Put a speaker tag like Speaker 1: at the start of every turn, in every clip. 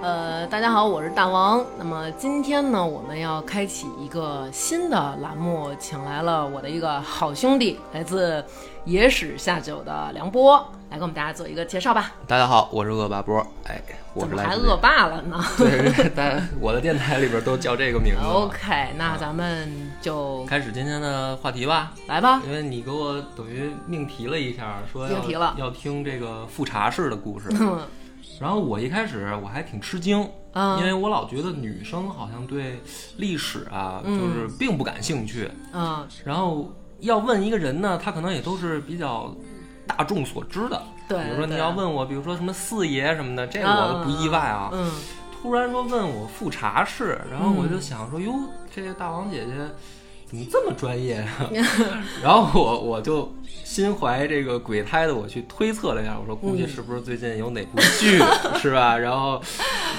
Speaker 1: 呃，大家好，我是大王。那么今天呢，我们要开启一个新的栏目，请来了我的一个好兄弟，来自野史下酒的梁波，来给我们大家做一个介绍吧。
Speaker 2: 大家好，我是恶霸波。哎，我
Speaker 1: 怎
Speaker 2: 是
Speaker 1: 么
Speaker 2: 来
Speaker 1: 还
Speaker 2: 自
Speaker 1: 恶霸了呢
Speaker 2: 对，大家我的电台里边都叫这个名字 了。
Speaker 1: 哦？OK，那咱们就
Speaker 2: 开始今天的话题吧，
Speaker 1: 来吧。
Speaker 2: 因为你给我等于命题了一下，说要
Speaker 1: 命题了
Speaker 2: 要听这个富察氏的故事。
Speaker 1: 嗯
Speaker 2: 然后我一开始我还挺吃惊，因
Speaker 1: 嗯
Speaker 2: 为我老觉得女生好像对历史啊，就是并不感兴趣。
Speaker 1: 嗯，
Speaker 2: 然后要问一个人呢，他可能也都是比较大众所知的。
Speaker 1: 对。
Speaker 2: 比如说你
Speaker 1: 对
Speaker 2: 要，问我，比如说什么四爷什么的，这个我都不意外啊。
Speaker 1: 嗯
Speaker 2: 突然说问我复查室，然后我就想说，哟，这个大王姐姐怎么这么专业 啊？然后我我就心怀这个鬼胎的，我去推测了一下，我说估计是不是最近有哪部剧、是吧？然后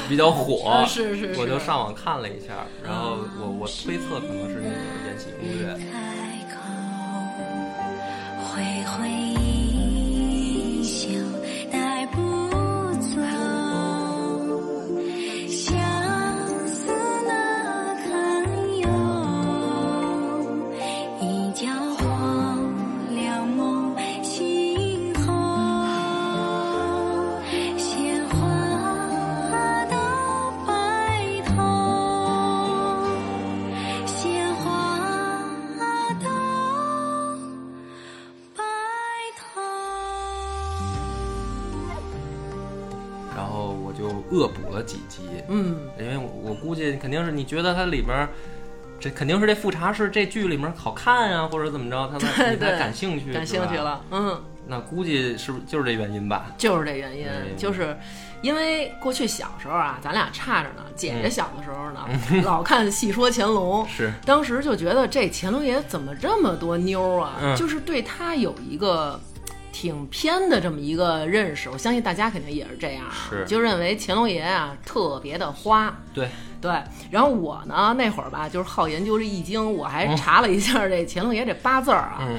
Speaker 2: 比较火
Speaker 1: 啊， 是是是
Speaker 2: 我就上网看了一下，然后我我推测可能是那个《延禧攻略》。
Speaker 3: 开口，挥挥衣袖，带不走相思那堪忧。一觉黄粱梦醒后，鲜花到白头。鲜花到白头。
Speaker 2: 然后我就恶补了几集，
Speaker 1: 嗯
Speaker 2: 因为我我估计肯定是你觉得它里面儿，这肯定是这富察氏这剧里面好看啊，或者怎么着，他
Speaker 1: 对
Speaker 2: 才你才感兴趣，
Speaker 1: 嗯，感
Speaker 2: 是吧
Speaker 1: 兴趣。了，嗯。
Speaker 2: 那估计是不是就是这原因吧？
Speaker 1: 就是这原因，
Speaker 2: 嗯
Speaker 1: 就是因为过去小时候啊，咱俩差着呢。姐姐小的时候呢，老看《戏说乾隆》，
Speaker 2: 哦是
Speaker 1: 当时就觉得这乾隆爷怎么这么多妞儿啊？
Speaker 2: 嗯
Speaker 1: 就是对他有一个。挺偏的这么一个认识，我相信大家肯定也是这样啊，
Speaker 2: 是
Speaker 1: 就认为乾隆爷啊特别的花，
Speaker 2: 对，
Speaker 1: 对。然后我呢那会儿吧，就是好研究这易经，我还查了一下这乾隆爷这八字儿啊，
Speaker 2: 嗯，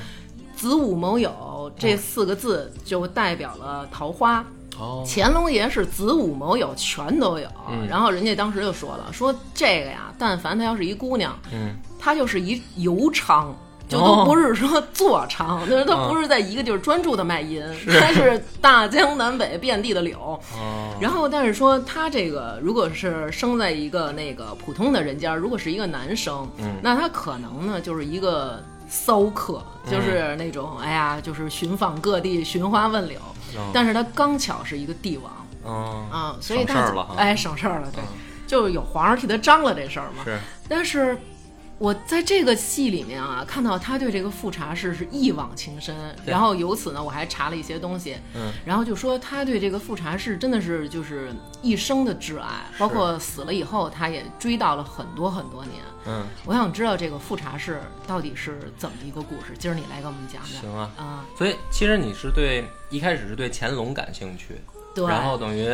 Speaker 1: 子午卯酉这四个字就代表了桃花，
Speaker 2: 哦，
Speaker 1: 乾隆爷是子午卯酉全都有，
Speaker 2: 嗯
Speaker 1: 然后人家当时就说了，说这个呀，但凡她要是一姑娘，
Speaker 2: 嗯，
Speaker 1: 她就是一油娼，就都不是说坐娼， 就是她
Speaker 2: 哦嗯
Speaker 1: 不是在一个地儿专注的卖淫，她是大江南北遍地的柳。
Speaker 2: 哦，
Speaker 1: 然后，但是说她这个如果是生在一个那个普通的人家，如果是一个男生，
Speaker 2: 嗯
Speaker 1: 那他可能呢就是一个骚客，
Speaker 2: 嗯
Speaker 1: 就是那种、哎呀，就是寻访各地寻花问柳。
Speaker 2: 哦
Speaker 1: 但是他刚巧是一个帝王
Speaker 2: 哦，
Speaker 1: 啊，所以
Speaker 2: 省
Speaker 1: 大
Speaker 2: 事儿
Speaker 1: 家
Speaker 2: 了哈嗯
Speaker 1: 哎，省事儿了，对，就有皇上替他张罗这事儿嘛。
Speaker 2: 是，
Speaker 1: 但是我在这个戏里面啊，看到他对这个富察氏是一往情深，
Speaker 2: 对
Speaker 1: 然后由此呢，我还查了一些东西，
Speaker 2: 嗯，
Speaker 1: 然后就说他对这个富察氏真的是就是一生的挚爱，包括死了以后，他也追悼了很多很多年。
Speaker 2: 嗯，
Speaker 1: 我想知道这个富察氏到底是怎么一个故事，今儿你来给我们讲讲
Speaker 2: 行啊。
Speaker 1: 啊、
Speaker 2: 所以其实你是对一开始是对乾隆感兴趣，
Speaker 1: 对，
Speaker 2: 然后等于。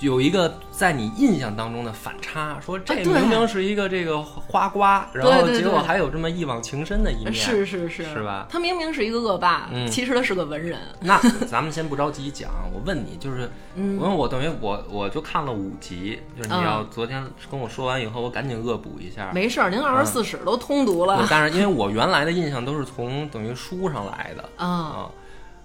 Speaker 2: 有一个在你印象当中的反差，说这
Speaker 1: 啊对
Speaker 2: 明明是一个这个花瓜，然后
Speaker 1: 对对
Speaker 2: 结果
Speaker 1: 对
Speaker 2: 还有这么一往情深的一面，
Speaker 1: 是是是，
Speaker 2: 是吧
Speaker 1: 他明明是一个恶霸，
Speaker 2: 嗯
Speaker 1: 其实他是个文人。
Speaker 2: 那咱们先不着急讲，我问你，就是，
Speaker 1: 嗯
Speaker 2: 因为我等于我我就看了五集，就是你要昨天跟我说完以后，我赶紧恶补一下。
Speaker 1: 没事啊儿，您二十
Speaker 2: 嗯
Speaker 1: 四史都通读
Speaker 2: 我
Speaker 1: 了。
Speaker 2: 当然，因为我原来的印象都是从等于书上来的
Speaker 1: 啊
Speaker 2: 啊。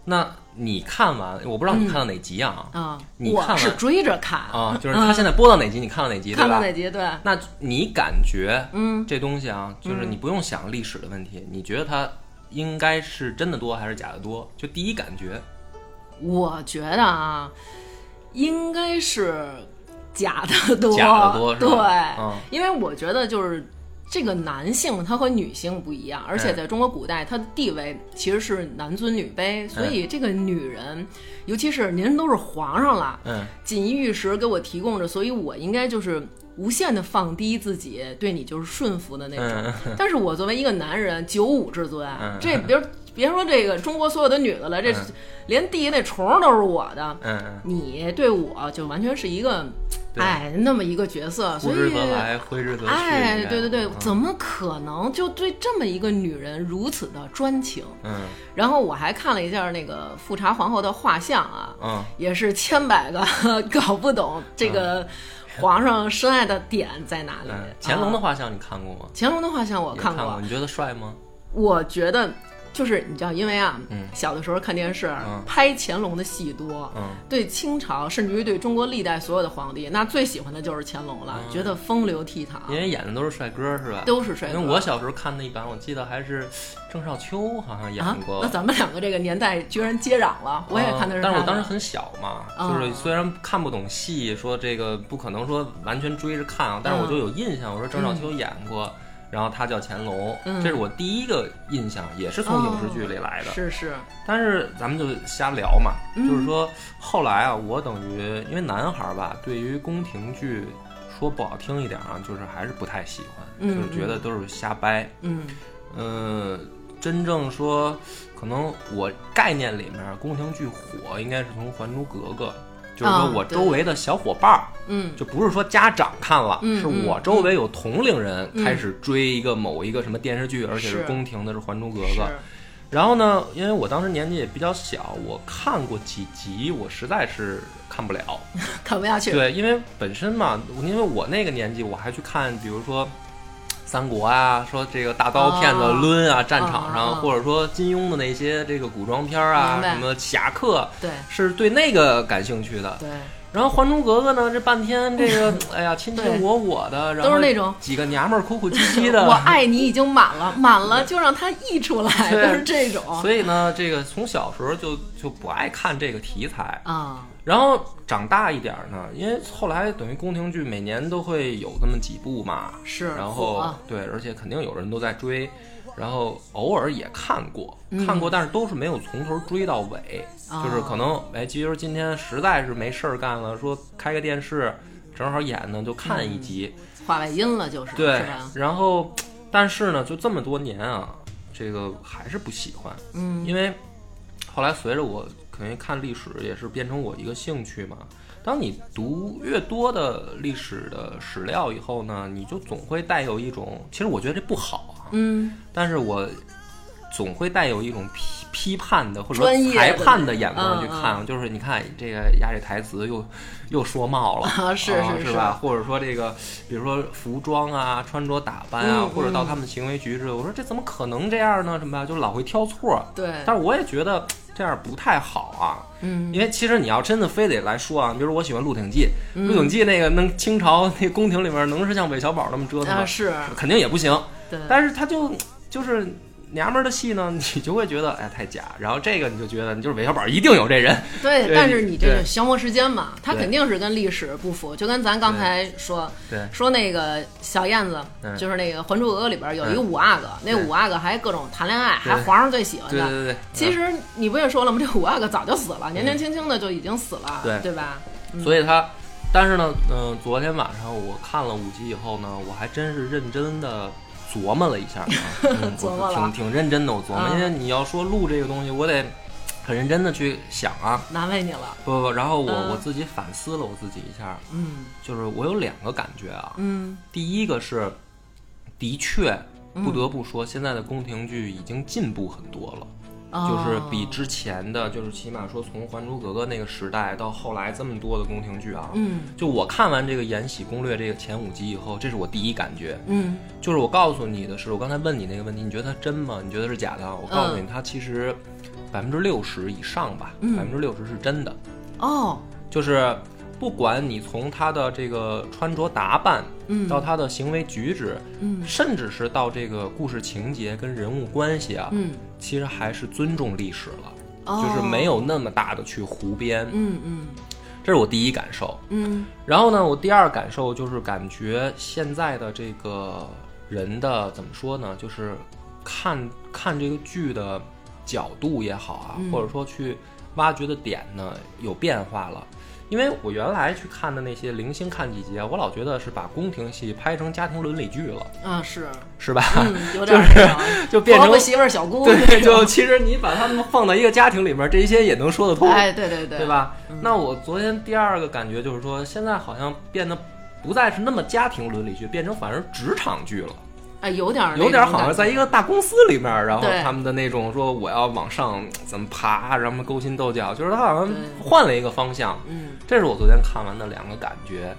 Speaker 2: 那你看完，我不知道你看到哪集啊？
Speaker 1: 啊！
Speaker 2: 你看
Speaker 1: 我
Speaker 2: 完
Speaker 1: 是追着看，
Speaker 2: 啊，就是他现在播到哪集，你看到哪集，对
Speaker 1: 嗯看到
Speaker 2: 吧
Speaker 1: 哪？集？对，
Speaker 2: 那你感觉，
Speaker 1: 嗯，
Speaker 2: 这东西啊，就是你不用想历史的问题，你觉得它应该是真的多还是假的多？就第一感觉，
Speaker 1: 我觉得啊，应该是假的多，
Speaker 2: 假的多是
Speaker 1: 对
Speaker 2: 吧嗯，
Speaker 1: 因为我觉得就是。这个男性他和女性不一样，而且
Speaker 2: 哎
Speaker 1: 在中国古代，他的地位其实是男尊女卑，
Speaker 2: 哎
Speaker 1: 所以这个女人，尤其是您都是皇上了，
Speaker 2: 嗯，
Speaker 1: 锦衣玉食给我提供着，所以我应该就是无限的放低自己，对你就是顺服的那
Speaker 2: 哎
Speaker 1: 种。 但是我作为一个男人，九五至尊，
Speaker 2: 嗯
Speaker 1: 这别别说这个中国所有的女的了，这
Speaker 2: 嗯
Speaker 1: 连地下那虫儿都是我的。
Speaker 2: 嗯嗯。
Speaker 1: 你对我就完全是一个
Speaker 2: 对
Speaker 1: 哎，那么一个角色，
Speaker 2: 呼
Speaker 1: 所
Speaker 2: 之
Speaker 1: 以
Speaker 2: 则来，挥之则去。
Speaker 1: 哎，
Speaker 2: 应该
Speaker 1: 对对对
Speaker 2: 嗯，
Speaker 1: 怎么可能就对这么一个女人如此的专情？
Speaker 2: 嗯
Speaker 1: 然后我还看了一下那个富察皇后的画像啊，
Speaker 2: 嗯
Speaker 1: 也是千百个 搞不懂这个皇上深爱的点在哪里
Speaker 2: 嗯，。乾隆的
Speaker 1: 啊
Speaker 2: 画像你看过吗？
Speaker 1: 乾隆的画像我
Speaker 2: 也
Speaker 1: 看
Speaker 2: 看
Speaker 1: 过，
Speaker 2: 你觉得帅吗？
Speaker 1: 我觉得就是你知道，因为啊，
Speaker 2: 嗯
Speaker 1: 小的时候看电视，
Speaker 2: 嗯
Speaker 1: 拍乾隆的戏多。
Speaker 2: 嗯，
Speaker 1: 对清朝，甚至于对中国历代所有的皇帝，那最喜欢的就是乾隆
Speaker 2: 嗯
Speaker 1: 了，觉得风流倜傥。啊
Speaker 2: 因为演的都是帅哥是吧？
Speaker 1: 都是帅哥
Speaker 2: 因为我小时候看那一版，我记得还是郑少秋好像演
Speaker 1: 啊，
Speaker 2: 过。
Speaker 1: 那咱们两个这个年代居然接壤了，我也看的
Speaker 2: 嗯
Speaker 1: 是他的。
Speaker 2: 但是我当时很小嘛，
Speaker 1: 啊
Speaker 2: 就是虽然看不懂戏，说这个不可能说完全追着看啊，但是我就有印象，我说郑少秋演过，然后他叫乾隆，
Speaker 1: 嗯
Speaker 2: 这是我第一个印象，也是从影视剧里来的。
Speaker 1: 哦是是，
Speaker 2: 但是咱们就瞎聊嘛，
Speaker 1: 嗯
Speaker 2: 就是说后来啊，我等于因为男孩儿吧，对于宫廷剧。说不好听一点啊，就是还是不太喜欢，
Speaker 1: 嗯
Speaker 2: 就是觉得都是瞎掰。
Speaker 1: 嗯
Speaker 2: 呃，真正说，可能我概念里面宫廷剧火，应该是从《还珠格格》，就是说
Speaker 1: 啊
Speaker 2: 我
Speaker 1: 对
Speaker 2: 周围的小伙伴儿，
Speaker 1: 嗯
Speaker 2: 就不是说家长看了，
Speaker 1: 嗯
Speaker 2: 是
Speaker 1: 嗯
Speaker 2: 我周围有同龄人开始追一个某一个什么电视剧，而且是
Speaker 1: 是
Speaker 2: 宫廷的，是《还珠格格
Speaker 1: 是》。
Speaker 2: 然后呢，因为我当时年纪也比较小，我看过几集，我实在是看不了。
Speaker 1: 看不下去。
Speaker 2: 对，因为本身嘛，因为我那个年纪，我还去看，比如说。三国啊，说这个大刀片子
Speaker 1: 哦
Speaker 2: 抡啊，战场上，
Speaker 1: 哦哦
Speaker 2: 或者说金庸的那些这个古装片儿啊，
Speaker 1: 明白
Speaker 2: 什么侠客，
Speaker 1: 对
Speaker 2: 是对那个感兴趣的。
Speaker 1: 对
Speaker 2: 然后《还珠格格》呢，这半天这 个，哎呀，亲
Speaker 1: 对
Speaker 2: 亲我我的，然后
Speaker 1: 都是那种
Speaker 2: 几个娘们儿哭哭唧唧的，
Speaker 1: 我爱你已经满了，满了就让它溢出来，
Speaker 2: 对
Speaker 1: 都是这种。
Speaker 2: 所以呢，这个从小时候就就不爱看这个题材。
Speaker 1: 啊，
Speaker 2: 然后长大一点儿呢，因为后来等于宫廷剧每年都会有那么几部嘛，
Speaker 1: 是
Speaker 2: 然后
Speaker 1: 火
Speaker 2: 对，而且肯定有人都在追，然后偶尔也看过，看过，但是都是没有从头追到尾，
Speaker 1: 嗯哦
Speaker 2: 就是可能哎，其实今天实在是没事儿干了，说开个电视，正好演呢，就看一集，
Speaker 1: 话外音了，就是
Speaker 2: 对
Speaker 1: 是吧，？
Speaker 2: 然后但是呢，就这么多年啊，这个还是不喜欢，
Speaker 1: 嗯，
Speaker 2: 因为后来随着我可能看历史也是变成我一个兴趣嘛。当你读越多的历史的史料以后呢，你就总会带有一种，其实我觉得这不好啊，
Speaker 1: 嗯，
Speaker 2: 但是我总会带有一种批批判的或者
Speaker 1: 专业的
Speaker 2: 说裁判的眼光去
Speaker 1: 嗯嗯
Speaker 2: 看，就是你看这个押这台词又又说冒了
Speaker 1: 啊是
Speaker 2: 啊
Speaker 1: 是
Speaker 2: 是吧？或者说这个，比如说服装啊、穿着打扮啊，
Speaker 1: 嗯
Speaker 2: 或者到他们的行为举止，我说这怎么可能这样呢？什么呀，就老会挑错儿。
Speaker 1: 对，
Speaker 2: 但是我也觉得这样不太好啊。
Speaker 1: 嗯，
Speaker 2: 因为其实你要真的非得来说啊，比如我喜欢《鹿鼎记》，
Speaker 1: 嗯
Speaker 2: 鹿鼎记》那个能清朝那宫廷里面能是像韦小宝那么折腾吗？
Speaker 1: 啊是，嗯
Speaker 2: 肯定也不行。
Speaker 1: 对，
Speaker 2: 但是他就就是娘们儿的戏呢，你就会觉得哎太假，然后这个你就觉得你就是韦小宝一定有这人，
Speaker 1: 对，
Speaker 2: 对
Speaker 1: 但是你这个
Speaker 2: 呃对
Speaker 1: 消磨时间嘛，它
Speaker 2: 对
Speaker 1: 肯定是跟历史不符，就跟咱刚才说
Speaker 2: 对
Speaker 1: 说那个小燕子，
Speaker 2: 嗯
Speaker 1: 就是那个《还珠格格》里边有一个五
Speaker 2: 嗯
Speaker 1: 阿哥，那
Speaker 2: 对
Speaker 1: 五阿哥还各种谈恋爱，
Speaker 2: 对
Speaker 1: 还皇上最喜欢
Speaker 2: 对
Speaker 1: 的。
Speaker 2: 对嗯对，
Speaker 1: 其实你不也说了吗？这五阿哥早就死了，年年轻轻的就已经死了，
Speaker 2: 对
Speaker 1: 对吧？
Speaker 2: 嗯所以他。但是呢，嗯、昨天晚上我看了五集以后呢，我还真是认真的琢磨了一 下啊，嗯、
Speaker 1: 琢磨
Speaker 2: 我
Speaker 1: 了
Speaker 2: 挺挺认真的，我琢磨，
Speaker 1: 啊
Speaker 2: 因为你要说录这个东西，我得很认真的去想啊，
Speaker 1: 难为你了，
Speaker 2: 不不不，然后我、
Speaker 1: 嗯
Speaker 2: 我自己反思了我自己一下，
Speaker 1: 嗯
Speaker 2: 就是我有两个感觉啊，
Speaker 1: 嗯
Speaker 2: 第一个是，的确不得不说，现在的宫廷剧已经进步很多了。
Speaker 1: 哦
Speaker 2: 就是比之前的，就是起码说从《还珠格格》那个时代到后来这么多的宫廷剧啊，
Speaker 1: 嗯，
Speaker 2: 就我看完这个《延禧攻略》这个前五集以后，这是我第一感觉，
Speaker 1: 嗯
Speaker 2: 就是我告诉你的是，我刚才问你那个问题，你觉得它真吗？你觉得是假的啊？我告诉你，它其实百分之六十以上吧，
Speaker 1: 嗯
Speaker 2: 百分之六十是真的，
Speaker 1: 哦
Speaker 2: 就是不管你从他的这个穿着打扮，
Speaker 1: 嗯
Speaker 2: 到他的行为举止，
Speaker 1: 嗯
Speaker 2: 甚至是到这个故事情节跟人物关系啊，
Speaker 1: 嗯
Speaker 2: 其实还是尊重历史了，
Speaker 1: 哦，
Speaker 2: 就是没有那么大的去胡编，
Speaker 1: 嗯嗯
Speaker 2: 这是我第一感受。
Speaker 1: 嗯
Speaker 2: 然后呢，我第二感受就是感觉现在的这个人的怎么说呢，就是看看这个剧的角度也好啊，
Speaker 1: 嗯
Speaker 2: 或者说去挖掘的点呢有变化了。因为我原来去看的那些零星看几集啊，我老觉得是把宫廷戏拍成家庭伦理剧了，
Speaker 1: 啊， 是，
Speaker 2: 是 吧？
Speaker 1: 嗯，有点儿
Speaker 2: 就是
Speaker 1: 那种
Speaker 2: 就变
Speaker 1: 婆
Speaker 2: 成
Speaker 1: 婆媳妇儿小姑，
Speaker 2: 对，就其实你把他们放到一个家庭里面，这些也能说得 通，
Speaker 1: 哎，对对嗯对，
Speaker 2: 对？吧？那我昨天第二个感觉就是说，现在好像变得不再是那么家庭伦理剧，变成反而职场剧了。
Speaker 1: 哎，有点儿那
Speaker 2: 有点
Speaker 1: 种
Speaker 2: 好像
Speaker 1: 感
Speaker 2: 在
Speaker 1: 觉
Speaker 2: 一个大公司里面，然后
Speaker 1: 对
Speaker 2: 他们的那种说我要往上怎么爬，然后勾心斗角，就是他好像
Speaker 1: 对
Speaker 2: 换了一个方向。
Speaker 1: 嗯
Speaker 2: 这是我昨天看完的两个感觉，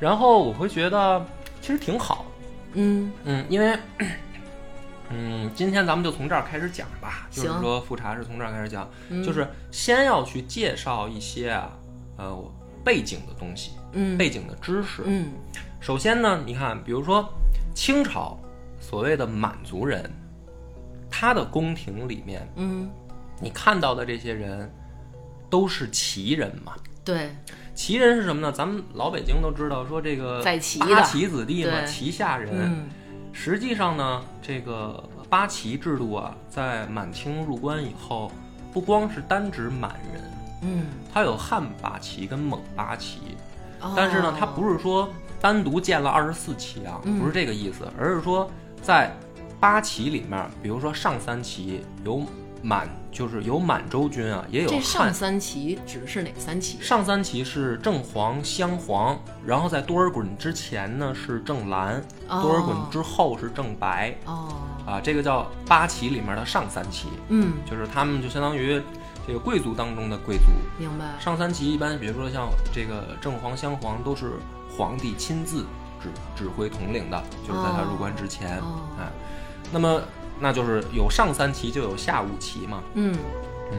Speaker 2: 然后我会觉得其实挺好，
Speaker 1: 嗯
Speaker 2: 嗯，因为。嗯，今天咱们就从这儿开始讲吧，就是
Speaker 1: 行
Speaker 2: 说复查是从这儿开始讲，
Speaker 1: 嗯
Speaker 2: 就是先要去介绍一些啊，呃，背景的东西，
Speaker 1: 嗯
Speaker 2: 背景的知识。
Speaker 1: 嗯
Speaker 2: 首先呢，你看，比如说清朝所谓的满族人，他的宫廷里面，
Speaker 1: 嗯，
Speaker 2: 你看到的这些人都是旗人嘛？
Speaker 1: 对，
Speaker 2: 旗人是什么呢？咱们老北京都知道，说这个
Speaker 1: 在旗的
Speaker 2: 八旗子弟嘛，
Speaker 1: 对
Speaker 2: 旗下人。
Speaker 1: 嗯
Speaker 2: 实际上呢，这个八旗制度啊，在满清入关以后，不光是单指满人，
Speaker 1: 嗯，
Speaker 2: 它有汉八旗跟蒙八旗。
Speaker 1: 哦
Speaker 2: 但是呢，它不是说单独建了二十四旗啊，
Speaker 1: 嗯
Speaker 2: 不是这个意思，而是说在八旗里面，比如说上三旗有满，就是有满洲军啊，也有
Speaker 1: 这
Speaker 2: 汉
Speaker 1: 上。三旗指的是哪三旗？啊
Speaker 2: 上三旗是正黄、镶黄，然后在多尔衮之前呢是正蓝，
Speaker 1: 哦
Speaker 2: 多尔衮之后是正白
Speaker 1: 哦，
Speaker 2: 啊，这个叫八旗里面的上三旗，
Speaker 1: 嗯，
Speaker 2: 就是他们就相当于这个贵族当中的贵族。
Speaker 1: 明白，
Speaker 2: 上三旗一般，比如说像这个正黄、镶黄，都是皇帝亲自指指挥统领的，就是在他入关之前。
Speaker 1: 哦哦
Speaker 2: 哎，那么那就是有上三旗，就有下五旗嘛，
Speaker 1: 嗯
Speaker 2: 嗯，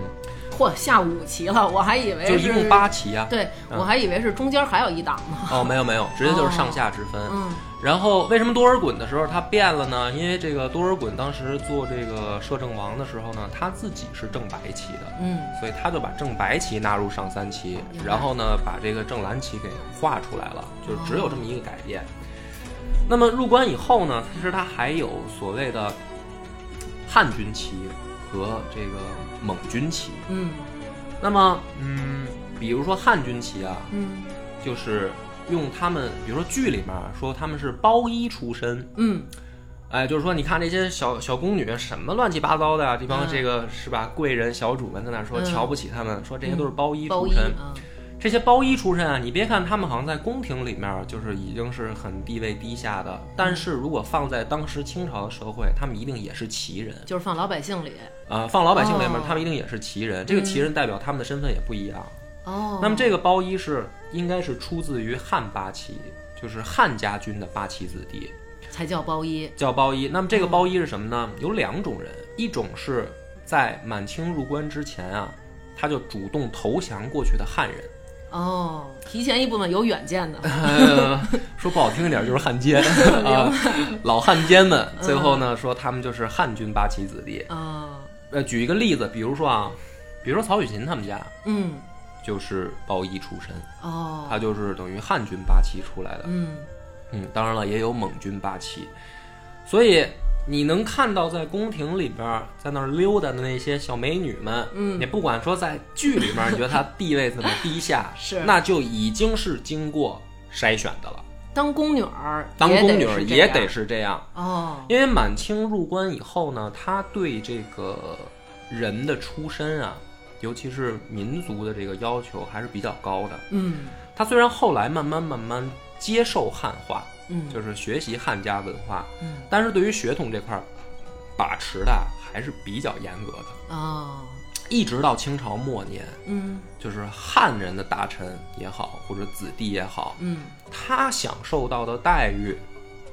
Speaker 1: 嚯，下五旗了，我还以为
Speaker 2: 就是一共八旗啊。
Speaker 1: 对，
Speaker 2: 嗯
Speaker 1: 我还以为是中间还有一档呢。
Speaker 2: 哦，没有没有，直接就是上下之分。
Speaker 1: 嗯
Speaker 2: 然后为什么多尔衮的时候他变了呢？因为这个多尔衮当时做这个摄政王的时候呢，他自己是正白旗的，
Speaker 1: 嗯，
Speaker 2: 所以他就把正白旗纳入上三旗
Speaker 1: 明，白
Speaker 2: 然后呢，把这个正蓝旗给划出来了，就是只有这么一个改变。那么入关以后呢，其实它还有所谓的汉军旗和这个蒙军旗。
Speaker 1: 嗯
Speaker 2: 那么，嗯，比如说汉军旗啊，
Speaker 1: 嗯
Speaker 2: 就是用他们，比如说剧里面说他们是包衣出身，
Speaker 1: 嗯，
Speaker 2: 哎，就是说，你看这些小小宫女什么乱七八糟的呀、这帮
Speaker 1: 嗯
Speaker 2: 这个、是吧？贵人小主们在那说、
Speaker 1: 嗯
Speaker 2: 瞧不起他们，说这些都是包衣
Speaker 1: 包
Speaker 2: 出
Speaker 1: 衣
Speaker 2: 身。
Speaker 1: 啊，
Speaker 2: 这些包衣出身啊，你别看他们好像在宫廷里面就是已经是很地位低下的，
Speaker 1: 嗯
Speaker 2: 但是如果放在当时清朝的社会，他们一定也是旗人。
Speaker 1: 就是放老百姓里。
Speaker 2: 呃，放老百姓里面，
Speaker 1: 哦嗯
Speaker 2: 他们一定也是旗人。这个旗人代表他们的身份也不一样。
Speaker 1: 哦，
Speaker 2: 嗯那么这个包衣是应该是出自于汉八旗，就是汉家军的八旗子弟。
Speaker 1: 才叫包衣。
Speaker 2: 叫包衣。那么这个包衣是什么呢？有两种人，一种是在满清入关之前啊，他就主动投降过去的汉人，
Speaker 1: 哦，提前一部分有远见 的。
Speaker 2: 呃、说不好听一点就是汉奸啊，老汉奸们。最后呢，说他们就是汉军八旗子弟。
Speaker 1: 啊，
Speaker 2: 呃，举一个例子，比如说啊，比如说曹雪芹他们家
Speaker 1: 嗯，
Speaker 2: 就是包衣出身，他
Speaker 1: 哦，
Speaker 2: 就是等于汉军八旗出来的。
Speaker 1: 嗯，
Speaker 2: 嗯，当然了，也有蒙军八旗，所以你能看到在宫廷里边儿在那儿溜达的那些小美女们，
Speaker 1: 嗯
Speaker 2: 你不管说在剧里面儿，你觉得她地位怎么低下，
Speaker 1: 是
Speaker 2: 那就已经是经过筛选的了。
Speaker 1: 当宫女儿，
Speaker 2: 当宫女儿也
Speaker 1: 得
Speaker 2: 得
Speaker 1: 是
Speaker 2: 是这样，
Speaker 1: 这样哦，
Speaker 2: 因为满清入关以后呢，他对这个人的出身啊，尤其是民族的这个要求还是比较高的。
Speaker 1: 嗯
Speaker 2: 他虽然后来慢慢慢慢接受汉化，
Speaker 1: 嗯，
Speaker 2: 就是学习汉家文化，
Speaker 1: 嗯
Speaker 2: 但是对于血统这块儿把持的还是比较严格的，
Speaker 1: 哦，
Speaker 2: 一直到清朝末年，
Speaker 1: 嗯
Speaker 2: 就是汉人的大臣也好，或者子弟也好，
Speaker 1: 嗯
Speaker 2: 他享受到的待遇，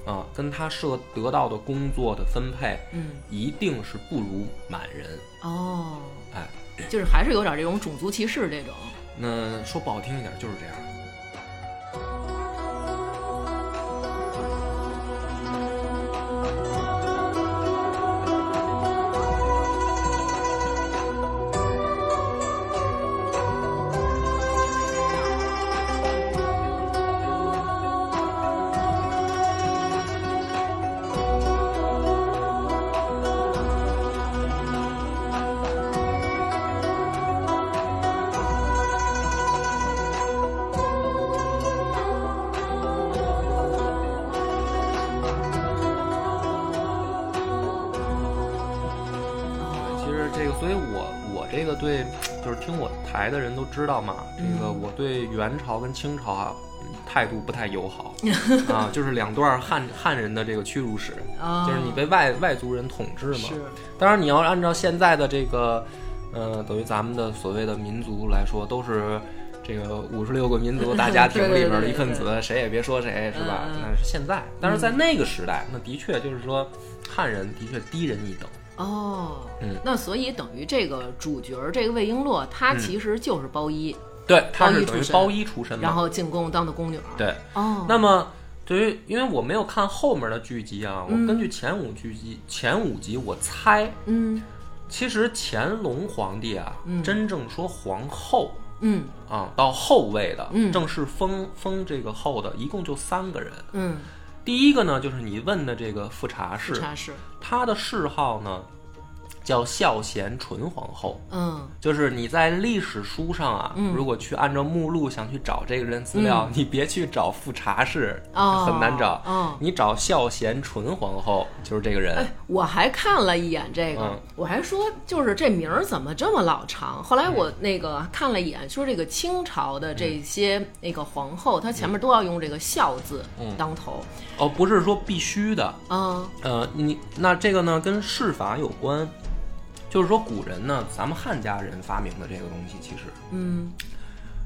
Speaker 2: 啊，跟他设得到的工作的分配，
Speaker 1: 嗯，
Speaker 2: 一定是不如满人，
Speaker 1: 哦，
Speaker 2: 哎，
Speaker 1: 就是还是有点这种种族歧视这种。
Speaker 2: 那说不好听一点就是这样。对，就是听我台的人都知道嘛，这个
Speaker 1: 嗯
Speaker 2: 我对元朝跟清朝啊态度不太 友好啊，就是两段汉汉人的这个屈辱史，
Speaker 1: 啊，
Speaker 2: 就是你被外外族人统治嘛。
Speaker 1: 是
Speaker 2: 当然，你要按照现在的这个，呃，等于咱们的所谓的民族来说，都是这个五十六个民族大家庭里边的一份
Speaker 1: 对
Speaker 2: 子，谁也别说谁，是吧
Speaker 1: 嗯嗯？嗯
Speaker 2: 那是现在，但是在那个时代，那的确就是说，汉人的确低人一等。
Speaker 1: 哦，
Speaker 2: 嗯
Speaker 1: 那所以等于这个主角儿这个魏璎珞，她其实就是包衣，
Speaker 2: 对，他
Speaker 1: 包衣
Speaker 2: 是
Speaker 1: 出
Speaker 2: 等于
Speaker 1: 身
Speaker 2: 包衣出身嘛。
Speaker 1: 然后进宫当的宫女儿。，
Speaker 2: 嗯对，
Speaker 1: 哦，
Speaker 2: 那么对于因为我没有看后面的剧集啊，我
Speaker 1: 嗯
Speaker 2: 根据前五剧集前五集我猜，
Speaker 1: 嗯
Speaker 2: 其实乾隆皇帝啊，
Speaker 1: 嗯
Speaker 2: 真正说皇后。
Speaker 1: 嗯
Speaker 2: 啊、到后位的，
Speaker 1: 嗯
Speaker 2: 正式封封这个后的，一共就三个人。
Speaker 1: 嗯，
Speaker 2: 第一个呢，就是你问的这个富察氏，
Speaker 1: 查是，
Speaker 2: 她的谥号呢叫孝贤纯皇后。
Speaker 1: 嗯
Speaker 2: 就是你在历史书上啊，
Speaker 1: 嗯
Speaker 2: 如果去按照目录想去找这个人资料，你别去找富察氏，
Speaker 1: 哦，
Speaker 2: 很难找。
Speaker 1: 哦，
Speaker 2: 你找孝贤纯皇后，就是这个人。
Speaker 1: 哎，我还看了一眼这个，
Speaker 2: 嗯
Speaker 1: 我还说就是这名儿怎么这么老长？后来我那个看了一眼，说这个清朝的这些那个皇后，她前面都要用这个孝字
Speaker 2: 嗯
Speaker 1: 当头，
Speaker 2: 哦，不是说必须的，
Speaker 1: 嗯
Speaker 2: 呃，你那这个呢跟世法有关，就是说古人呢，咱们汉家人发明的这个东西，其实
Speaker 1: 嗯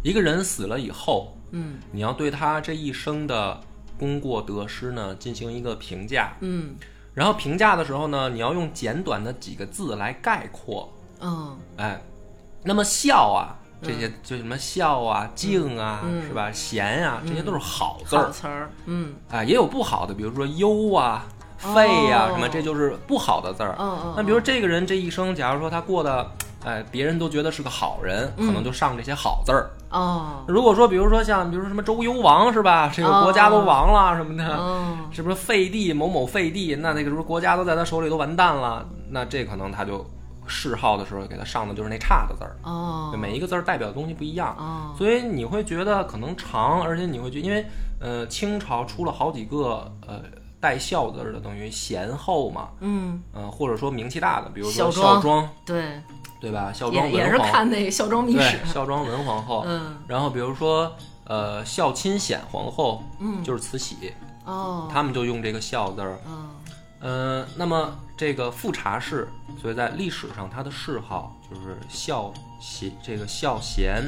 Speaker 2: 一个人死了以后，
Speaker 1: 嗯
Speaker 2: 你要对他这一生的功过得失呢进行一个评价，
Speaker 1: 嗯
Speaker 2: 然后评价的时候呢，你要用简短的几个字来概括，
Speaker 1: 嗯
Speaker 2: 哎，那么孝啊。这些就什么孝啊、敬啊，是吧？贤啊，这些都是好字
Speaker 1: 嗯好
Speaker 2: 儿。
Speaker 1: 词儿，嗯
Speaker 2: 啊，也有不好的，比如说忧啊、废呀、
Speaker 1: 哦
Speaker 2: 什么，这就是不好的字儿。
Speaker 1: 嗯嗯
Speaker 2: 那比如说这个人这一生，假如说他过得，哎，别人都觉得是个好人，可
Speaker 1: 嗯
Speaker 2: 能就上这些好字儿。
Speaker 1: 哦
Speaker 2: 如果说，比如说像，比如说什么周幽王是吧？这个国家都亡了什么的，
Speaker 1: 哦
Speaker 2: 是不是废帝某某废帝？那那个是不是国家都在他手里都完蛋了？那这可能他就谥号的时候给他上的就是那差的字儿。
Speaker 1: 哦
Speaker 2: 对每一个字儿代表的东西不一样。
Speaker 1: 哦
Speaker 2: 所以你会觉得可能长，而且你会觉因为呃清朝出了好几个呃带孝字儿的，等于贤后嘛，
Speaker 1: 嗯，
Speaker 2: 嗯、或者说名气大的，比如说
Speaker 1: 孝庄
Speaker 2: 孝庄，
Speaker 1: 对，
Speaker 2: 对吧？孝庄
Speaker 1: 也也
Speaker 2: 文
Speaker 1: 是
Speaker 2: 皇
Speaker 1: 看那个孝庄秘史
Speaker 2: 对，，孝庄文皇后，
Speaker 1: 嗯
Speaker 2: 然后比如说呃孝钦显皇后，
Speaker 1: 嗯
Speaker 2: 就是慈禧，
Speaker 1: 哦
Speaker 2: 他们就用这个孝字儿，
Speaker 1: 哦
Speaker 2: 嗯、那么这个富察氏，所以在历史上她的谥号就是孝贤，这个孝贤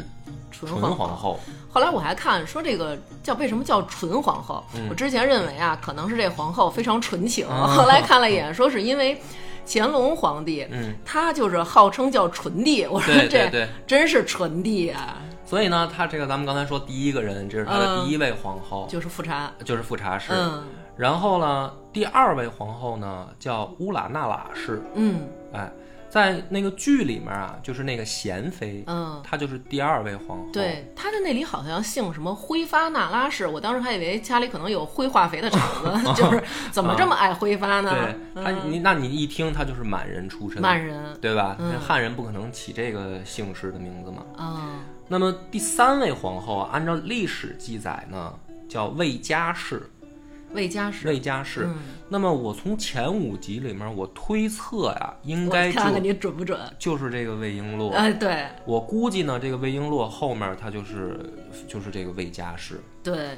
Speaker 1: 纯
Speaker 2: 纯皇后，
Speaker 1: 后来我还看说这个叫为什么叫纯皇后，我之前认为啊，可能是这皇后非常纯情，
Speaker 2: 嗯啊
Speaker 1: 后来看了一眼，说是因为乾隆皇帝。
Speaker 2: 嗯。
Speaker 1: 他就是号称叫纯帝，我说
Speaker 2: 对对
Speaker 1: 这
Speaker 2: 对，
Speaker 1: 真是纯帝啊，
Speaker 2: 所以呢，他这个咱们刚才说第一个人，这是他的
Speaker 1: 嗯
Speaker 2: 第一位皇后，
Speaker 1: 就是富察，
Speaker 2: 哦就是富察氏。
Speaker 1: 嗯
Speaker 2: 然后呢，第二位皇后呢叫乌拉那喇氏，
Speaker 1: 嗯
Speaker 2: 哎，在那个剧里面啊，就是那个贤妃，
Speaker 1: 嗯，
Speaker 2: 她就是第二位皇后。
Speaker 1: 对，他在那里好像姓什么挥发那拉氏，我当时还以为家里可能有挥化肥的厂 子，就是怎么这么爱挥发呢？
Speaker 2: 啊对，她你那你一听，她就是满人出身，
Speaker 1: 嗯满人，
Speaker 2: 对吧？
Speaker 1: 嗯
Speaker 2: 那汉人不可能起这个姓氏的名字嘛。
Speaker 1: 嗯
Speaker 2: 那么第三位皇后啊，按照历史记载呢，叫魏佳氏，
Speaker 1: 魏家氏，
Speaker 2: 魏佳氏。
Speaker 1: 嗯，
Speaker 2: 那么我从前五集里面，我推测呀、应
Speaker 1: 我
Speaker 2: 该就
Speaker 1: 看看你准不准？
Speaker 2: 就是这个魏璎珞。
Speaker 1: 哎，对
Speaker 2: 我估计呢，这个魏璎珞后面她就是就是这个魏家氏。
Speaker 1: 对，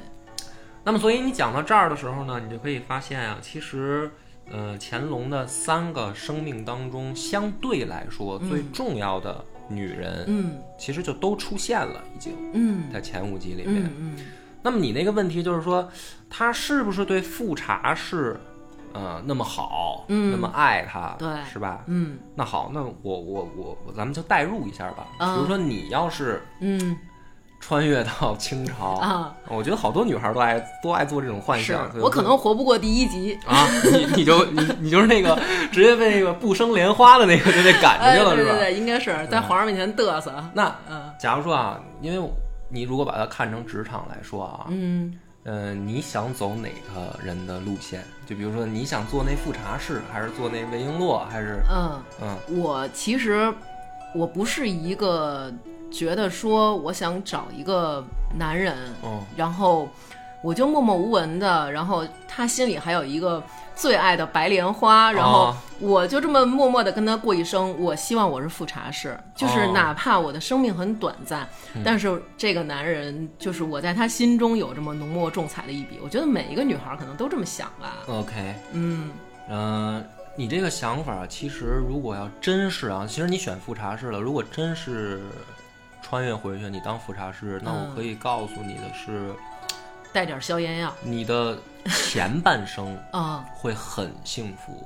Speaker 2: 那么，所以你讲到这儿的时候呢，你就可以发现啊，其实，呃，乾隆的三个生命当中，相对来说最重要的女人，
Speaker 1: 嗯
Speaker 2: 其实就都出现了，已经
Speaker 1: 嗯
Speaker 2: 在前五集里面。
Speaker 1: 嗯嗯
Speaker 2: 那么你那个问题就是说，他是不是对富察氏，呃，那么好，
Speaker 1: 嗯
Speaker 2: 那么爱她，
Speaker 1: 对
Speaker 2: 是吧？
Speaker 1: 嗯
Speaker 2: 那好，那我我我我，咱们就代入一下吧。
Speaker 1: 啊
Speaker 2: 比如说，你要是
Speaker 1: 嗯
Speaker 2: 穿越到清朝，
Speaker 1: 啊，
Speaker 2: 我觉得好多女孩都爱都爱做这种幻
Speaker 1: 是
Speaker 2: 想。所以
Speaker 1: 我可能活不过第一集。
Speaker 2: 啊，你你就你你就是那个直接被那个不生莲花的那个就得赶出
Speaker 1: 哎，
Speaker 2: 去了，
Speaker 1: 对
Speaker 2: 是
Speaker 1: 对
Speaker 2: 吧？
Speaker 1: 对，应该是在皇上面前嘚瑟。
Speaker 2: 那
Speaker 1: 嗯
Speaker 2: 假如说啊，因为你如果把它看成职场来说啊，
Speaker 1: 嗯
Speaker 2: 呃，你想走哪个人的路线？就比如说，你想做那富察氏，还是做那魏璎珞，还是
Speaker 1: 嗯，
Speaker 2: 嗯
Speaker 1: 我其实我不是一个觉得说我想找一个男人，
Speaker 2: 哦
Speaker 1: 然后我就默默无闻的，然后他心里还有一个最爱的白莲花，然后
Speaker 2: 哦
Speaker 1: 我就这么默默的跟他过一生。我希望我是富察氏，就是
Speaker 2: 哦嗯
Speaker 1: 哪怕我的生命很短暂，但是这个男人就是我在他心中有这么浓墨重彩的一笔。我觉得每一个女孩可能都这么想吧。
Speaker 2: OK，
Speaker 1: 嗯，
Speaker 2: 嗯、你这个想法其实如果要真是啊，其实你选富察氏了，如果真是穿越回去，你当富察氏，那
Speaker 1: 嗯
Speaker 2: 我可以告诉你的是，
Speaker 1: 带点消炎药
Speaker 2: 你的前半生
Speaker 1: 啊、
Speaker 2: 会很幸福。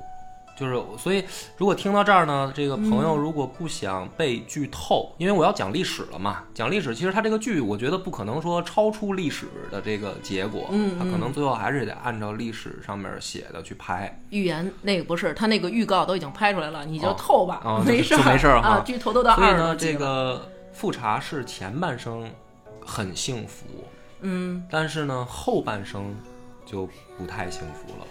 Speaker 2: 就是，所以如果听到这儿呢，这个朋友如果不想被剧透，因为我要讲历史了嘛，讲历史，其实它这个剧，我觉得不可能说超出历史的这个结果，
Speaker 1: 嗯
Speaker 2: 它可能最后还是得按照历史上面写的去拍。
Speaker 1: 预言那个不是他那个预告都已经拍出来了，你就
Speaker 2: 哦
Speaker 1: 透吧，
Speaker 2: 哦
Speaker 1: 没事儿，
Speaker 2: 就没事儿哈
Speaker 1: 啊，剧透都到
Speaker 2: 所以
Speaker 1: 二
Speaker 2: 呢，
Speaker 1: 了，
Speaker 2: 这个富察氏前半生很幸福，
Speaker 1: 嗯。
Speaker 2: 但是呢后半生就不太幸福了。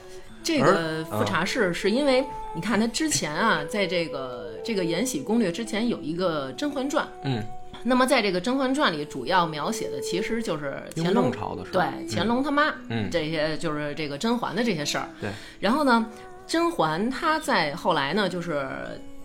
Speaker 1: 这
Speaker 2: 而啊
Speaker 1: 个富察氏是因为你看他之前啊，在这个这个《延禧攻略》之前有一个《甄嬛传》，
Speaker 2: 嗯，
Speaker 1: 那么在这个《甄嬛传》里，主要描写的其实就是乾
Speaker 2: 雍
Speaker 1: 隆
Speaker 2: 正朝的时候，
Speaker 1: 对乾
Speaker 2: 嗯
Speaker 1: 隆他妈，
Speaker 2: 嗯
Speaker 1: 这些就是这个甄嬛的这些事儿。
Speaker 2: 对，
Speaker 1: 然后呢，甄嬛她在后来呢，就是。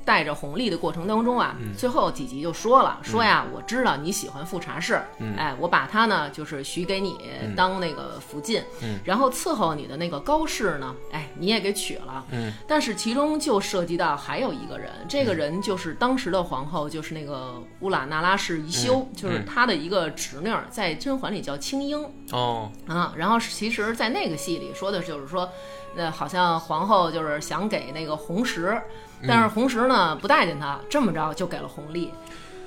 Speaker 1: 带着红历的过程当中啊，
Speaker 2: 嗯
Speaker 1: 最后几集就说了，说呀，我知道你喜欢富察氏，
Speaker 2: 嗯
Speaker 1: 哎，我把她呢就是许给你当那个福晋，
Speaker 2: 嗯
Speaker 1: 然后伺候你的那个高适呢，哎，你也给娶了，
Speaker 2: 嗯，
Speaker 1: 但是其中就涉及到还有一个人，这个人就是当时的皇后，就是那个乌拉那拉氏宜修，
Speaker 2: 嗯
Speaker 1: 就是她的一个侄女儿，在甄嬛里叫青樱，
Speaker 2: 哦，
Speaker 1: 啊，然后其实，在那个戏里说的就是说，呃，好像皇后就是想给那个红石，
Speaker 2: 嗯
Speaker 1: 但是红石呢不待见她，这么着就给了红历，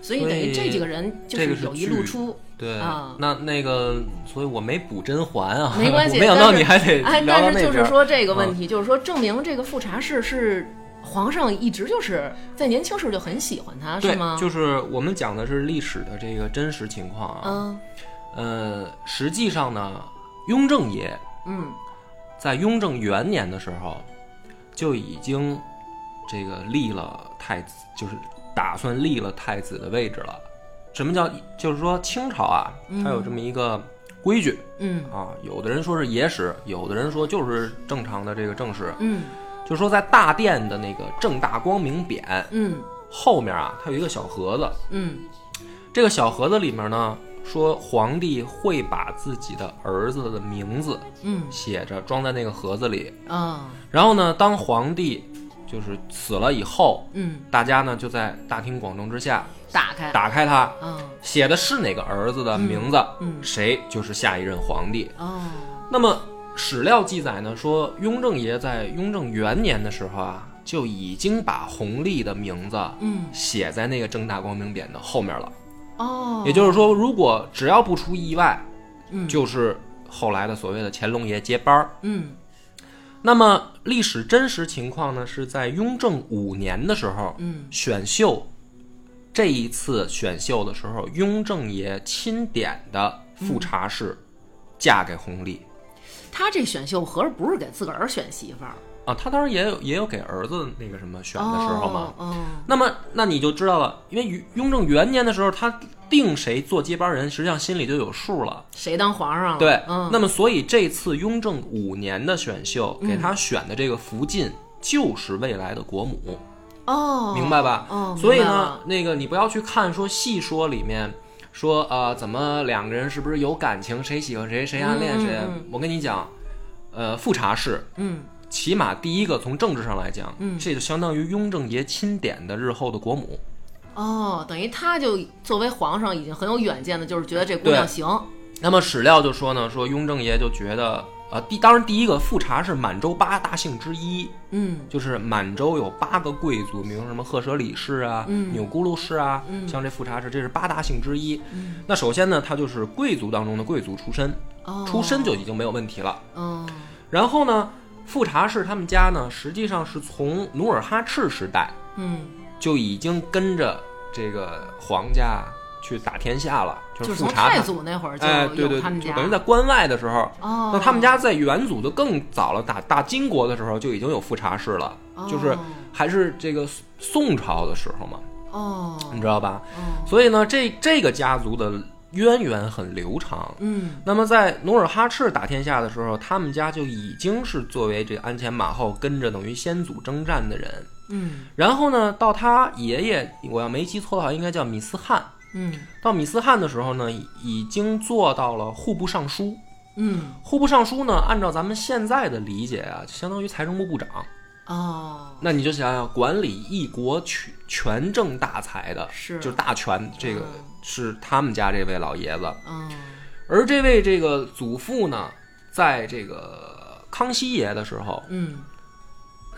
Speaker 1: 所以等于
Speaker 2: 所以
Speaker 1: 这几个人就
Speaker 2: 这个
Speaker 1: 是
Speaker 2: 是
Speaker 1: 有意
Speaker 2: 剧
Speaker 1: 露出。
Speaker 2: 对，
Speaker 1: 啊
Speaker 2: 那那个，所以我没补甄嬛啊，
Speaker 1: 没关系
Speaker 2: 我没想到
Speaker 1: 但是
Speaker 2: 你还得
Speaker 1: 哎，
Speaker 2: 聊到
Speaker 1: 但是
Speaker 2: 那边。嗯
Speaker 1: 就是说这个问题，就是说证明这个富察氏是皇上一直就是在年轻时候就很喜欢她，是
Speaker 2: 对
Speaker 1: 吗，？
Speaker 2: 就是我们讲的是历史的这个真实情况啊。
Speaker 1: 嗯
Speaker 2: 呃，实际上呢，雍正爷
Speaker 1: 嗯
Speaker 2: 在雍正元年的时候，就已经这个立了太子，就是打算立了太子的位置了。什么叫？就是说清朝啊，它有这么一个规矩、
Speaker 1: 嗯
Speaker 2: 啊，有的人说是野史，有的人说就是正常的这个正史，
Speaker 1: 嗯
Speaker 2: 就说在大殿的那个正大光明匾
Speaker 1: 嗯
Speaker 2: 后面啊，它有一个小盒子，
Speaker 1: 嗯
Speaker 2: 这个小盒子里面呢，说皇帝会把自己的儿子的名字
Speaker 1: 嗯
Speaker 2: 写着装在那个盒子里，
Speaker 1: 啊
Speaker 2: 然后呢，当皇帝就是死了以后，
Speaker 1: 嗯，
Speaker 2: 大家呢就在大庭广众之下
Speaker 1: 打开
Speaker 2: 打开它，
Speaker 1: 啊
Speaker 2: 写的是哪个儿子的名字，
Speaker 1: 嗯嗯
Speaker 2: 谁就是下一任皇帝。
Speaker 1: 哦
Speaker 2: 那么史料记载呢，说雍正爷在雍正元年的时候啊，就已经把弘历的名字
Speaker 1: 嗯
Speaker 2: 写在那个正大光明匾的后面了。
Speaker 1: 哦，
Speaker 2: 也就是说，如果只要不出意外，
Speaker 1: 嗯
Speaker 2: 就是后来的所谓的乾隆爷接班儿。
Speaker 1: 嗯
Speaker 2: 那么历史真实情况呢，是在雍正五年的时候，
Speaker 1: 嗯
Speaker 2: 选秀这一次选秀的时候，雍正爷钦点的富察氏嫁给弘历、
Speaker 1: 他这选秀合着不是给自个儿选媳妇儿
Speaker 2: 啊，他当时也有也有给儿子那个什么选的时候嘛。
Speaker 1: 哦哦
Speaker 2: 那么，那你就知道了，因为雍雍正元年的时候，他定谁做接班人，实际上心里就有数了。
Speaker 1: 谁当皇上了？
Speaker 2: 对，
Speaker 1: 嗯，
Speaker 2: 那么所以这次雍正五年的选秀，
Speaker 1: 嗯
Speaker 2: 给他选的这个福晋就是未来的国母。
Speaker 1: 哦，
Speaker 2: 明白吧？
Speaker 1: 哦，
Speaker 2: 所以
Speaker 1: 明白
Speaker 2: 呢
Speaker 1: 了，，
Speaker 2: 那个你不要去看说细说里面说呃怎么两个人是不是有感情，谁喜欢谁，谁暗恋谁。
Speaker 1: 嗯嗯
Speaker 2: 我跟你讲，呃，富察氏
Speaker 1: 嗯
Speaker 2: 起码第一个从政治上来讲，
Speaker 1: 嗯
Speaker 2: 这就相当于雍正爷钦点的日后的国母。
Speaker 1: 哦，等于他就作为皇上已经很有远见的，就是觉得这姑娘
Speaker 2: 对
Speaker 1: 行，
Speaker 2: 那么史料就说呢，说雍正爷就觉得。呃，第当然，第一个富察是满洲八大姓之一，
Speaker 1: 嗯
Speaker 2: 就是满洲有八个贵族，比如什么赫舍里氏啊、
Speaker 1: 嗯
Speaker 2: 钮钴禄氏啊，
Speaker 1: 嗯
Speaker 2: 像这富察氏，这是八大姓之一。
Speaker 1: 嗯
Speaker 2: 那首先呢，他就是贵族当中的贵族出身，
Speaker 1: 哦，
Speaker 2: 出身就已经没有问题了。
Speaker 1: 嗯
Speaker 2: 然后呢，富察氏他们家呢，实际上是从努尔哈赤时代
Speaker 1: 嗯，
Speaker 2: 就已经跟着这个皇家去打天下了，就
Speaker 1: 就是是
Speaker 2: 富
Speaker 1: 从
Speaker 2: 察
Speaker 1: 太
Speaker 2: 他。
Speaker 1: 祖那会儿就
Speaker 2: 哎，对
Speaker 1: 有
Speaker 2: 对，
Speaker 1: 他们
Speaker 2: 就
Speaker 1: 家，
Speaker 2: 等于在关外的时候，
Speaker 1: 哦，
Speaker 2: 那他们家在元祖就更早了，打打金国的时候就已经有富察氏了，就是
Speaker 1: 哦
Speaker 2: 还是这个宋朝的时候嘛，
Speaker 1: 哦
Speaker 2: 你知道吧？
Speaker 1: 哦
Speaker 2: 所以呢，这这个家族的渊源很流长。
Speaker 1: 嗯
Speaker 2: 那么在努尔哈赤打天下的时候，他们家就已经是作为这鞍前马后跟着等于先祖征战的人。
Speaker 1: 嗯
Speaker 2: 然后呢，到他爷爷，我要没记错的话，应该叫米斯汗。
Speaker 1: 嗯
Speaker 2: 到米斯汗的时候呢，已已经做到了户部尚书。
Speaker 1: 嗯，
Speaker 2: 户部尚书呢，按照咱们现在的理解啊，就相当于财政部部长。
Speaker 1: 哦，
Speaker 2: 那你就想想，管理一国权权政大财的，
Speaker 1: 是
Speaker 2: 就是大权，这个
Speaker 1: 嗯
Speaker 2: 是他们家这位老爷子。
Speaker 1: 嗯
Speaker 2: 而这位这个祖父呢，在这个康熙爷的时候，
Speaker 1: 嗯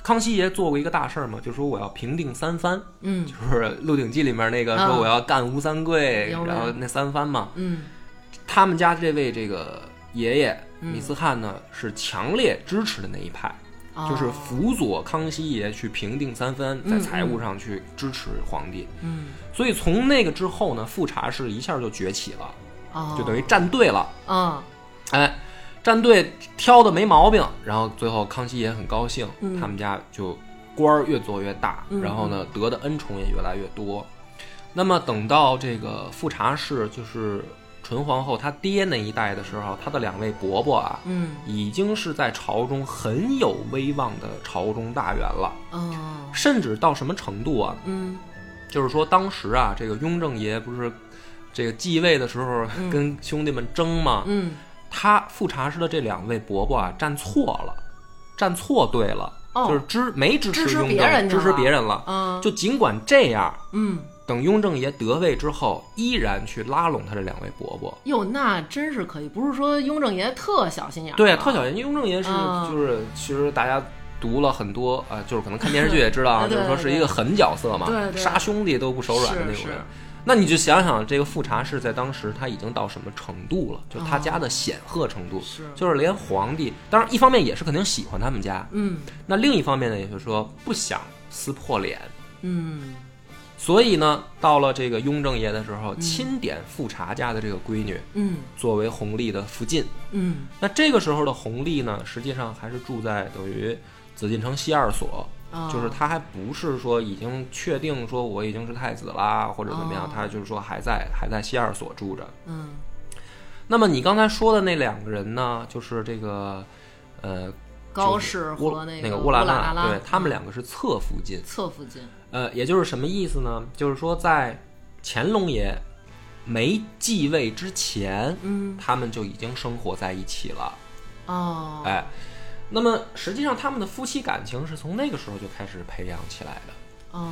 Speaker 2: 康熙爷做过一个大事儿嘛，就说我要平定三藩，
Speaker 1: 嗯
Speaker 2: 就是《鹿鼎记》里面那个
Speaker 1: 啊
Speaker 2: 说我要干吴三桂，
Speaker 1: 明白
Speaker 2: 然后那三藩嘛。
Speaker 1: 嗯
Speaker 2: 他们家这位这个爷爷
Speaker 1: 嗯
Speaker 2: 米斯汉呢，是强烈支持的那一派，
Speaker 1: 哦
Speaker 2: 就是辅佐康熙爷去平定三藩，在
Speaker 1: 嗯
Speaker 2: 财务上去支持皇帝。
Speaker 1: 嗯
Speaker 2: 所以从那个之后呢，富察氏一下就崛起了，
Speaker 1: 哦，
Speaker 2: 就等于站队了。
Speaker 1: 啊
Speaker 2: 哎，站队挑的没毛病，然后最后康熙也很高兴，
Speaker 1: 嗯
Speaker 2: 他们家就官儿越做越大，
Speaker 1: 嗯
Speaker 2: 然后呢得的恩宠也越来越多。那么等到这个富察氏就是纯皇后她爹那一代的时候，她的两位伯伯啊，
Speaker 1: 嗯
Speaker 2: 已经是在朝中很有威望的朝中大员了，
Speaker 1: 哦
Speaker 2: 甚至到什么程度啊？
Speaker 1: 嗯
Speaker 2: 就是说当时啊，这个雍正爷不是这个继位的时候
Speaker 1: 嗯
Speaker 2: 跟兄弟们争嘛，
Speaker 1: 嗯
Speaker 2: 他富察氏的这两位伯伯啊，站错了，站错队了，
Speaker 1: 哦
Speaker 2: 就是支没支
Speaker 1: 支
Speaker 2: 持
Speaker 1: 持
Speaker 2: 雍
Speaker 1: 别人
Speaker 2: 正，
Speaker 1: 去
Speaker 2: 支持
Speaker 1: 了
Speaker 2: 别人了。
Speaker 1: 啊
Speaker 2: 就尽管这样，
Speaker 1: 嗯。
Speaker 2: 等雍正爷得位之后，依然去拉拢他这两位伯伯。
Speaker 1: 哟，那真是可以，不是说雍正爷特小心眼儿，啊
Speaker 2: 对，特小爷，雍正爷是
Speaker 1: 嗯
Speaker 2: 就是其实大家。读了很多啊、呃就是可能看电视剧也知道啊，
Speaker 1: 对对
Speaker 2: 就是说是一个狠角色嘛，
Speaker 1: 对对
Speaker 2: 杀兄弟都不手软的那
Speaker 1: 是
Speaker 2: 种人
Speaker 1: 是。
Speaker 2: 那你就想想，这个富察氏在当时他已经到什么程度了？就他家的显赫程度，
Speaker 1: 嗯是
Speaker 2: 就是连皇帝，当然一方面也是肯定喜欢他们家，
Speaker 1: 嗯
Speaker 2: 那另一方面呢，也就是说不想撕破脸，
Speaker 1: 嗯
Speaker 2: 所以呢，到了这个雍正爷的时候，钦点富察家的这个闺女
Speaker 1: 嗯
Speaker 2: 作为弘历的福晋。
Speaker 1: 嗯
Speaker 2: 那这个时候的弘历呢，实际上还是住在等于紫禁城西二所，
Speaker 1: 啊，
Speaker 2: 就是他还不是说已经确定说我已经是太子啦，或者怎么样
Speaker 1: 哦，
Speaker 2: 他就是说还在还在西二所住着。
Speaker 1: 嗯
Speaker 2: 那么你刚才说的那两个人呢，就是这个呃
Speaker 1: 高适
Speaker 2: 乌
Speaker 1: 和那
Speaker 2: 那
Speaker 1: 个
Speaker 2: 乌拉
Speaker 1: 那拉，嗯
Speaker 2: 对他们两个是侧福晋。
Speaker 1: 侧附近，
Speaker 2: 呃，也就是什么意思呢？就是说，在乾隆爷没继位之前，
Speaker 1: 嗯
Speaker 2: 他们就已经生活在一起了。
Speaker 1: 哦，
Speaker 2: 哎，那么实际上他们的夫妻感情是从那个时候就开始培养起来的。
Speaker 1: 哦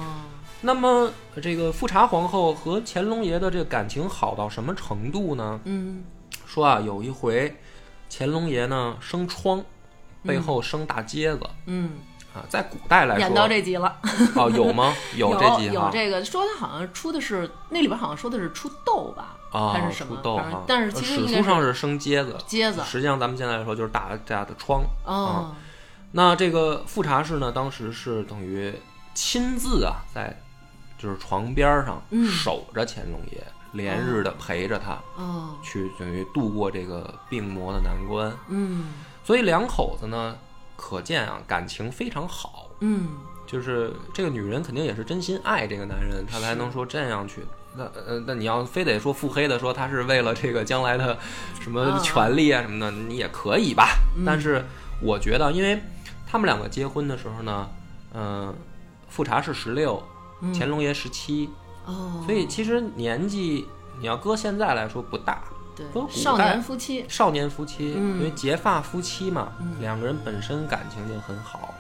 Speaker 2: 那么这个富察皇后和乾隆爷的这个感情好到什么程度呢？
Speaker 1: 嗯
Speaker 2: 说啊，有一回乾隆爷呢生疮，背后生大疖子、
Speaker 1: 嗯，
Speaker 2: 啊，在古代来说，
Speaker 1: 演到这集了，
Speaker 2: 哦有 吗？有这
Speaker 1: 有
Speaker 2: 集
Speaker 1: 有
Speaker 2: 哈。
Speaker 1: 这个说他好像出的是那里边好像说的是出痘吧，
Speaker 2: 啊，
Speaker 1: 还是什么
Speaker 2: 出，痘
Speaker 1: 反
Speaker 2: 哈呃
Speaker 1: 正，但是其实
Speaker 2: 史
Speaker 1: 应
Speaker 2: 书
Speaker 1: 该
Speaker 2: 上
Speaker 1: 是
Speaker 2: 是生疖子，
Speaker 1: 疖子
Speaker 2: 实际上咱们现在来说就是大大的疮。
Speaker 1: 哦
Speaker 2: 那这个富察氏呢，当时是等于亲自啊，在就是床边上
Speaker 1: 嗯
Speaker 2: 守着乾隆爷，连日的陪着他
Speaker 1: 哦
Speaker 2: 去等于度过这个病魔的难关。
Speaker 1: 嗯
Speaker 2: 所以两口子呢，可见啊感情非常好，
Speaker 1: 嗯
Speaker 2: 就是这个女人肯定也是真心爱这个男人，她才能说这样去。那呃，那你要非得说腹黑的说她是为了这个将来 的什么
Speaker 1: 啊
Speaker 2: 权利啊嗯什么的，你也可以吧。但是我觉得，因为他们两个结婚的时候呢，嗯、富察氏十六，
Speaker 1: 嗯
Speaker 2: 乾隆爷十七，
Speaker 1: 哦，
Speaker 2: 所以其实年纪你要搁现在来说不大，说
Speaker 1: 对
Speaker 2: 古
Speaker 1: 少
Speaker 2: 代
Speaker 1: 年夫妻
Speaker 2: 少年夫妻，
Speaker 1: 嗯
Speaker 2: 因为结发夫妻嘛，
Speaker 1: 嗯
Speaker 2: 两个人本身感情就很好。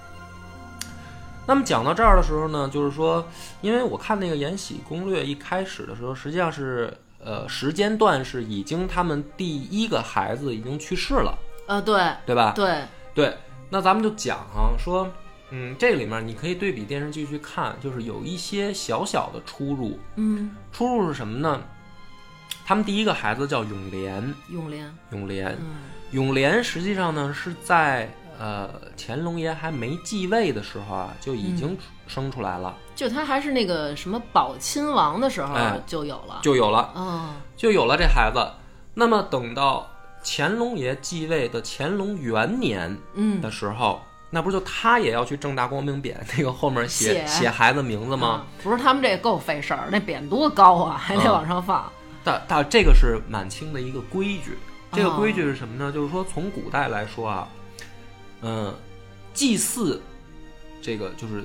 Speaker 2: 那么讲到这儿的时候呢，就是说，因为我看那个《延禧攻略》一开始的时候，实际上是呃时间段是已经他们第一个孩子已经去世了，
Speaker 1: 呃对
Speaker 2: 对吧？
Speaker 1: 对
Speaker 2: 对，那咱们就讲啊，说，嗯，这里面你可以对比电视剧去看，就是有一些小小的出入。
Speaker 1: 嗯
Speaker 2: 出入是什么呢？他们第一个孩子叫永莲，
Speaker 1: 永莲
Speaker 2: 永莲，
Speaker 1: 嗯
Speaker 2: 永莲实际上呢是在呃乾隆爷还没继位的时候啊，就已
Speaker 1: 嗯
Speaker 2: 经生出来了，
Speaker 1: 就他还是那个什么宝亲王的时候
Speaker 2: 哎
Speaker 1: 就有了，
Speaker 2: 就有了，
Speaker 1: 哦
Speaker 2: 就有了这孩子。那么等到乾隆爷继位的乾隆元年
Speaker 1: 嗯
Speaker 2: 的时候，那不是就他也要去正大光明匾 那个后面写
Speaker 1: 写
Speaker 2: 写孩子名字吗？
Speaker 1: 嗯不是他们这够费事儿，那匾多高啊，还得
Speaker 2: 嗯
Speaker 1: 往上放，
Speaker 2: 大大这个是满清的一个规矩。这个
Speaker 1: 哦
Speaker 2: 规矩是什么呢？就是说从古代来说啊，嗯、祭祀这个就是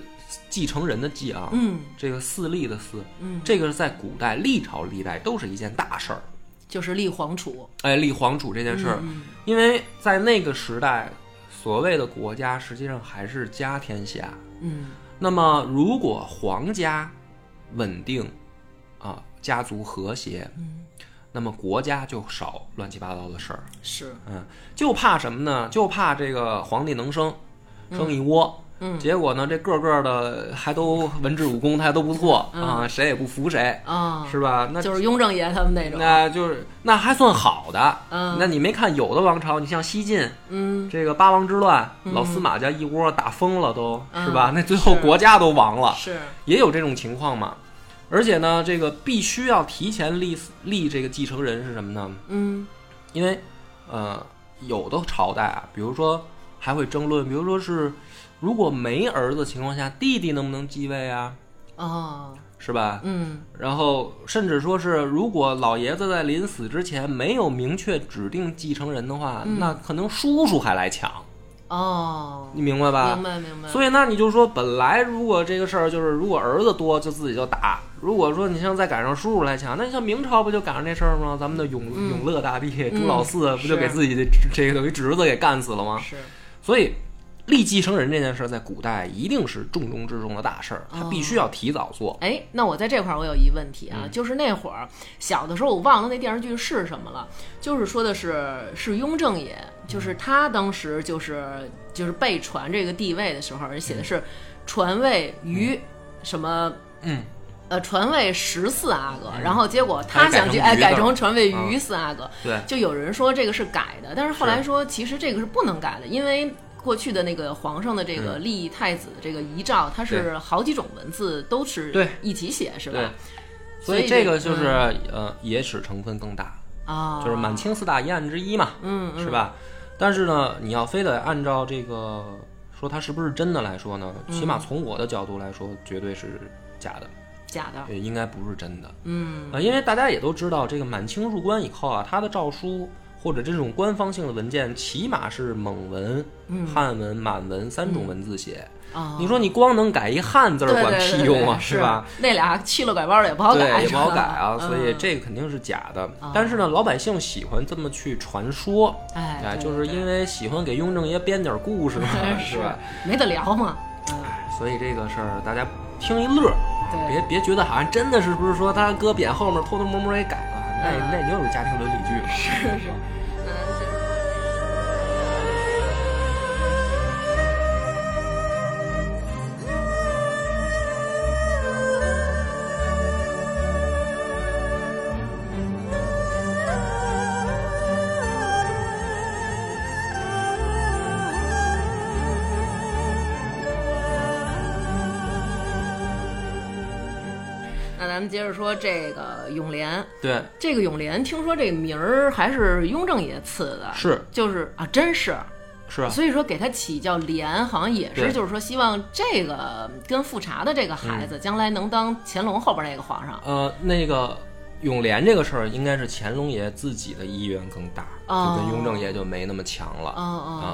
Speaker 2: 继承人的继啊，
Speaker 1: 嗯
Speaker 2: 这个四立的四，
Speaker 1: 嗯，
Speaker 2: 这个是在古代历朝历代都是一件大事儿。
Speaker 1: 就是立皇储
Speaker 2: 哎，立皇储这件事儿，
Speaker 1: 嗯
Speaker 2: 因为在那个时代，所谓的国家实际上还是家天下。
Speaker 1: 嗯
Speaker 2: 那么，如果皇家稳定，啊，家族和谐，
Speaker 1: 嗯
Speaker 2: 那么国家就少乱七八糟的事儿。
Speaker 1: 是
Speaker 2: 嗯，就怕什么呢？就怕这个皇帝能生，生一窝。
Speaker 1: 嗯
Speaker 2: 结果呢，这个个的还都文治武功，还都不错、
Speaker 1: 嗯
Speaker 2: 啊，谁也不服谁，
Speaker 1: 啊，
Speaker 2: 是吧？那
Speaker 1: 就是雍正爷他们那种，
Speaker 2: 那就是那还算好的。
Speaker 1: 嗯
Speaker 2: 那你没看有的王朝，你像西晋
Speaker 1: 嗯
Speaker 2: 这个八王之乱，老司马家一窝打疯了都，
Speaker 1: 嗯
Speaker 2: 是吧？那最后
Speaker 1: 是
Speaker 2: 国家都亡了，
Speaker 1: 是
Speaker 2: 也有这种情况嘛。而且呢，这个必须要提前立立这个继承人是什么呢？
Speaker 1: 嗯
Speaker 2: 因为呃，有的朝代啊，比如说还会争论，比如说是如果没儿子的情况下，弟弟能不能继位啊，
Speaker 1: 哦
Speaker 2: 是吧？
Speaker 1: 嗯
Speaker 2: 然后甚至说是，如果老爷子在临死之前没有明确指定继承人的话，
Speaker 1: 嗯
Speaker 2: 那可能叔叔还来抢，
Speaker 1: 哦，
Speaker 2: 你明白吧？
Speaker 1: 明白明白，
Speaker 2: 啊所以那你就说，本来如果这个事儿就是，如果儿子多就自己就打；如果说你像再赶上叔叔来抢，那你像明朝不就赶上这事儿吗？咱们的永、
Speaker 1: 嗯
Speaker 2: 永乐大帝
Speaker 1: 嗯
Speaker 2: 朱老四不就是给自己的侄这个等于侄子给干死了吗？
Speaker 1: 是
Speaker 2: 所以立继承人这件事儿在古代一定是重中之重的大事儿，
Speaker 1: 哦
Speaker 2: 它必须要提早做。
Speaker 1: 哎，那我在这块儿我有一问题啊，
Speaker 2: 嗯
Speaker 1: 就是那会儿小的时候我忘了那电视剧是什么了，就是说的是是雍正爷，就是
Speaker 2: 嗯
Speaker 1: 他当时就是就是被传这个地位的时候，人写的是传位于什么。
Speaker 2: 嗯，
Speaker 1: 呃，传位十四阿哥，
Speaker 2: 嗯
Speaker 1: 然后结果他想去，哎，
Speaker 2: 还改成于字儿
Speaker 1: 改成传位
Speaker 2: 嗯
Speaker 1: 于四阿哥，
Speaker 2: 对，
Speaker 1: 就有人说这个是改的，但是后来
Speaker 2: 是
Speaker 1: 说其实这个是不能改的，因为过去的那个皇上的这个
Speaker 2: 嗯
Speaker 1: 立太子的这个遗诏，它是
Speaker 2: 对
Speaker 1: 好几种文字都是
Speaker 2: 对
Speaker 1: 一起写，是
Speaker 2: 对
Speaker 1: 吧？。
Speaker 2: 所
Speaker 1: 以嗯
Speaker 2: 以这个就是、呃野史成分更大，
Speaker 1: 啊，
Speaker 2: 就是满，清四大疑案之一嘛。
Speaker 1: 嗯嗯，
Speaker 2: 是吧？但是呢，你要非得按照这个说它是不是真的来说呢，
Speaker 1: 嗯
Speaker 2: 起码从我的角度来说，绝对是假的，
Speaker 1: 假的，
Speaker 2: 也应该不是真的。
Speaker 1: 啊嗯
Speaker 2: 呃，因为大家也都知道，这个满清入关以后啊，它的诏书或者这种官方性的文件，起码是蒙文、
Speaker 1: 嗯
Speaker 2: 汉文、满文三种文字写。
Speaker 1: 啊，
Speaker 2: 你说你光能改一汉字
Speaker 1: 嗯对
Speaker 2: 儿，管
Speaker 1: 对对
Speaker 2: 屁
Speaker 1: 对
Speaker 2: 用啊，
Speaker 1: 是
Speaker 2: 吧？？
Speaker 1: 那俩去了拐弯的也不好改，
Speaker 2: 对，也不好
Speaker 1: 是吧
Speaker 2: 改啊，所
Speaker 1: 嗯
Speaker 2: 以这个肯定是假的
Speaker 1: 啊。
Speaker 2: 但是呢，老百姓喜欢这么去传说，
Speaker 1: 哎对
Speaker 2: 就是因为喜欢给雍正爷编点故 事嘛，是
Speaker 1: 是
Speaker 2: 吧？
Speaker 1: 没得聊嘛，嗯，
Speaker 2: 所以这个事儿大家听一乐，
Speaker 1: 对
Speaker 2: 别别觉得好像真的是不是说他搁匾后面偷偷摸摸也改了，
Speaker 1: 嗯
Speaker 2: 那那又是家庭伦理剧了。
Speaker 1: 是是，嗯。这那咱们接着说这个永联，
Speaker 2: 对，
Speaker 1: 这个永联，听说这名儿还是雍正爷赐的，
Speaker 2: 是
Speaker 1: 就是啊，真是，
Speaker 2: 是啊，
Speaker 1: 所以说给他起叫联，好像也是，
Speaker 2: 对
Speaker 1: 就是说希望这个跟富察的这个孩
Speaker 2: 嗯
Speaker 1: 子将来能当乾隆后边那个皇上。
Speaker 2: 呃，那个永联这个事儿，应该是乾隆爷自己的意愿更大，
Speaker 1: 哦
Speaker 2: 就跟雍正爷就没那么强了。
Speaker 1: 哦哦
Speaker 2: 啊，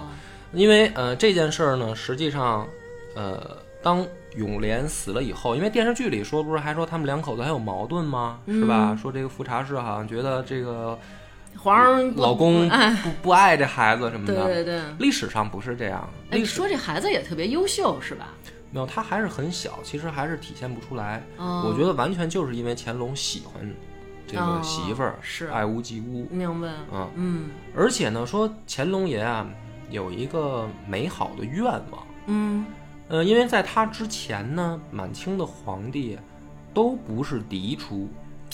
Speaker 2: 因为呃这件事儿呢，实际上，呃，当永联死了以后，因为电视剧里说不是还说他们两口子还有矛盾吗？
Speaker 1: 嗯
Speaker 2: 是吧？说这个富察氏好像觉得这个呃
Speaker 1: 皇上不
Speaker 2: 老公不不不爱这孩子什么
Speaker 1: 对
Speaker 2: 的。
Speaker 1: 对对。
Speaker 2: 历史上不是这样，
Speaker 1: 哎，
Speaker 2: 历
Speaker 1: 你
Speaker 2: 史
Speaker 1: 说这孩子也特别优秀是吧？
Speaker 2: 没有他还是很小，其实还是体现不出来。
Speaker 1: 哦
Speaker 2: 我觉得完全就是因为乾隆喜欢这
Speaker 1: 哦
Speaker 2: 个媳妇儿，
Speaker 1: 是
Speaker 2: 爱屋及乌
Speaker 1: 明白。
Speaker 2: 啊、
Speaker 1: 嗯
Speaker 2: 而且呢，说乾隆爷啊有一个美好的愿望，
Speaker 1: 嗯
Speaker 2: 呃，因为在他之前呢，满清的皇帝都不是嫡出，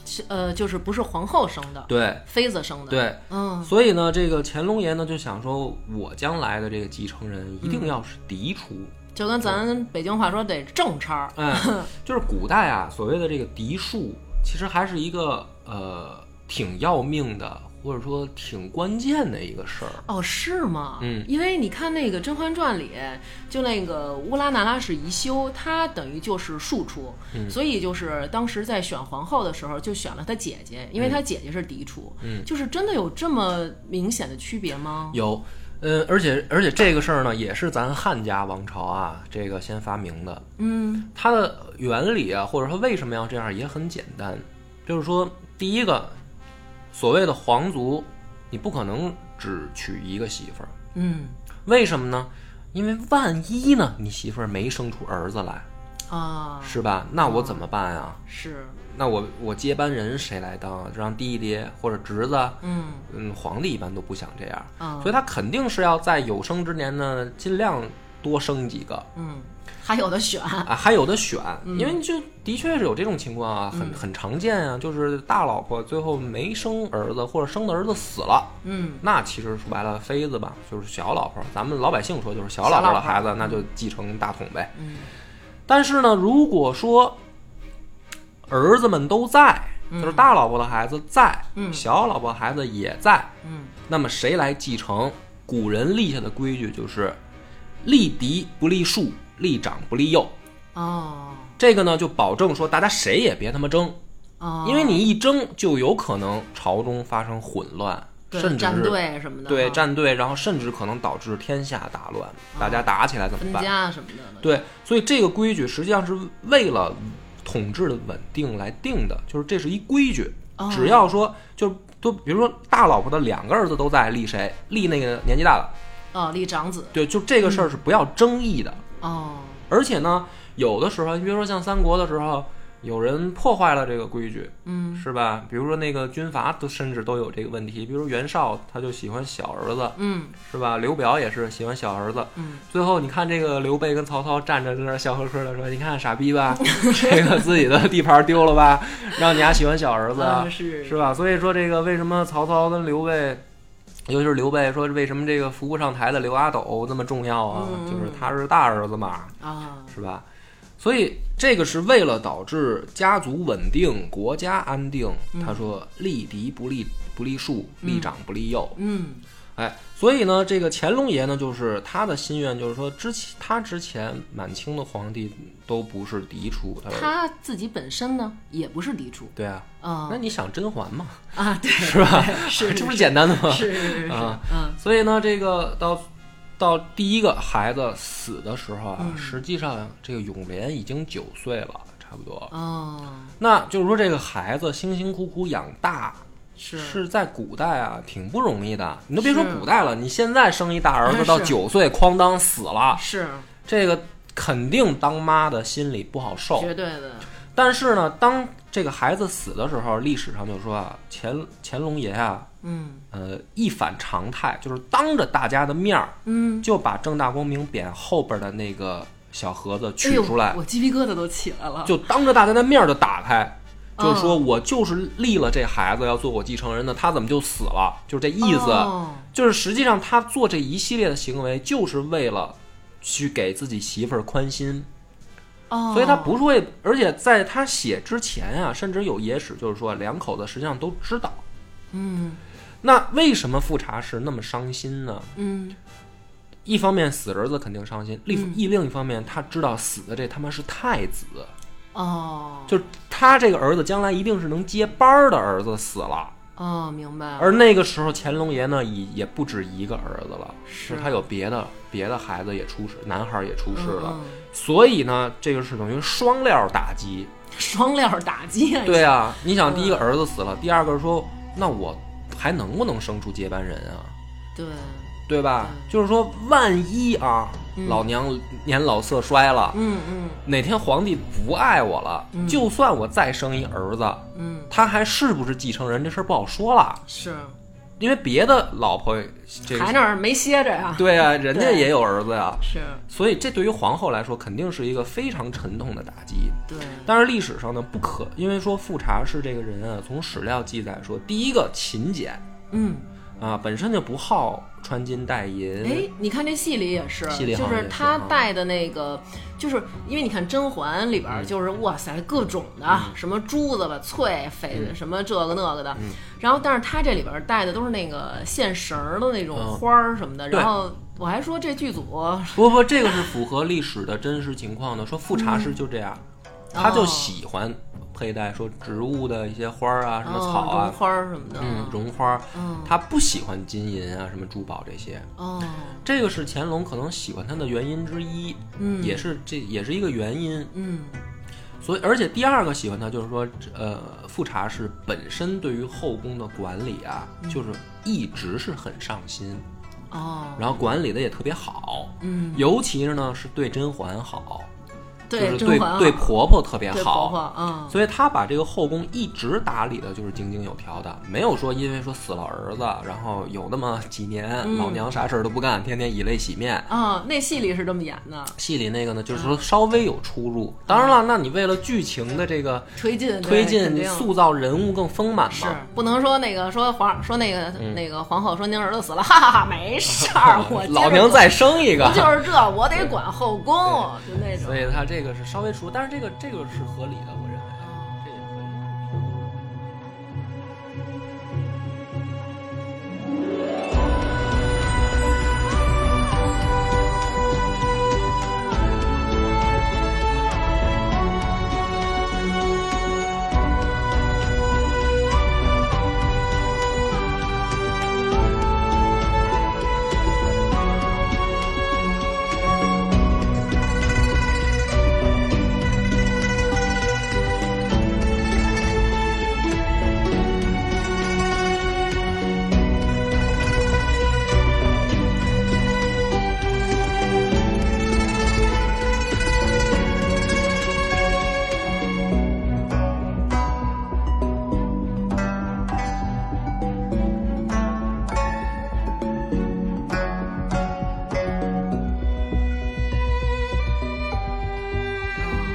Speaker 1: 是呃，就是不是皇后生的，
Speaker 2: 对
Speaker 1: 妃子生的。，
Speaker 2: 对，
Speaker 1: 嗯
Speaker 2: 所以呢，这个乾隆爷呢就想说，我将来的这个继承人一
Speaker 1: 嗯
Speaker 2: 定要是嫡出，
Speaker 1: 就跟咱北京话说得正差儿。
Speaker 2: 哎，就是古代啊，所谓的这个嫡庶，其实还是一个呃挺要命的或者说挺关键的一个事儿。
Speaker 1: 哦，是吗？
Speaker 2: 嗯
Speaker 1: 因为你看那个《甄嬛传》里，就那个乌拉那拉氏宜修，她等于就是庶出，
Speaker 2: 嗯
Speaker 1: 所以就是当时在选皇后的时候就选了她姐姐，因为她姐姐是嫡出，
Speaker 2: 嗯
Speaker 1: 就是真的有这么明显的区别吗？
Speaker 2: 有，呃，而且而且这个事儿呢，也是咱汉家王朝啊，这个先发明的。
Speaker 1: 嗯
Speaker 2: 它的原理啊，或者说为什么要这样，也很简单，就是说，第一个，所谓的皇族，你不可能只娶一个媳妇儿，
Speaker 1: 嗯
Speaker 2: 为什么呢？因为万一呢，你媳妇儿没生出儿子来，
Speaker 1: 啊，
Speaker 2: 是吧？那我怎么办啊？
Speaker 1: 是，
Speaker 2: 那我我接班人谁来当啊？让弟弟或者侄子？
Speaker 1: 嗯
Speaker 2: 嗯，皇帝一般都不想这样，
Speaker 1: 啊
Speaker 2: 所以，他肯定是要在有生之年呢，尽量多生几个
Speaker 1: 嗯，还有的选，
Speaker 2: 啊，还有的选，
Speaker 1: 嗯
Speaker 2: 因为就的确是有这种情况啊，很很常见啊，就是大老婆最后没生儿子，或者生的儿子死了，
Speaker 1: 嗯
Speaker 2: 那其实说白了，妃子吧，就是小老婆，咱们老百姓说就是小
Speaker 1: 小
Speaker 2: 老婆
Speaker 1: 老
Speaker 2: 的
Speaker 1: 婆
Speaker 2: 孩子，那就继承大统呗。
Speaker 1: 嗯
Speaker 2: 但是呢，如果说儿子们都在，就是大老婆的孩子在，
Speaker 1: 嗯
Speaker 2: 小老婆的孩子也在，
Speaker 1: 嗯
Speaker 2: 那么谁来继承？古人立下的规矩就是，立嫡不立庶，立长不立幼。
Speaker 1: 哦
Speaker 2: 这个呢，就保证说大家谁也别他妈争，
Speaker 1: 哦，
Speaker 2: 因为你一争就有可能朝中发生混乱，
Speaker 1: 对
Speaker 2: 甚至
Speaker 1: 站
Speaker 2: 是
Speaker 1: 队什么的，
Speaker 2: 对
Speaker 1: 啊
Speaker 2: 站队，然后甚至可能导致天下大乱，大家打起来怎么
Speaker 1: 哦分
Speaker 2: 办？
Speaker 1: 家什么的，，
Speaker 2: 对，所以这个规矩实际上是为了统治的稳定来定的，就是这是一规矩
Speaker 1: 哦，
Speaker 2: 只要说就都比如说大老婆的两个儿子都在立谁立那个年纪大的，
Speaker 1: 哦，立长子，
Speaker 2: 对，就这个事儿是不要争议的。
Speaker 1: 哦，
Speaker 2: 而且呢，有的时候，你比如说像三国的时候，有人破坏了这个规矩，
Speaker 1: 嗯
Speaker 2: 是吧？比如说那个军阀都甚至都有这个问题，比如袁绍他就喜欢小儿子，
Speaker 1: 嗯
Speaker 2: 是吧？刘表也是喜欢小儿子，
Speaker 1: 嗯，
Speaker 2: 最后你看这个刘备跟曹操站着在那儿笑呵呵的说：“你看傻 逼吧，这个自己的地盘丢了吧，让你还喜欢小儿子啊
Speaker 1: 嗯，是
Speaker 2: 是吧？”所以说这个为什么曹操跟刘备，尤其是刘备说为什么这个扶不上台的刘阿斗那么重要啊？
Speaker 1: 嗯嗯
Speaker 2: 就是他是大儿子嘛，
Speaker 1: 啊，
Speaker 2: 是吧？所以这个是为了导致家族稳定、国家安定。
Speaker 1: 嗯
Speaker 2: 他说：“立嫡不立不立庶，立长不立幼。”
Speaker 1: 嗯
Speaker 2: 哎，所以呢，这个乾隆爷呢，就是他的心愿，就是说之前他之前满清的皇帝都不是嫡出，他说
Speaker 1: 他自己本身呢也不是嫡出
Speaker 2: 对啊，
Speaker 1: 啊
Speaker 2: 那你想甄嬛嘛，
Speaker 1: 啊，对，
Speaker 2: 是吧？
Speaker 1: 是
Speaker 2: 这不是简单的吗？
Speaker 1: 是是是是，
Speaker 2: 啊
Speaker 1: 嗯
Speaker 2: 所以呢，这个到到第一个孩子死的时候啊，
Speaker 1: 嗯
Speaker 2: 实际上这个永琏已经九岁了，差不多。
Speaker 1: 哦，
Speaker 2: 那就是说，这个孩子辛辛苦苦养大，
Speaker 1: 是
Speaker 2: 是在古代啊，挺不容易的。你都别说
Speaker 1: 是哎
Speaker 2: 古代了，你现在生一大儿子到
Speaker 1: 是
Speaker 2: 九岁，哐当死了，
Speaker 1: 是
Speaker 2: 这个肯定当妈的心里不好受。
Speaker 1: 绝对的，
Speaker 2: 但是呢，当这个孩子死的时候，历史上就说啊，乾乾隆爷啊，
Speaker 1: 嗯
Speaker 2: 呃，一反常态，就是当着大家的面儿，
Speaker 1: 嗯，
Speaker 2: 就把正大光明匾后边的那个小盒子
Speaker 1: 哎
Speaker 2: 取
Speaker 1: 呦
Speaker 2: 出来，
Speaker 1: 我鸡皮疙瘩都起来了，
Speaker 2: 就当着大家的面儿就打开。
Speaker 1: 哦
Speaker 2: 就是说我就是立了这孩子要做我继承人的，他怎么就死了？就是这意思。
Speaker 1: 哦
Speaker 2: 就是实际上他做这一系列的行为，就是为了去给自己媳妇儿宽心。
Speaker 1: 哦，
Speaker 2: 所以他不是会，而且在他写之前啊，甚至有野史，就是说两口子实际上都知道。
Speaker 1: 嗯
Speaker 2: 那为什么富察氏那么伤心呢？
Speaker 1: 嗯
Speaker 2: 一方面死儿子肯定伤心，另一另一方面他知道死的这他妈是太子，
Speaker 1: 哦
Speaker 2: 就是他这个儿子将来一定是能接班儿的儿子死了。
Speaker 1: 哦明白了，
Speaker 2: 而那个时候乾隆爷呢，也也不止一个儿子了，
Speaker 1: 是
Speaker 2: 他有别的别的孩子也出世，男孩儿也出世了，
Speaker 1: 嗯
Speaker 2: 所以呢，这个是等于双料打击。
Speaker 1: 双料打击啊，
Speaker 2: 对啊，你想第一个儿子死了，
Speaker 1: 嗯
Speaker 2: 第二个说，那我还能不能生出接班人啊？
Speaker 1: 对，
Speaker 2: 对吧？
Speaker 1: 嗯
Speaker 2: 就是说，万一啊，老娘年老色衰了，
Speaker 1: 嗯嗯
Speaker 2: 哪天皇帝不爱我了，就算我再生一儿子，
Speaker 1: 嗯
Speaker 2: 他还是不是继承人这事儿不好说了，
Speaker 1: 是，
Speaker 2: 因为别的老婆这个
Speaker 1: 还那儿没歇着呀，
Speaker 2: 对啊，人家
Speaker 1: 对
Speaker 2: 也有儿子呀、
Speaker 1: 是
Speaker 2: 所以这对于皇后来说肯定是一个非常沉痛的打击。
Speaker 1: 对，
Speaker 2: 但是历史上呢，不可因为说富察氏这个人啊，从史料记载说，第一个勤俭，
Speaker 1: 嗯
Speaker 2: 啊，本身就不好穿金戴银。
Speaker 1: 哎，你看这戏里也是，
Speaker 2: 戏里好
Speaker 1: 就
Speaker 2: 像也
Speaker 1: 是
Speaker 2: 是
Speaker 1: 他
Speaker 2: 啊
Speaker 1: 带的那个，就是因为你看《甄嬛》里
Speaker 2: 嗯
Speaker 1: 边儿就是、哇塞各种的，什么珠子吧、翠翡、
Speaker 2: 嗯
Speaker 1: 什么这个那个的，然后但是他这里边儿带的都是那个线绳儿的那种
Speaker 2: 嗯
Speaker 1: 花儿什么的，
Speaker 2: 对
Speaker 1: 然后我还说这剧组
Speaker 2: 不不，这个是符合历史的真实情况的。说富察氏就这样，
Speaker 1: 嗯
Speaker 2: 他
Speaker 1: 哦
Speaker 2: 就喜欢佩戴说植物的一些花儿啊，什么草
Speaker 1: 嗯绒
Speaker 2: 啊，
Speaker 1: 花儿什么的，
Speaker 2: 嗯，绒花儿
Speaker 1: 嗯，
Speaker 2: 他不喜欢金银啊，什么珠宝这些。
Speaker 1: 哦，
Speaker 2: 这个是乾隆可能喜欢他的原因之一，
Speaker 1: 嗯
Speaker 2: 也是这也是一个原因。
Speaker 1: 嗯
Speaker 2: 所以，而且第二个喜欢他就是说，呃，富察氏本身对于后宫的管理啊，
Speaker 1: 嗯
Speaker 2: 就是一直是很上心，
Speaker 1: 哦，
Speaker 2: 然后管理的也特别好，
Speaker 1: 嗯，
Speaker 2: 尤其是呢是对甄嬛好，
Speaker 1: 对，
Speaker 2: 就是
Speaker 1: 甄
Speaker 2: 对
Speaker 1: 嬛啊
Speaker 2: 对婆婆特别
Speaker 1: 对
Speaker 2: 好，
Speaker 1: 婆婆，嗯，
Speaker 2: 所以她把这个后宫一直打理的就是井井有条的，没有说因为说死了儿子，然后有那么几年、老娘啥事儿都不干，天天以泪洗面。
Speaker 1: 啊，那戏里是这么演的，
Speaker 2: 戏里那个呢，就是说
Speaker 1: 嗯
Speaker 2: 稍微有出入。当然了，那你为了剧情的这个
Speaker 1: 推进嗯对
Speaker 2: 推进
Speaker 1: 肯，定
Speaker 2: 塑造人物更丰满
Speaker 1: 是
Speaker 2: 嘛。
Speaker 1: 不能说那个说皇说那个、
Speaker 2: 嗯
Speaker 1: 那个皇后说您儿子死了，哈 哈哈，没事儿，我接着
Speaker 2: 老娘再生一个
Speaker 1: 管，就是这，我得管后宫，就那种
Speaker 2: 所。以他这个是稍微出入，但是这个这个是合理的，我认为啊这也合理。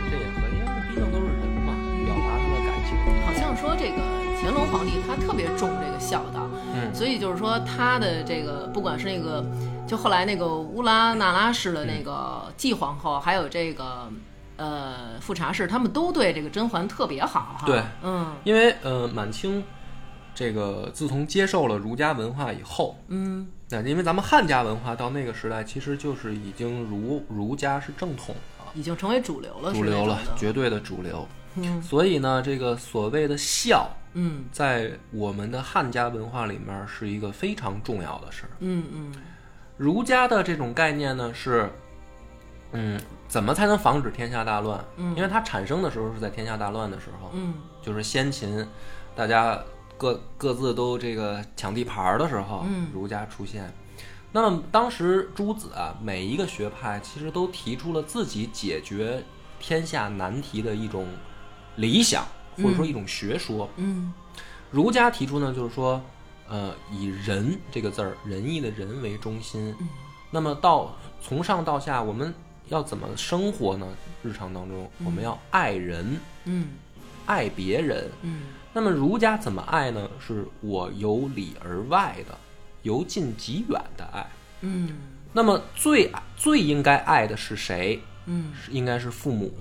Speaker 2: 这也合理，因为毕竟都是人嘛，表达他的感情。
Speaker 1: 好像说这个乾隆皇帝他特别重这个孝道，
Speaker 2: 嗯
Speaker 1: 所以就是说他的这个不管是那个就后来那个乌拉那拉氏的那
Speaker 2: 嗯
Speaker 1: 个继皇后，还有这个呃富察氏，他们都对这个甄嬛特别好哈。
Speaker 2: 对
Speaker 1: 嗯
Speaker 2: 因为呃，满清这个自从接受了儒家文化以后，
Speaker 1: 嗯
Speaker 2: 那因为咱们汉家文化到那个时代，其实就是已经儒儒家是正统啊，
Speaker 1: 已经成为主流了，
Speaker 2: 主
Speaker 1: 是那
Speaker 2: 流
Speaker 1: 种
Speaker 2: 了
Speaker 1: 的，
Speaker 2: 绝对的主流。
Speaker 1: 嗯
Speaker 2: 所以呢，这个所谓的孝，
Speaker 1: 嗯
Speaker 2: 在我们的汉家文化里面是一个非常重要的事儿。
Speaker 1: 嗯嗯
Speaker 2: 儒家的这种概念呢是，嗯，怎么才能防止天下大乱？因为它产生的时候是在天下大乱的时候，
Speaker 1: 嗯
Speaker 2: 就是先秦，大家各各自都这个抢地盘儿的时候，
Speaker 1: 嗯
Speaker 2: 儒家出现。那么当时诸子啊，每一个学派其实都提出了自己解决天下难题的一种理想，或者说一种学说。
Speaker 1: 嗯
Speaker 2: 儒家提出呢，就是说，呃，以仁这个字儿，仁义的仁为中心。那么到从上到下，我们要怎么生活呢？日常当中，我们要爱人，
Speaker 1: 嗯
Speaker 2: 爱别人。
Speaker 1: 嗯
Speaker 2: 那么儒家怎么爱呢？是我由里而外的，由近及远的爱。
Speaker 1: 嗯
Speaker 2: 那么最最应该爱的是谁？
Speaker 1: 嗯
Speaker 2: 是应该是父母。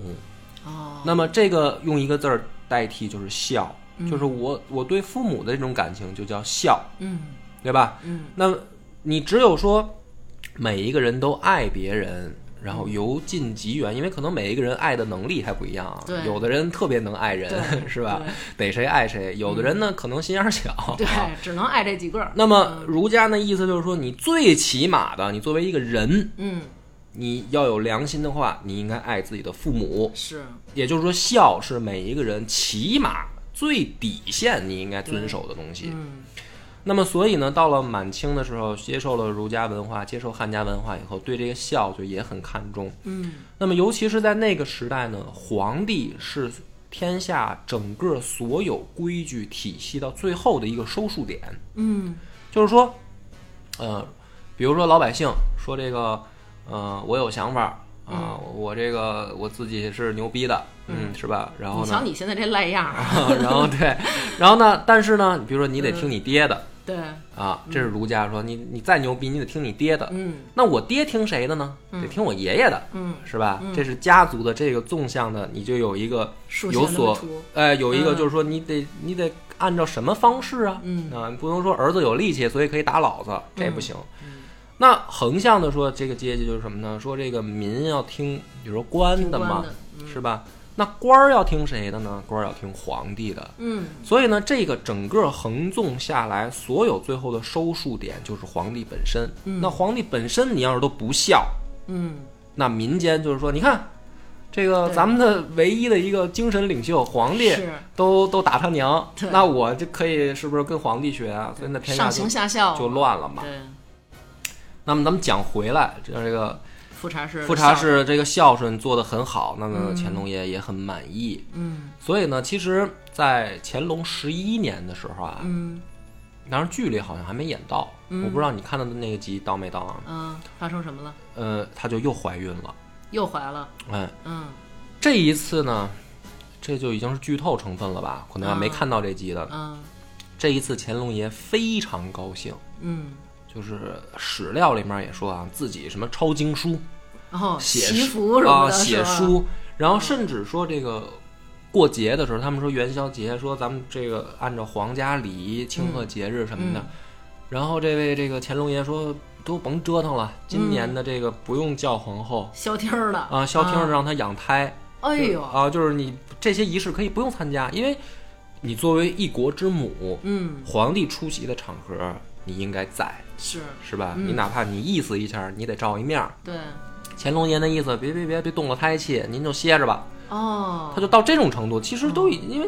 Speaker 1: 哦
Speaker 2: 那么这个用一个字儿代替就是孝，就是我我对父母的这种感情就叫孝，
Speaker 1: 嗯
Speaker 2: 对吧？
Speaker 1: 嗯
Speaker 2: 那么你只有说每一个人都爱别人。然后由近及远，因为可能每一个人爱的能力还不一样啊
Speaker 1: 对
Speaker 2: 有的人特别能爱人，
Speaker 1: 对
Speaker 2: 是吧
Speaker 1: 对？嗯
Speaker 2: 逮谁爱谁。有的人呢，可能心眼儿小，
Speaker 1: 对，嗯只能爱这几个儿。
Speaker 2: 哦那么儒家呢，意思就是说，你最起码的，你作为一个人，
Speaker 1: 嗯
Speaker 2: 你要有良心的话，你应该爱自己的父母。
Speaker 1: 是
Speaker 2: 也就是说，孝是每一个人起码最底线你应该遵守的东西。
Speaker 1: 嗯
Speaker 2: 那么，所以呢，到了满清的时候，接受了儒家文化，接受汉家文化以后，对这个孝就也很看重。
Speaker 1: 嗯
Speaker 2: 那么，尤其是在那个时代呢，皇帝是天下整个所有规矩体系到最后的一个收束点。
Speaker 1: 嗯
Speaker 2: 就是说，呃，比如说老百姓说这个，呃，我有想法儿啊、
Speaker 1: 嗯
Speaker 2: 我这个我自己是牛逼的，嗯，是吧？然后
Speaker 1: 你瞧
Speaker 2: 呢，
Speaker 1: 你现在这赖样儿啊，嗯
Speaker 2: 然后对，然后呢，但是呢，比如说你得听你爹的，
Speaker 1: 对，
Speaker 2: 啊，这是儒家说你你再牛逼，你得听你爹的。
Speaker 1: 嗯
Speaker 2: 那我爹听谁的呢？得听我爷爷的，
Speaker 1: 嗯，
Speaker 2: 是吧？这是家族的这个纵向的，你就有一个
Speaker 1: 竖线
Speaker 2: 有
Speaker 1: 的
Speaker 2: 所
Speaker 1: 图，
Speaker 2: 呃，有一个
Speaker 1: 嗯
Speaker 2: 就是说你得你得按照什么方式啊？
Speaker 1: 嗯
Speaker 2: 啊，你不能说儿子有力气，所以可以打老子，这也不行。
Speaker 1: 嗯
Speaker 2: 那横向的说，这个阶级就是什么呢？说这个民要听，比如说官的嘛
Speaker 1: 听官的，嗯
Speaker 2: 是吧？那官儿要听谁的呢？官儿要听皇帝的。
Speaker 1: 嗯
Speaker 2: 所以呢，这个整个横纵下来，所有最后的收束点就是皇帝本身。那皇帝本身，你要是都不孝，
Speaker 1: 嗯，
Speaker 2: 那民间就是说，你看这个
Speaker 1: 对
Speaker 2: 咱们的唯一的一个精神领袖皇帝
Speaker 1: 是
Speaker 2: 都都打他娘
Speaker 1: 对，
Speaker 2: 那我就可以是不是跟皇帝学啊？所以那天下
Speaker 1: 上
Speaker 2: 就
Speaker 1: 行下效
Speaker 2: 就乱了嘛。
Speaker 1: 对，
Speaker 2: 那么咱们讲回来，这这个
Speaker 1: 富察氏，
Speaker 2: 富察，氏这个孝顺做得很好，那么乾隆爷也很满意。
Speaker 1: 嗯
Speaker 2: 所以呢，其实，在乾隆十一年的时候啊，
Speaker 1: 嗯
Speaker 2: 当时剧里好像还没演到，我不知道你看到的那个集到没到啊？
Speaker 1: 嗯，发生什么了？
Speaker 2: 呃，她就又怀孕了，
Speaker 1: 又怀了，
Speaker 2: 哎，
Speaker 1: 嗯
Speaker 2: 这一次呢，这就已经是剧透成分了吧？可能还没
Speaker 1: 啊
Speaker 2: 看到这集的，
Speaker 1: 嗯
Speaker 2: 这一次乾隆爷非常高兴，
Speaker 1: 嗯，
Speaker 2: 就是史料里面也说啊，自己什么抄经书、
Speaker 1: 然后
Speaker 2: 写
Speaker 1: 祈
Speaker 2: 书
Speaker 1: 福什么
Speaker 2: 啊，
Speaker 1: 的，
Speaker 2: 写
Speaker 1: 是吧，嗯
Speaker 2: 书，然后甚至说这个。过节的时候，他们说元宵节，说咱们这个按照皇家礼仪庆贺节日什么的。
Speaker 1: 嗯
Speaker 2: 然后这位这个乾隆爷说，都甭折腾了，
Speaker 1: 嗯
Speaker 2: 今年的这个不用叫皇后、
Speaker 1: 消停儿的
Speaker 2: 啊，消停儿
Speaker 1: 的，
Speaker 2: 让她养胎。
Speaker 1: 哎
Speaker 2: 就是
Speaker 1: 呦，
Speaker 2: 啊，就是你这些仪式可以不用参加，因为你作为一国之母，
Speaker 1: 嗯
Speaker 2: 皇帝出席的场合你应该在，
Speaker 1: 是，
Speaker 2: 是吧？
Speaker 1: 嗯
Speaker 2: 你哪怕你意思一下，你得照一面儿。
Speaker 1: 对，
Speaker 2: 乾隆爷那意思，别别别别动了胎气，您就歇着吧。
Speaker 1: 哦，
Speaker 2: 他就到这种程度，其实都已因为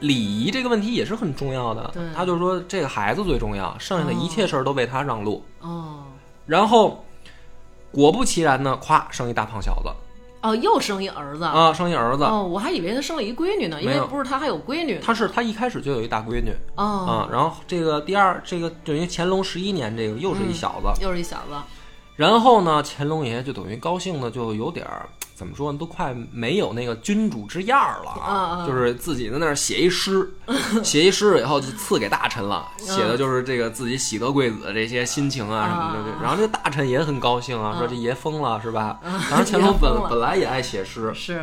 Speaker 2: 礼仪这个问题也是很重要的
Speaker 1: 嗯对。嗯
Speaker 2: 他就说这个孩子最重要，剩下的一切事儿都为他让路。
Speaker 1: 哦
Speaker 2: 然后果不其然呢，咵生一大胖小子
Speaker 1: 哦，又生一儿子
Speaker 2: 啊，生一儿子。
Speaker 1: 哦，我还以为他生了一闺女呢，因
Speaker 2: 没
Speaker 1: 为
Speaker 2: 有
Speaker 1: 不是他还有闺女呢
Speaker 2: 他是他一开始就有一大闺女，啊
Speaker 1: 哦，，
Speaker 2: 然后这个第二，这个等于乾隆十一年，这个又是
Speaker 1: 嗯
Speaker 2: 一小子。
Speaker 1: 又是一小子，
Speaker 2: 然后呢，乾隆爷就等于高兴的就有点儿怎么说呢，都快没有那个君主之样儿了
Speaker 1: 啊啊
Speaker 2: 就是自己在那儿写 一诗，写一诗以后就赐给大臣了，写的就是这个自己喜得贵子这些心情啊什么的。
Speaker 1: 啊
Speaker 2: 然后这大臣也很高兴啊，说这爷疯了是吧？当然 乾
Speaker 1: 爷
Speaker 2: 隆
Speaker 1: 疯
Speaker 2: 本
Speaker 1: 了
Speaker 2: 本来也爱写诗，
Speaker 1: 是，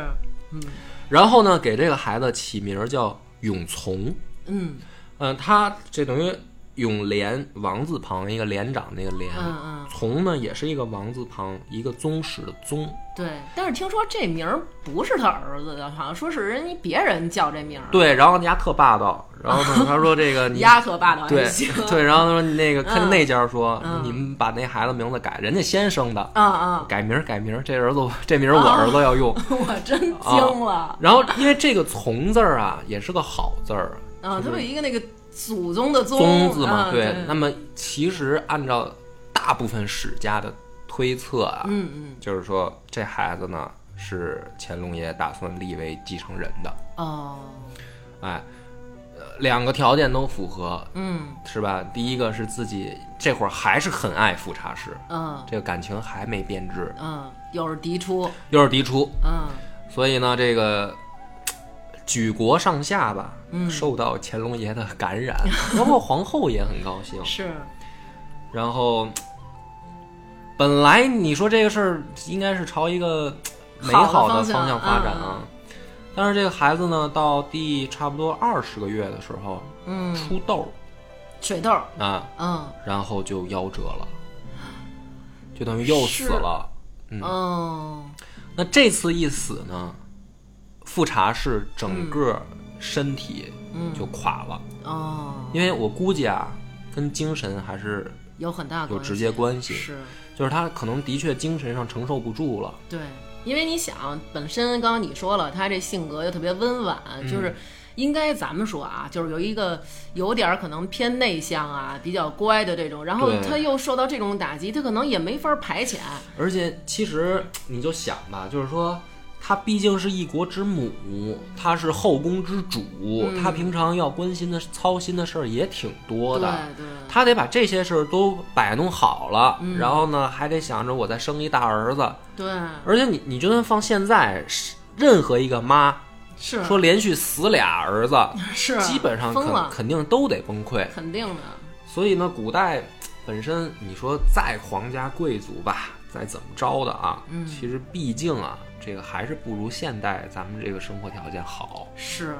Speaker 2: 然后呢，给这个孩子起名儿叫永琮。
Speaker 1: 嗯
Speaker 2: 嗯，他这等于永廉王字旁一个连长那个连，
Speaker 1: 嗯嗯，
Speaker 2: 从呢也是一个王字旁一个宗室的宗，
Speaker 1: 对，但是听说这名儿不是他儿子的，好像说是人家别人叫这名儿，，
Speaker 2: 对，然后人家特霸道，然后呢他说这个你。
Speaker 1: 丫头霸道
Speaker 2: 对
Speaker 1: 还 行，
Speaker 2: 对，然后他说那个跟那家说，
Speaker 1: 嗯
Speaker 2: 你们把那孩子名字改，人家先生的，
Speaker 1: 啊啊，
Speaker 2: 改名儿改名儿，这儿子我这名儿我儿子要 用。
Speaker 1: 我真惊了，
Speaker 2: 然后因为这个“从”字儿啊，也是个好字儿，
Speaker 1: 啊，他
Speaker 2: 就是
Speaker 1: 们有一个那个祖宗的宗
Speaker 2: 宗字嘛，
Speaker 1: 啊
Speaker 2: 对。
Speaker 1: 对，
Speaker 2: 那么其实按照大部分史家的推测啊，
Speaker 1: 嗯嗯，
Speaker 2: 就是说这孩子呢是乾隆爷打算立为继承人的，
Speaker 1: 哦，
Speaker 2: 哎，呃两个条件都符合，
Speaker 1: 嗯
Speaker 2: 是吧？第一个是自己这会儿还是很爱富察氏，
Speaker 1: 嗯
Speaker 2: 这个感情还没变质，
Speaker 1: 嗯，又是嫡出，
Speaker 2: 又是嫡出，
Speaker 1: 嗯
Speaker 2: 所以呢，这个。举国上下吧，
Speaker 1: 嗯
Speaker 2: 受到乾隆爷的感染，包括皇后也很高兴。
Speaker 1: 是，
Speaker 2: 然后，本来你说这个事儿应该是朝一个美好的方向发展啊，但是这个孩子呢，到第差不多二十个月的时候
Speaker 1: 嗯，
Speaker 2: 出痘
Speaker 1: 水痘儿，
Speaker 2: 儿啊，
Speaker 1: 嗯
Speaker 2: 然后就夭折了，就等于又死
Speaker 1: 是
Speaker 2: 了。
Speaker 1: 哦，
Speaker 2: 那这次一死呢，富察氏整个身体就垮了，
Speaker 1: 哦，
Speaker 2: 因为我估计啊，跟精神还是
Speaker 1: 有很大
Speaker 2: 有
Speaker 1: 关
Speaker 2: 直接关系，
Speaker 1: 是，
Speaker 2: 就是他可能的确精神上承受不住了。
Speaker 1: 对，因为你想，本身刚刚你说了，他这性格又特别温婉，
Speaker 2: 嗯
Speaker 1: 就是。应该咱们说啊，就是有一个有点儿可能偏内向啊，比较乖的这种，然后
Speaker 2: 对
Speaker 1: 他又受到这种打击，他可能也没法排遣。
Speaker 2: 而且其实你就想吧，就是说。她毕竟是一国之母，她是后宫之主，
Speaker 1: 嗯
Speaker 2: 她平常要关心的、操心的事儿也挺多
Speaker 1: 对
Speaker 2: 的。
Speaker 1: 对，
Speaker 2: 她得把这些事儿都摆弄好了，
Speaker 1: 嗯
Speaker 2: 然后呢，还得想着我再生一大儿子。
Speaker 1: 对
Speaker 2: 而且你，你就算放现在，是任何一个妈
Speaker 1: 是
Speaker 2: 说连续死俩儿子，
Speaker 1: 是
Speaker 2: 基本上
Speaker 1: 疯
Speaker 2: 肯
Speaker 1: 了，
Speaker 2: 肯定都得崩溃。
Speaker 1: 肯定的。
Speaker 2: 所以呢，古代本身你说再皇家贵族吧，再怎么着的啊，
Speaker 1: 嗯
Speaker 2: 其实毕竟啊，这个还是不如现代咱们这个生活条件好。
Speaker 1: 是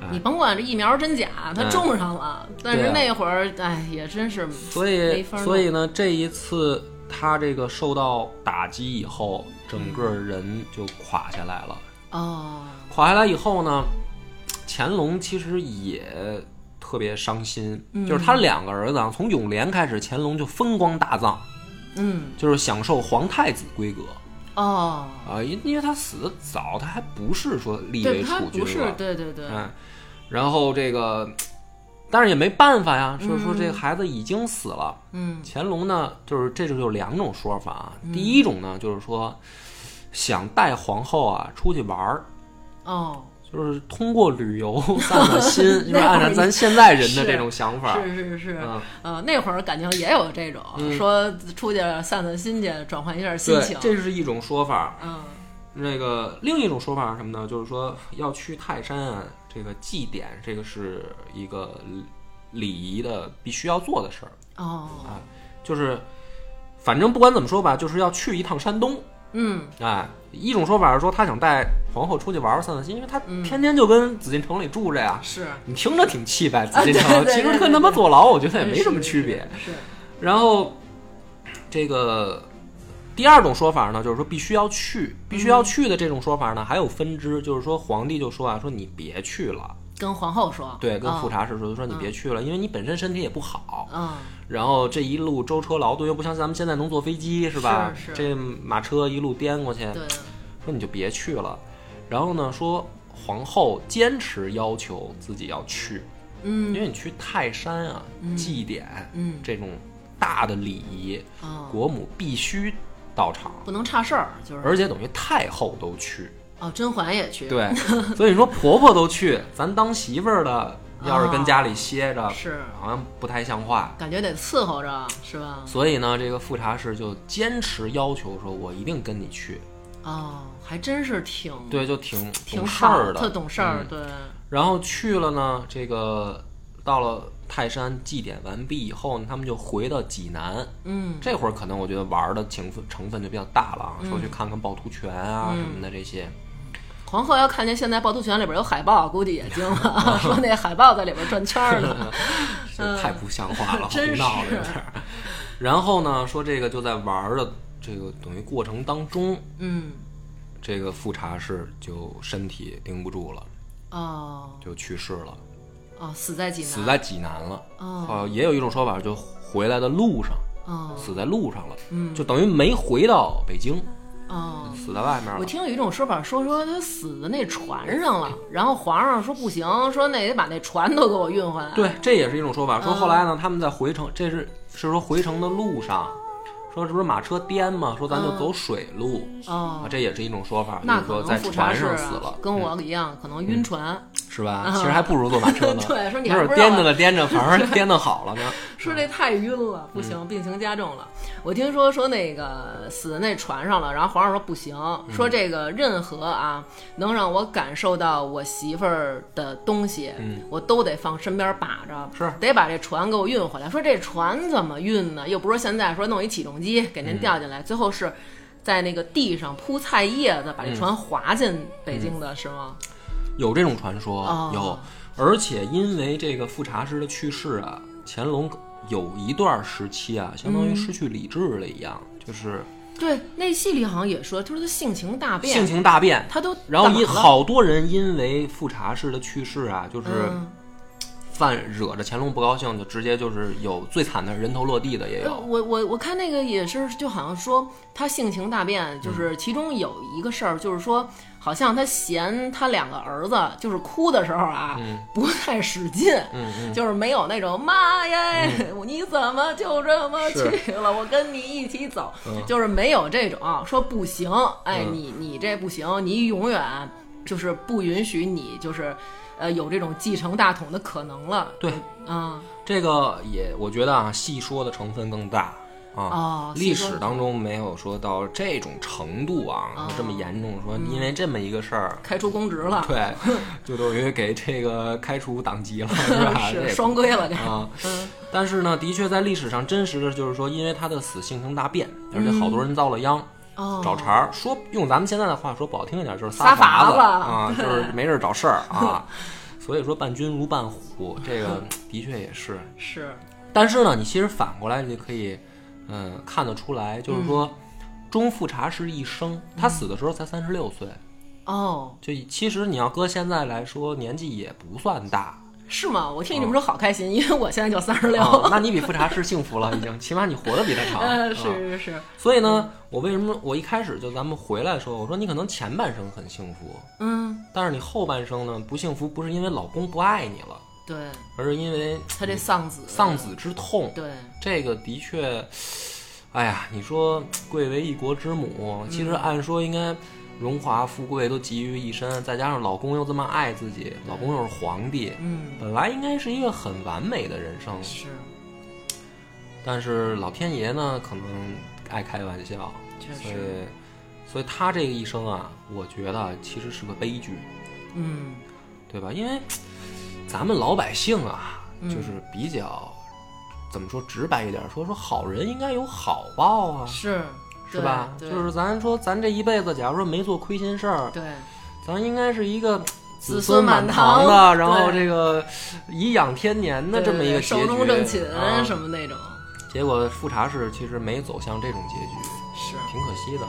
Speaker 2: 哎
Speaker 1: 你甭管这疫苗真假，他
Speaker 2: 哎啊
Speaker 1: 种上了，但是
Speaker 2: 对啊
Speaker 1: 那会儿，哎，也真是
Speaker 2: 所
Speaker 1: 没
Speaker 2: 以，
Speaker 1: 法弄
Speaker 2: 所以呢，这一次他这个受到打击以后，整个人就垮下来了。
Speaker 1: 哦，
Speaker 2: 垮下来以后呢，乾隆其实也特别伤心，
Speaker 1: 嗯
Speaker 2: 就是他两个儿子啊，从永联开始，乾隆就风光大葬，
Speaker 1: 嗯，
Speaker 2: 就是享受皇太子规格
Speaker 1: 哦，
Speaker 2: 啊，因、因为他死得早，他还不是说立
Speaker 1: 对
Speaker 2: 为
Speaker 1: 他
Speaker 2: 储君
Speaker 1: 不是
Speaker 2: 了，，
Speaker 1: 对对对，
Speaker 2: 嗯，然后这个，但是也没办法呀，就是说这个孩子已经死了。
Speaker 1: 嗯
Speaker 2: 乾隆呢，就是这就有两种说法啊，第一种呢就是说想带皇后啊出去玩儿。
Speaker 1: 哦，
Speaker 2: 就是通过 旅游散散心，就是
Speaker 1: 那会儿
Speaker 2: 按照咱现在人的这种想法。
Speaker 1: 是是是，
Speaker 2: 嗯
Speaker 1: 呃，那会儿感情也有这种
Speaker 2: 嗯
Speaker 1: 说出去散散心去，转换一下心
Speaker 2: 对
Speaker 1: 情，，
Speaker 2: 这是一种说法。
Speaker 1: 嗯，
Speaker 2: 那个另一种说法是什么呢？就是说要去泰山啊，这个祭典，这个是一个礼仪的必须要做的事儿。
Speaker 1: 哦，
Speaker 2: 就是反正不管怎么说吧，就是要去一趟山东。
Speaker 1: 嗯，
Speaker 2: 哎，一种说法是说他想带皇后出去玩玩散散心，因为他
Speaker 1: 嗯
Speaker 2: 天天就跟紫禁城里住着呀。
Speaker 1: 是，
Speaker 2: 你听着挺气派，紫禁城、
Speaker 1: 啊对对
Speaker 2: 其
Speaker 1: 对
Speaker 2: 实跟他妈
Speaker 1: 对
Speaker 2: 坐牢，我觉得也
Speaker 1: 是
Speaker 2: 没什么区别。，
Speaker 1: 是是是，
Speaker 2: 然后这个第二种说法呢，就是说必须要去，必须要去的这种说法
Speaker 1: 嗯
Speaker 2: 呢，还有分支，就是说皇帝就说啊，说你别去了，
Speaker 1: 跟皇后说，
Speaker 2: 对，跟
Speaker 1: 哦
Speaker 2: 富，察氏说，就说你别去了，因为你本身身体也不好，
Speaker 1: 嗯，
Speaker 2: 然后这一路舟车劳顿，又不像咱们现在能坐飞机是吧？
Speaker 1: 是是
Speaker 2: 这马车一路颠过去，
Speaker 1: 对，
Speaker 2: 说你就别去了。然后呢，说皇后坚持要求自己要去，因
Speaker 1: 嗯
Speaker 2: 为你去泰山啊，祭典，
Speaker 1: 嗯
Speaker 2: 这种大的礼仪，
Speaker 1: 哦
Speaker 2: 国母必须到场，
Speaker 1: 不能差事儿，就是，
Speaker 2: 而且等于太后都去。
Speaker 1: 哦，甄嬛也去，，
Speaker 2: 对，所以你说婆婆都去，咱当媳妇儿的要是
Speaker 1: 哦
Speaker 2: 跟家里歇着，
Speaker 1: 是
Speaker 2: 好像不太像话。
Speaker 1: 感觉得伺候着，是吧？
Speaker 2: 所以呢，这个富察氏就坚持要求说，我一定跟你去。
Speaker 1: 哦，还真是挺
Speaker 2: 对，就挺
Speaker 1: 挺
Speaker 2: 懂事
Speaker 1: 好
Speaker 2: 儿的，
Speaker 1: 特懂事儿，
Speaker 2: 嗯
Speaker 1: 对，
Speaker 2: 然后去了呢，这个到了泰山祭典完毕以后呢，他们就回到济南。
Speaker 1: 嗯
Speaker 2: 这会儿可能我觉得玩儿的情分成分就比较大了啊，说去看看趵突泉啊
Speaker 1: 嗯
Speaker 2: 什么的这些。
Speaker 1: 皇后要看见现在趵突泉里边有海豹，估计也惊 了，说那海豹在里边转圈儿呢。
Speaker 2: 这太不像话了，
Speaker 1: 嗯真
Speaker 2: 胡闹了
Speaker 1: 是
Speaker 2: 有点儿。 然后呢，说这个就在玩儿的这个等于过程当中，
Speaker 1: 嗯，
Speaker 2: 这个富察氏就身体顶不住了，
Speaker 1: 哦
Speaker 2: 就去世了，
Speaker 1: 哦，死在济南，
Speaker 2: 死在济南了。
Speaker 1: 哦
Speaker 2: 呃，也有一种说法，就回来的路上
Speaker 1: 哦
Speaker 2: 死在路上了，
Speaker 1: 嗯
Speaker 2: 就等于没回到北京，
Speaker 1: 哦。
Speaker 2: 死在外面
Speaker 1: 我
Speaker 2: 了。
Speaker 1: 听有一种说法，说说他死在那船上了，然后皇上说不行，说那得把那船都给我运回来。
Speaker 2: 对，这也是一种说法。
Speaker 1: 嗯
Speaker 2: 说后来呢，他们在回程，这是是说回程的路上，说这不是马车颠吗？说咱就走水路。啊
Speaker 1: 哦，，
Speaker 2: 这也是一种说法，就
Speaker 1: 那
Speaker 2: 是说
Speaker 1: 可
Speaker 2: 在
Speaker 1: 能富察
Speaker 2: 船
Speaker 1: 氏
Speaker 2: 上
Speaker 1: 啊
Speaker 2: 死了，嗯
Speaker 1: 跟我一样，可能晕船。
Speaker 2: 是吧？其实还不如坐马车呢。
Speaker 1: 对说你
Speaker 2: 没
Speaker 1: 还
Speaker 2: 准
Speaker 1: 不知道
Speaker 2: 儿颠着了颠着，反 而颠的好了呢。
Speaker 1: 说这太晕了，不
Speaker 2: 嗯
Speaker 1: 行，病情加重了。我听说说那个死在那船上了，然后皇上说不行，
Speaker 2: 嗯
Speaker 1: 说这个任何啊能让我感受到我媳妇儿的东西，我都得放身边把着，
Speaker 2: 嗯是
Speaker 1: 得把这船给我运回来。说这船怎么运呢？又不是现在说弄一起重机给
Speaker 2: 嗯
Speaker 1: 您吊进来，最后是。在那个地上铺菜叶子，
Speaker 2: 嗯
Speaker 1: 把这船划进北京的是吗？
Speaker 2: 有这种传说，
Speaker 1: 哦
Speaker 2: 有，而且因为这个富察氏的去世啊，乾隆有一段时期啊，相
Speaker 1: 嗯
Speaker 2: 当于失去理智了一样，就是
Speaker 1: 对，那戏里好像也说，就是他性情大变，
Speaker 2: 性情大变。
Speaker 1: 他都
Speaker 2: 然后
Speaker 1: 干嘛
Speaker 2: 因
Speaker 1: 了
Speaker 2: 好多人因为富察氏的去世啊，就是
Speaker 1: 嗯
Speaker 2: 犯惹着乾隆不高兴，就直接就是有最惨的人头落地的也
Speaker 1: 呃
Speaker 2: 有。
Speaker 1: 我我我看那个也是，就好像说他性情大变，
Speaker 2: 嗯
Speaker 1: 就是其中有一个事儿，就是说好像他嫌他两个儿子就是哭的时候啊，
Speaker 2: 嗯
Speaker 1: 不太使劲，就是没有那种妈耶，
Speaker 2: 嗯
Speaker 1: 你怎么就这么去了？我跟你一起走，就是没有这种啊说不行，哎，
Speaker 2: 嗯
Speaker 1: 你你这不行，你永远就是不允许你就是呃有这种继承大统的可能了，
Speaker 2: 对，
Speaker 1: 啊、
Speaker 2: 这个也我觉得啊，戏说的成分更大。
Speaker 1: 哦
Speaker 2: 啊，
Speaker 1: 所以
Speaker 2: 历
Speaker 1: 说
Speaker 2: 史当中没有说到这种程度啊
Speaker 1: 哦，嗯
Speaker 2: 这么严重，说因为这么一个事儿，
Speaker 1: 开除公职了，
Speaker 2: 对， 就等于给这个开除 党籍了，是吧？这
Speaker 1: 是
Speaker 2: 个
Speaker 1: 双规了这。
Speaker 2: 啊，
Speaker 1: 嗯
Speaker 2: 但是呢，的确在历史上真实的就是说，因为他的死性情大变，而且好多人遭了殃。
Speaker 1: 嗯哦，
Speaker 2: 找茬儿，说用咱们现在的话说不好听一点，就是
Speaker 1: 撒
Speaker 2: 法
Speaker 1: 法
Speaker 2: 子
Speaker 1: 子
Speaker 2: 啊，
Speaker 1: 对
Speaker 2: 就是没事儿找事儿 啊。所以说伴君如伴虎，这个的确也是。
Speaker 1: 是，
Speaker 2: 但是呢，你其实反过来你就可以，嗯，看得出来，就是说，
Speaker 1: 嗯
Speaker 2: 钟复茶师一生，他死的时候才三十六岁，
Speaker 1: 哦，
Speaker 2: 就其实你要搁现在来说，年纪也不算大。
Speaker 1: 是吗？我听你这
Speaker 2: 哦
Speaker 1: 么说好开心，因为我现在就三十六。
Speaker 2: 啊那你比复茶师幸福了，已经，起码你活得比他 长。
Speaker 1: 呃，
Speaker 2: 啊
Speaker 1: 是是是，
Speaker 2: 所以呢，我为什么我一开始就咱们回来的时候，我说你可能前半生很幸福，
Speaker 1: 嗯，
Speaker 2: 但是你后半生呢不幸福，不是因为老公不爱你了，
Speaker 1: 对
Speaker 2: 而是因为
Speaker 1: 他这丧子，
Speaker 2: 丧子之痛。
Speaker 1: 对，
Speaker 2: 这个的确，哎呀，你说贵为一国之母，其实按说应该荣华富贵都集于一身，再加上老公又这么爱自己，老公又是皇帝，
Speaker 1: 嗯，
Speaker 2: 本来应该是一个很完美的人生，
Speaker 1: 是，
Speaker 2: 但是老天爷呢可能爱开玩笑，
Speaker 1: 确实，
Speaker 2: 所以，所以他这个一生啊，我觉得其实是个悲剧，
Speaker 1: 嗯，
Speaker 2: 对吧？因为咱们老百姓啊，就是比较怎么说直白一点，说说好人应该有好报啊，
Speaker 1: 是，
Speaker 2: 是吧？
Speaker 1: 对
Speaker 2: 就是咱说咱这一辈子，假如说没做亏心事儿，
Speaker 1: 对，
Speaker 2: 咱应该是一个
Speaker 1: 子孙
Speaker 2: 孙
Speaker 1: 满堂
Speaker 2: 堂的，然后
Speaker 1: 对
Speaker 2: 这个颐养天年的
Speaker 1: 对
Speaker 2: 这么一
Speaker 1: 对
Speaker 2: 个
Speaker 1: 对
Speaker 2: 结局，
Speaker 1: 寿终正寝
Speaker 2: 啊
Speaker 1: 什么那种，
Speaker 2: 结果富察氏其实没走向这种结局，
Speaker 1: 是，
Speaker 2: 挺可惜的。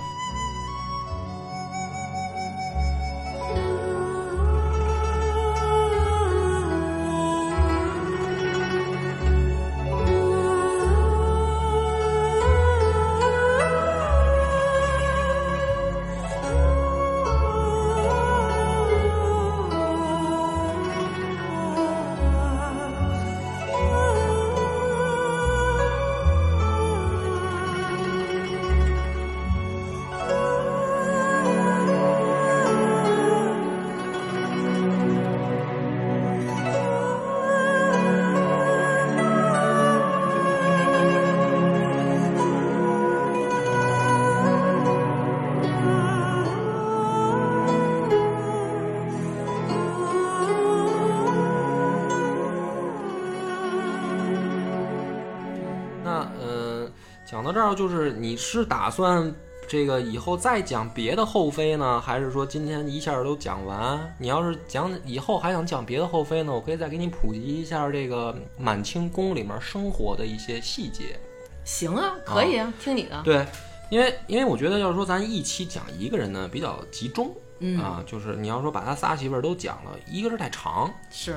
Speaker 2: 那呃，讲到这儿，就是你是打算这个以后再讲别的后妃呢，还是说今天一下都讲完？你要是讲以后还想讲别的后妃呢，我可以再给你普及一下这个满清宫里面生活的一些细节。
Speaker 1: 行啊，可以啊，听你的，
Speaker 2: 对，因为因为我觉得要是说咱一期讲一个人呢，比较集中。
Speaker 1: 嗯，
Speaker 2: 啊，就是你要说把他仨媳妇儿都讲了，一个是太长，
Speaker 1: 是，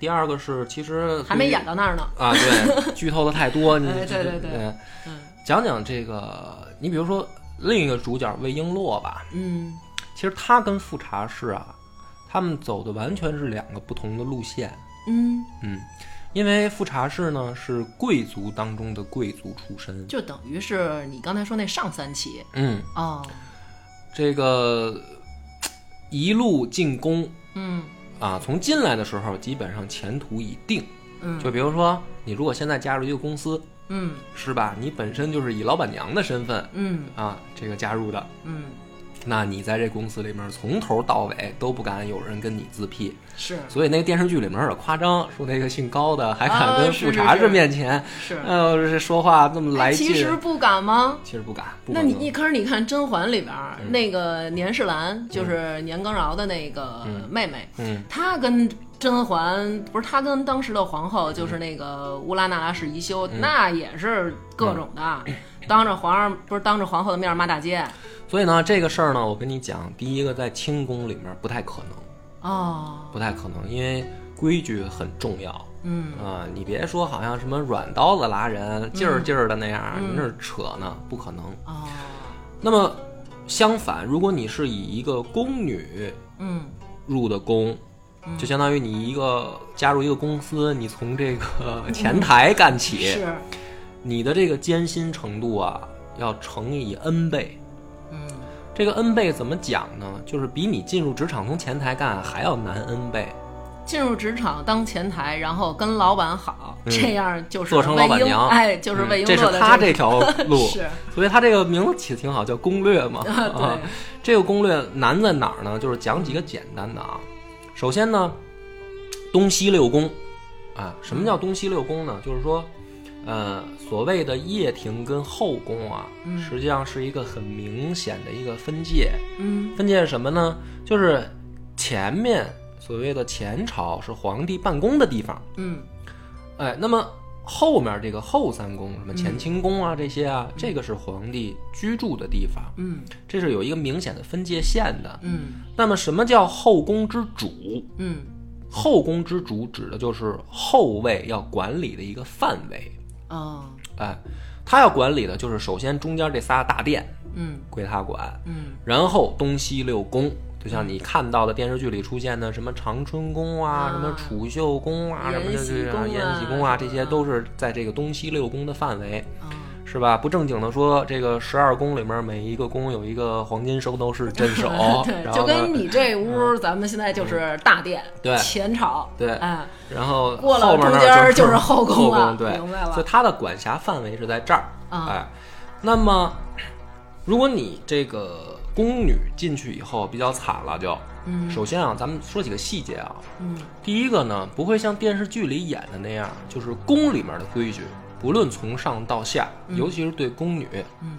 Speaker 2: 第二个是其实
Speaker 1: 还没
Speaker 2: 对于
Speaker 1: 演到那儿呢，
Speaker 2: 啊， 对，剧透的太多，你
Speaker 1: 哎对
Speaker 2: 这
Speaker 1: 对对
Speaker 2: 呃
Speaker 1: 嗯
Speaker 2: 讲讲这个，你比如说另一个主角魏璎珞吧，
Speaker 1: 嗯，
Speaker 2: 其实她跟富察氏啊，他们走的完全是两个不同的路线，
Speaker 1: 嗯，
Speaker 2: 嗯，因为富察氏呢是贵族当中的贵族出身，
Speaker 1: 就等于是你刚才说那上三期
Speaker 2: 嗯，
Speaker 1: 哦，
Speaker 2: 这个一路进宫
Speaker 1: 嗯
Speaker 2: 啊，从进来的时候基本上前途已定，
Speaker 1: 嗯
Speaker 2: 就比如说你如果现在加入一个公司，
Speaker 1: 嗯
Speaker 2: 是吧？你本身就是以老板娘的身份
Speaker 1: 嗯
Speaker 2: 啊，这个加入的。
Speaker 1: 嗯，
Speaker 2: 那你在这公司里面从头到尾都不敢有人跟你自辟，
Speaker 1: 是
Speaker 2: 所以那个电视剧里面有点夸张，说那个姓高的还
Speaker 1: 啊
Speaker 2: 敢跟
Speaker 1: 是
Speaker 2: 富
Speaker 1: 是
Speaker 2: 察
Speaker 1: 是
Speaker 2: 氏面前，
Speaker 1: 是，
Speaker 2: 呃，这说话这么来
Speaker 1: 哎
Speaker 2: 劲，
Speaker 1: 其实不敢吗？
Speaker 2: 其实不敢。不
Speaker 1: 那
Speaker 2: 可
Speaker 1: 你
Speaker 2: 能
Speaker 1: 你可是你看《甄嬛》里边儿、
Speaker 2: 嗯
Speaker 1: 那个年世兰，就是年羹尧的那个妹妹，
Speaker 2: 嗯
Speaker 1: 她跟甄嬛不是她跟当时的皇后，就是那个乌拉那拉氏宜
Speaker 2: 嗯
Speaker 1: 修，那也是各种的，当着皇上不是当着皇后的面骂大街
Speaker 2: 所以呢，这个事儿呢，我跟你讲，第一个在清宫里面不太可能，
Speaker 1: 哦，
Speaker 2: 不太可能，因为规矩很重要。
Speaker 1: 嗯
Speaker 2: 啊、你别说好像什么软刀子拉人，劲儿劲儿的那样，
Speaker 1: 嗯
Speaker 2: 你那是扯呢，不可能。
Speaker 1: 哦，
Speaker 2: 那么相反，如果你是以一个宫女
Speaker 1: 嗯
Speaker 2: 入的宫，就相当于你一个加入一个公司，你从这个 前台干起，
Speaker 1: 是
Speaker 2: 你的这个艰辛程度啊，要乘以 n 倍。
Speaker 1: 嗯
Speaker 2: 这个 n 倍怎么讲呢？就是比你进入职场从前台干还要难 n 倍。
Speaker 1: 进入职场当前台，然后跟老板好，
Speaker 2: 嗯
Speaker 1: 这样就是
Speaker 2: 做成老板
Speaker 1: 魏婴
Speaker 2: 娘
Speaker 1: 哎，就是
Speaker 2: 嗯
Speaker 1: 魏婴
Speaker 2: 这
Speaker 1: 做
Speaker 2: 是
Speaker 1: 的
Speaker 2: 他
Speaker 1: 这
Speaker 2: 这条路，
Speaker 1: 是
Speaker 2: 所以他这个名字起的挺好，叫攻略 嘛。
Speaker 1: 啊对
Speaker 2: 啊，这个攻略难在哪儿呢？就是讲几个简单的啊。首先呢，东西六宫啊，什么叫东西六宫呢？
Speaker 1: 嗯
Speaker 2: 就是说，呃，所谓的掖庭跟后宫啊，实际上是一个很明显的一个分界。
Speaker 1: 嗯
Speaker 2: 分界是什么呢？就是前面所谓的前朝是皇帝办公的地方，
Speaker 1: 嗯
Speaker 2: 哎，那么后面这个后三宫，什么乾清宫啊这些啊，这个是皇帝居住的地方，
Speaker 1: 嗯
Speaker 2: 这是有一个明显的分界线的。
Speaker 1: 嗯
Speaker 2: 那么什么叫后宫之主？
Speaker 1: 嗯，
Speaker 2: 后宫之主指的就是后位要管理的一个范围，
Speaker 1: 哦，
Speaker 2: 哎，他要管理的就是首先中间这仨大殿
Speaker 1: 嗯
Speaker 2: 归他管，
Speaker 1: 嗯
Speaker 2: 然后东西六宫，就像你看到的电视剧里出现的什么长春宫啊、
Speaker 1: 啊
Speaker 2: 什么储秀宫啊、什么
Speaker 1: 延
Speaker 2: 这
Speaker 1: 禧
Speaker 2: 这
Speaker 1: 宫啊
Speaker 2: 啊、延禧宫啊，这些
Speaker 1: 什么的
Speaker 2: 都是在这个东西六宫的范围，
Speaker 1: 啊，
Speaker 2: 是吧？不正经的说，这个十二宫里面每一个宫有一个黄金圣斗士镇守
Speaker 1: 对，嗯
Speaker 2: 然
Speaker 1: 就
Speaker 2: 后
Speaker 1: 跟
Speaker 2: 呢，嗯
Speaker 1: 你这屋，咱们现在就是大殿，
Speaker 2: 对
Speaker 1: 前朝，
Speaker 2: 对
Speaker 1: 哎，
Speaker 2: 然后
Speaker 1: 过了
Speaker 2: 后面
Speaker 1: 中间
Speaker 2: 呢
Speaker 1: 儿就是
Speaker 2: 是
Speaker 1: 后宫
Speaker 2: 宫
Speaker 1: 了
Speaker 2: 对，
Speaker 1: 明白了
Speaker 2: 所以它的管辖范围是在这儿，
Speaker 1: 啊
Speaker 2: 哎，那么如果你这个宫女进去以后比较惨了就，
Speaker 1: 嗯
Speaker 2: 首先啊，咱们说几个细节啊。
Speaker 1: 嗯
Speaker 2: 第一个呢，不会像电视剧里演的那样，就是宫里面的规矩，不论从上到下，尤其是对宫女，
Speaker 1: 嗯，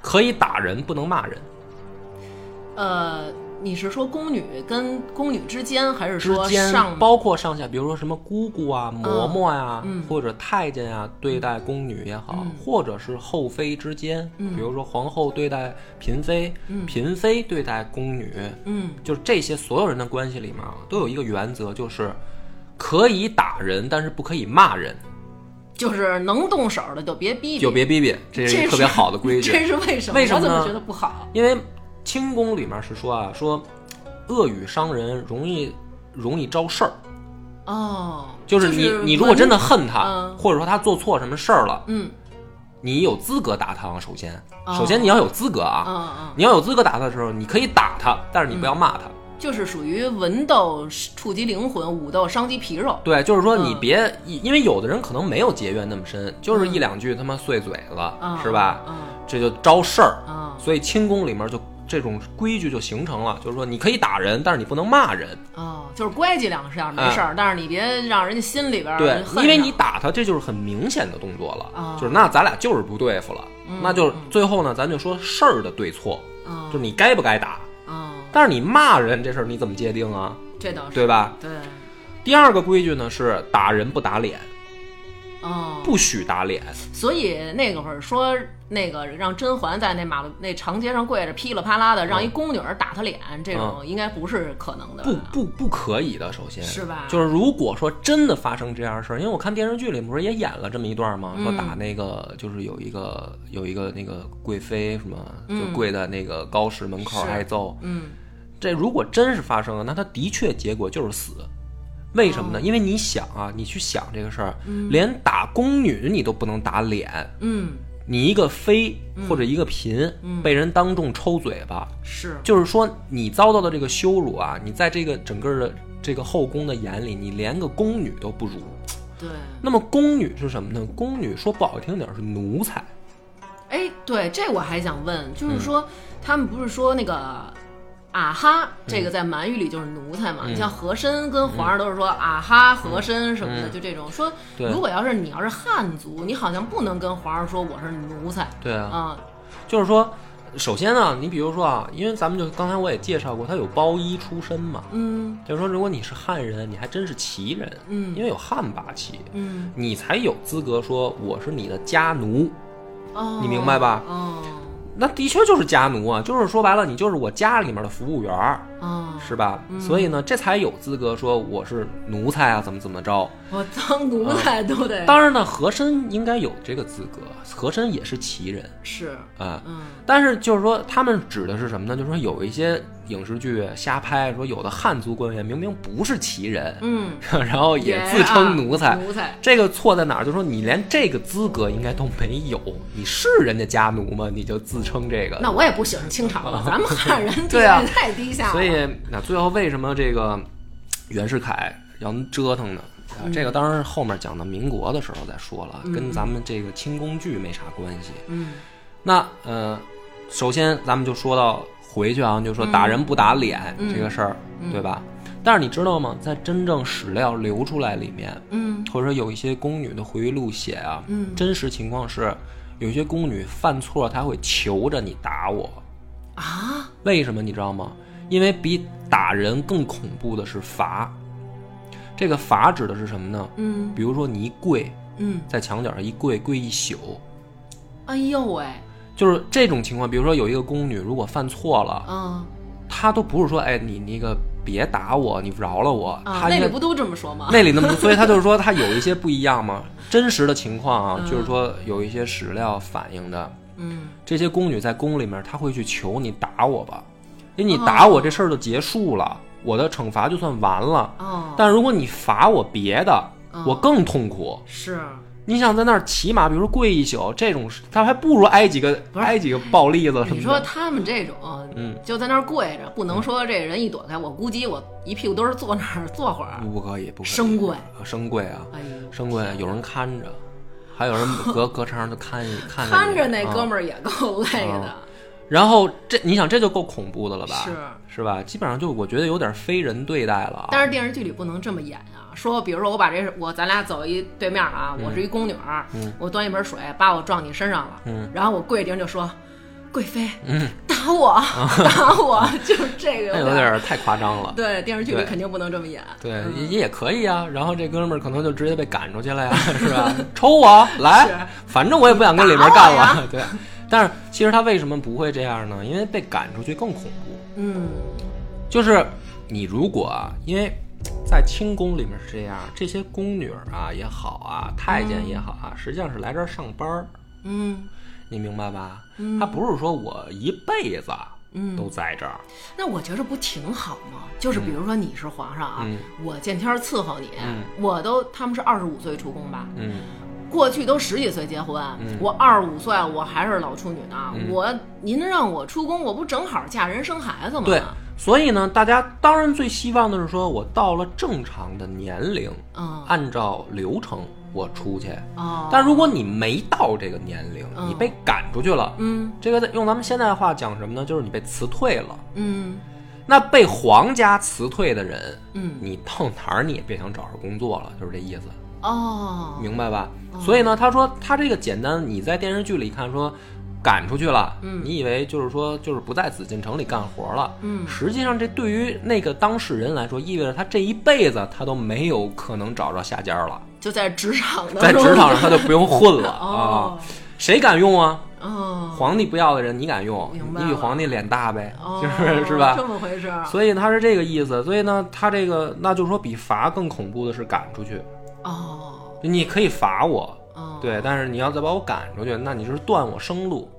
Speaker 2: 可以打人，不能骂人。
Speaker 1: 呃，你是说宫女跟宫女之间，还是
Speaker 2: 之
Speaker 1: 说
Speaker 2: 间
Speaker 1: 上
Speaker 2: 包括上下，比如说什么姑姑啊、嬷嬷呀、
Speaker 1: 嗯
Speaker 2: 或者太监呀、对待宫女也好，
Speaker 1: 嗯
Speaker 2: 或者是后妃之间，
Speaker 1: 嗯
Speaker 2: 比如说皇后对待嫔妃，
Speaker 1: 嗯
Speaker 2: 嫔妃对待宫女，
Speaker 1: 嗯
Speaker 2: 就是这些所有人的关系里面啊，都有一个原则，就是可以打人，但是不可以骂人，
Speaker 1: 就是能动手的就别逼逼，
Speaker 2: 就别逼逼，这是
Speaker 1: 这
Speaker 2: 一个特别好的规
Speaker 1: 这
Speaker 2: 矩。
Speaker 1: 是为什么？
Speaker 2: 为什么
Speaker 1: 我怎么
Speaker 2: 呢
Speaker 1: 觉得不好？
Speaker 2: 因为清宫里面是说啊，说恶语伤人容易容易招事儿，
Speaker 1: 哦，
Speaker 2: 就是你、你如果真的恨他，
Speaker 1: 嗯
Speaker 2: 或者说他做错什么事儿了，
Speaker 1: 嗯
Speaker 2: 你有资格打他啊。首先，
Speaker 1: 哦
Speaker 2: 首先你要有资格啊，
Speaker 1: 嗯
Speaker 2: 你要有资格打他的时候，你可以打他，但是你不要骂他。
Speaker 1: 嗯，就是属于文斗触及灵魂，武斗伤及皮肉。
Speaker 2: 对，就是说你
Speaker 1: 嗯
Speaker 2: 别，因因为有的人可能没有结怨那么深，就是一
Speaker 1: 嗯
Speaker 2: 两句他妈碎嘴了，
Speaker 1: 嗯
Speaker 2: 是吧？
Speaker 1: 嗯
Speaker 2: 这就招事儿。
Speaker 1: 嗯
Speaker 2: 所以清宫里面就这种规矩就形成了，就是说你可以打人，但是你不能骂人。
Speaker 1: 哦，就是乖几两是样没事儿，但是你别让人家心里边儿
Speaker 2: 嗯对，
Speaker 1: 恨
Speaker 2: 因为
Speaker 1: 上
Speaker 2: 你打他，这就是很明显的动作了，
Speaker 1: 啊
Speaker 2: 就是那咱俩就是不对付了。那就
Speaker 1: 嗯
Speaker 2: 最后呢，咱就说事儿的对错，
Speaker 1: 嗯
Speaker 2: 就是你该不该打。
Speaker 1: 嗯，
Speaker 2: 但是你骂人这事儿你怎么界定啊？
Speaker 1: 这倒是
Speaker 2: 对吧？
Speaker 1: 对
Speaker 2: 第二个规矩呢是打人不打脸，
Speaker 1: 哦，
Speaker 2: 不许打脸。
Speaker 1: 所以那个会儿说那个让甄嬛在那马路那长街上跪着噼里啪啦的，让一宫女儿打她脸，这种应该不是可能的吧。
Speaker 2: 嗯不不不可以的，首先
Speaker 1: 是吧
Speaker 2: 就是如果说真的发生这样的事儿，因为我看电视剧里不是也演了这么一段吗？说
Speaker 1: 嗯
Speaker 2: 打那个就是有一个有一个那个贵妃什么，就跪在那个高石门口
Speaker 1: 嗯是
Speaker 2: 挨揍。
Speaker 1: 嗯
Speaker 2: 这如果真是发生了，那他的确结果就是死。为什么呢？因为你想啊，你去想这个事儿，连打宫女你都不能打脸，
Speaker 1: 嗯，
Speaker 2: 你一个妃或者一个嫔、被人当众抽嘴巴，
Speaker 1: 是
Speaker 2: 就是说你遭到的这个羞辱啊，你在这个整个的这个后宫的眼里，你连个宫女都不如。
Speaker 1: 对。
Speaker 2: 那么宫女是什么呢？宫女说不好听点儿是奴才，
Speaker 1: 哎，对，这我还想问，
Speaker 2: 嗯
Speaker 1: 就是说、他们不是说那个。啊
Speaker 2: 嗯
Speaker 1: 哈，这个在满语里就是奴才嘛。你像和珅跟皇上都是说啊哈和珅什么的，就这种说。
Speaker 2: 嗯对
Speaker 1: 如果要是你要是汉族，你好像不能跟皇上说我是奴才
Speaker 2: 对啊，
Speaker 1: 啊。
Speaker 2: 就是说，首先呢，你比如说啊，因为咱们就刚才我也介绍过，她有包衣出身嘛，
Speaker 1: 嗯
Speaker 2: 就是说如果你是汉人，你还真是旗人，
Speaker 1: 嗯
Speaker 2: 因为有汉八旗，
Speaker 1: 嗯，
Speaker 2: 你才有资格说我是你的家奴。
Speaker 1: 哦，
Speaker 2: 你明白吧
Speaker 1: 哦
Speaker 2: 那的确就是家奴啊，就是说白了，你就是我家里面的服务员儿，
Speaker 1: 哦，
Speaker 2: 是吧？所以呢，这才有资格说我是奴才啊，怎么怎么着。
Speaker 1: 我当奴才都得、
Speaker 2: 啊当然呢，和珅应该有这个资格，和珅也是旗人
Speaker 1: 是，
Speaker 2: 啊。
Speaker 1: 嗯
Speaker 2: 但是就是说，他们指的是什么呢？就是说有一些影视剧瞎拍，说有的汉族官员明明不是旗人，
Speaker 1: 嗯，
Speaker 2: 然后也自称奴才
Speaker 1: 啊，奴才
Speaker 2: 这个错在哪儿？就是说你连这个资格应该都没有，你是人家家奴吗？你就自称这个？
Speaker 1: 那我也不 喜欢清朝了，咱们汉人地
Speaker 2: 对啊
Speaker 1: 位太低下了。
Speaker 2: 所以，那最后为什么这个袁世凯要折腾的。啊，
Speaker 1: 嗯
Speaker 2: 这个当然后面讲到民国的时候再说了，跟咱们这个清宫剧没啥关系。
Speaker 1: 嗯
Speaker 2: 那呃，首先咱们就说到回去啊，就说打
Speaker 1: 嗯
Speaker 2: 人不打脸、这个事儿，对吧？但是你知道吗？在真正史料流出来里面，
Speaker 1: 嗯
Speaker 2: 或者说有一些宫女的回忆录写啊，
Speaker 1: 嗯
Speaker 2: 真实情况是，有一些宫女犯错，她会求着你打我。
Speaker 1: 啊，
Speaker 2: 为什么你知道吗？因为比打人更恐怖的是罚。这个罚指的是什么呢？
Speaker 1: 嗯
Speaker 2: 比如说你一跪
Speaker 1: 嗯，
Speaker 2: 在墙角上一跪，跪一宿，
Speaker 1: 哎呦喂，
Speaker 2: 就是这种情况。比如说有一个宫女如果犯错了，
Speaker 1: 嗯
Speaker 2: 她都不是说哎你那个别打我，你饶了我，
Speaker 1: 啊，
Speaker 2: 她
Speaker 1: 那
Speaker 2: 应
Speaker 1: 里
Speaker 2: 该
Speaker 1: 不都这么说吗？
Speaker 2: 那里那么，所以她就是说她有一些不一样嘛。真实的情况啊
Speaker 1: 嗯，
Speaker 2: 就是说有一些史料反映的，
Speaker 1: 嗯
Speaker 2: 这些宫女在宫里面，她会去求你打我吧，因为你打我这事儿就结束了，我的惩罚就算完了。
Speaker 1: 哦，
Speaker 2: 但如果你罚我别的
Speaker 1: 嗯，
Speaker 2: 我更痛苦。
Speaker 1: 是
Speaker 2: 你想在那儿骑马，比如说跪一宿这种事，他还不如挨几个挨几个暴力子什
Speaker 1: 你
Speaker 2: 么
Speaker 1: 说
Speaker 2: 的。
Speaker 1: 他们这种，
Speaker 2: 嗯，
Speaker 1: 就在那儿跪着，不能说这人一躲开，我估计我一屁股墩儿坐那儿 坐会儿，
Speaker 2: 不可以，不可以
Speaker 1: 生跪，
Speaker 2: 啊生跪啊，
Speaker 1: 哎呦，
Speaker 2: 嗯生跪有人看着，还有人 隔隔墙就看你看着
Speaker 1: 看
Speaker 2: 你
Speaker 1: 着那哥们
Speaker 2: 啊
Speaker 1: 儿也够累的，
Speaker 2: 然后这你想这就够恐怖的了吧？
Speaker 1: 是
Speaker 2: 是吧？基本上就我觉得有点非人对待了啊。
Speaker 1: 但是电视剧里不能这么演啊，说比如说我把这我咱俩走一对面啊，我是一宫女儿，我端一盆水把我撞你身上了，
Speaker 2: 嗯
Speaker 1: 然后我跪着就说。贵妃，打我，打我， 就是这个
Speaker 2: 啊那有点儿太夸张了。
Speaker 1: 对电视剧里
Speaker 2: 对
Speaker 1: 肯定不能这么演。
Speaker 2: 对，
Speaker 1: 嗯
Speaker 2: 也也可以啊。然后这哥们儿可能就直接被赶出 去了呀，是吧？抽我来，反正我也不想跟里边干
Speaker 1: 打
Speaker 2: 了。对，但是其实他为什么不会这样呢？因为被赶出去更恐怖。
Speaker 1: 嗯
Speaker 2: 就是你如果啊，因为在清宫里面是这样，这些宫女儿啊也好啊，太监也好啊，实际上是来这儿上班儿，
Speaker 1: 嗯，
Speaker 2: 你明白吧？他不是说我一辈子
Speaker 1: 嗯
Speaker 2: 都在这儿，
Speaker 1: 那我觉着不挺好吗？就是比如说你是皇上啊，
Speaker 2: 嗯
Speaker 1: 我见天儿伺候你，
Speaker 2: 嗯
Speaker 1: 我都他们是二十五岁出宫吧，
Speaker 2: 嗯，
Speaker 1: 过去都十几岁结婚，我二十五岁我还是老处女呢，
Speaker 2: 嗯
Speaker 1: 我您让我出宫，我不正好嫁人生孩子吗？
Speaker 2: 对，所以呢，大家当然最希望的是说，我到了正常的年龄，
Speaker 1: 嗯
Speaker 2: 按照流程我出去。
Speaker 1: 哦，
Speaker 2: 啊但如果你没到这个年龄，
Speaker 1: 嗯
Speaker 2: 你被赶出去了，
Speaker 1: 嗯
Speaker 2: 这个在用咱们现在话讲什么呢？就是你被辞退了。
Speaker 1: 嗯
Speaker 2: 那被皇家辞退的人，
Speaker 1: 嗯
Speaker 2: 你到哪儿你也别想找着工作了，就是这意思。
Speaker 1: 哦，
Speaker 2: 明白吧？所以呢，他说他这个简单，你在电视剧里看说赶出去了，你以为就是说就是不在紫禁城里干活了，
Speaker 1: 嗯
Speaker 2: 实际上这对于那个当事人来说，意味着他这一辈子他都没有可能找着下家了，
Speaker 1: 就在职场当中，
Speaker 2: 在职场上他就不用混了
Speaker 1: 哦
Speaker 2: 啊，谁敢用啊？
Speaker 1: 哦，
Speaker 2: 皇帝不要的人你敢用
Speaker 1: 明，白
Speaker 2: 你比
Speaker 1: 了
Speaker 2: 皇帝脸大呗，
Speaker 1: 哦
Speaker 2: 就是是吧
Speaker 1: 这？么啊回事儿，
Speaker 2: 所以他是这个意思，所以呢，他这个那就是说比罚更恐怖的是赶出去，
Speaker 1: 哦
Speaker 2: 你可以罚我，
Speaker 1: 哦
Speaker 2: 对，但是你要再把我赶出去，那你就是断我生路。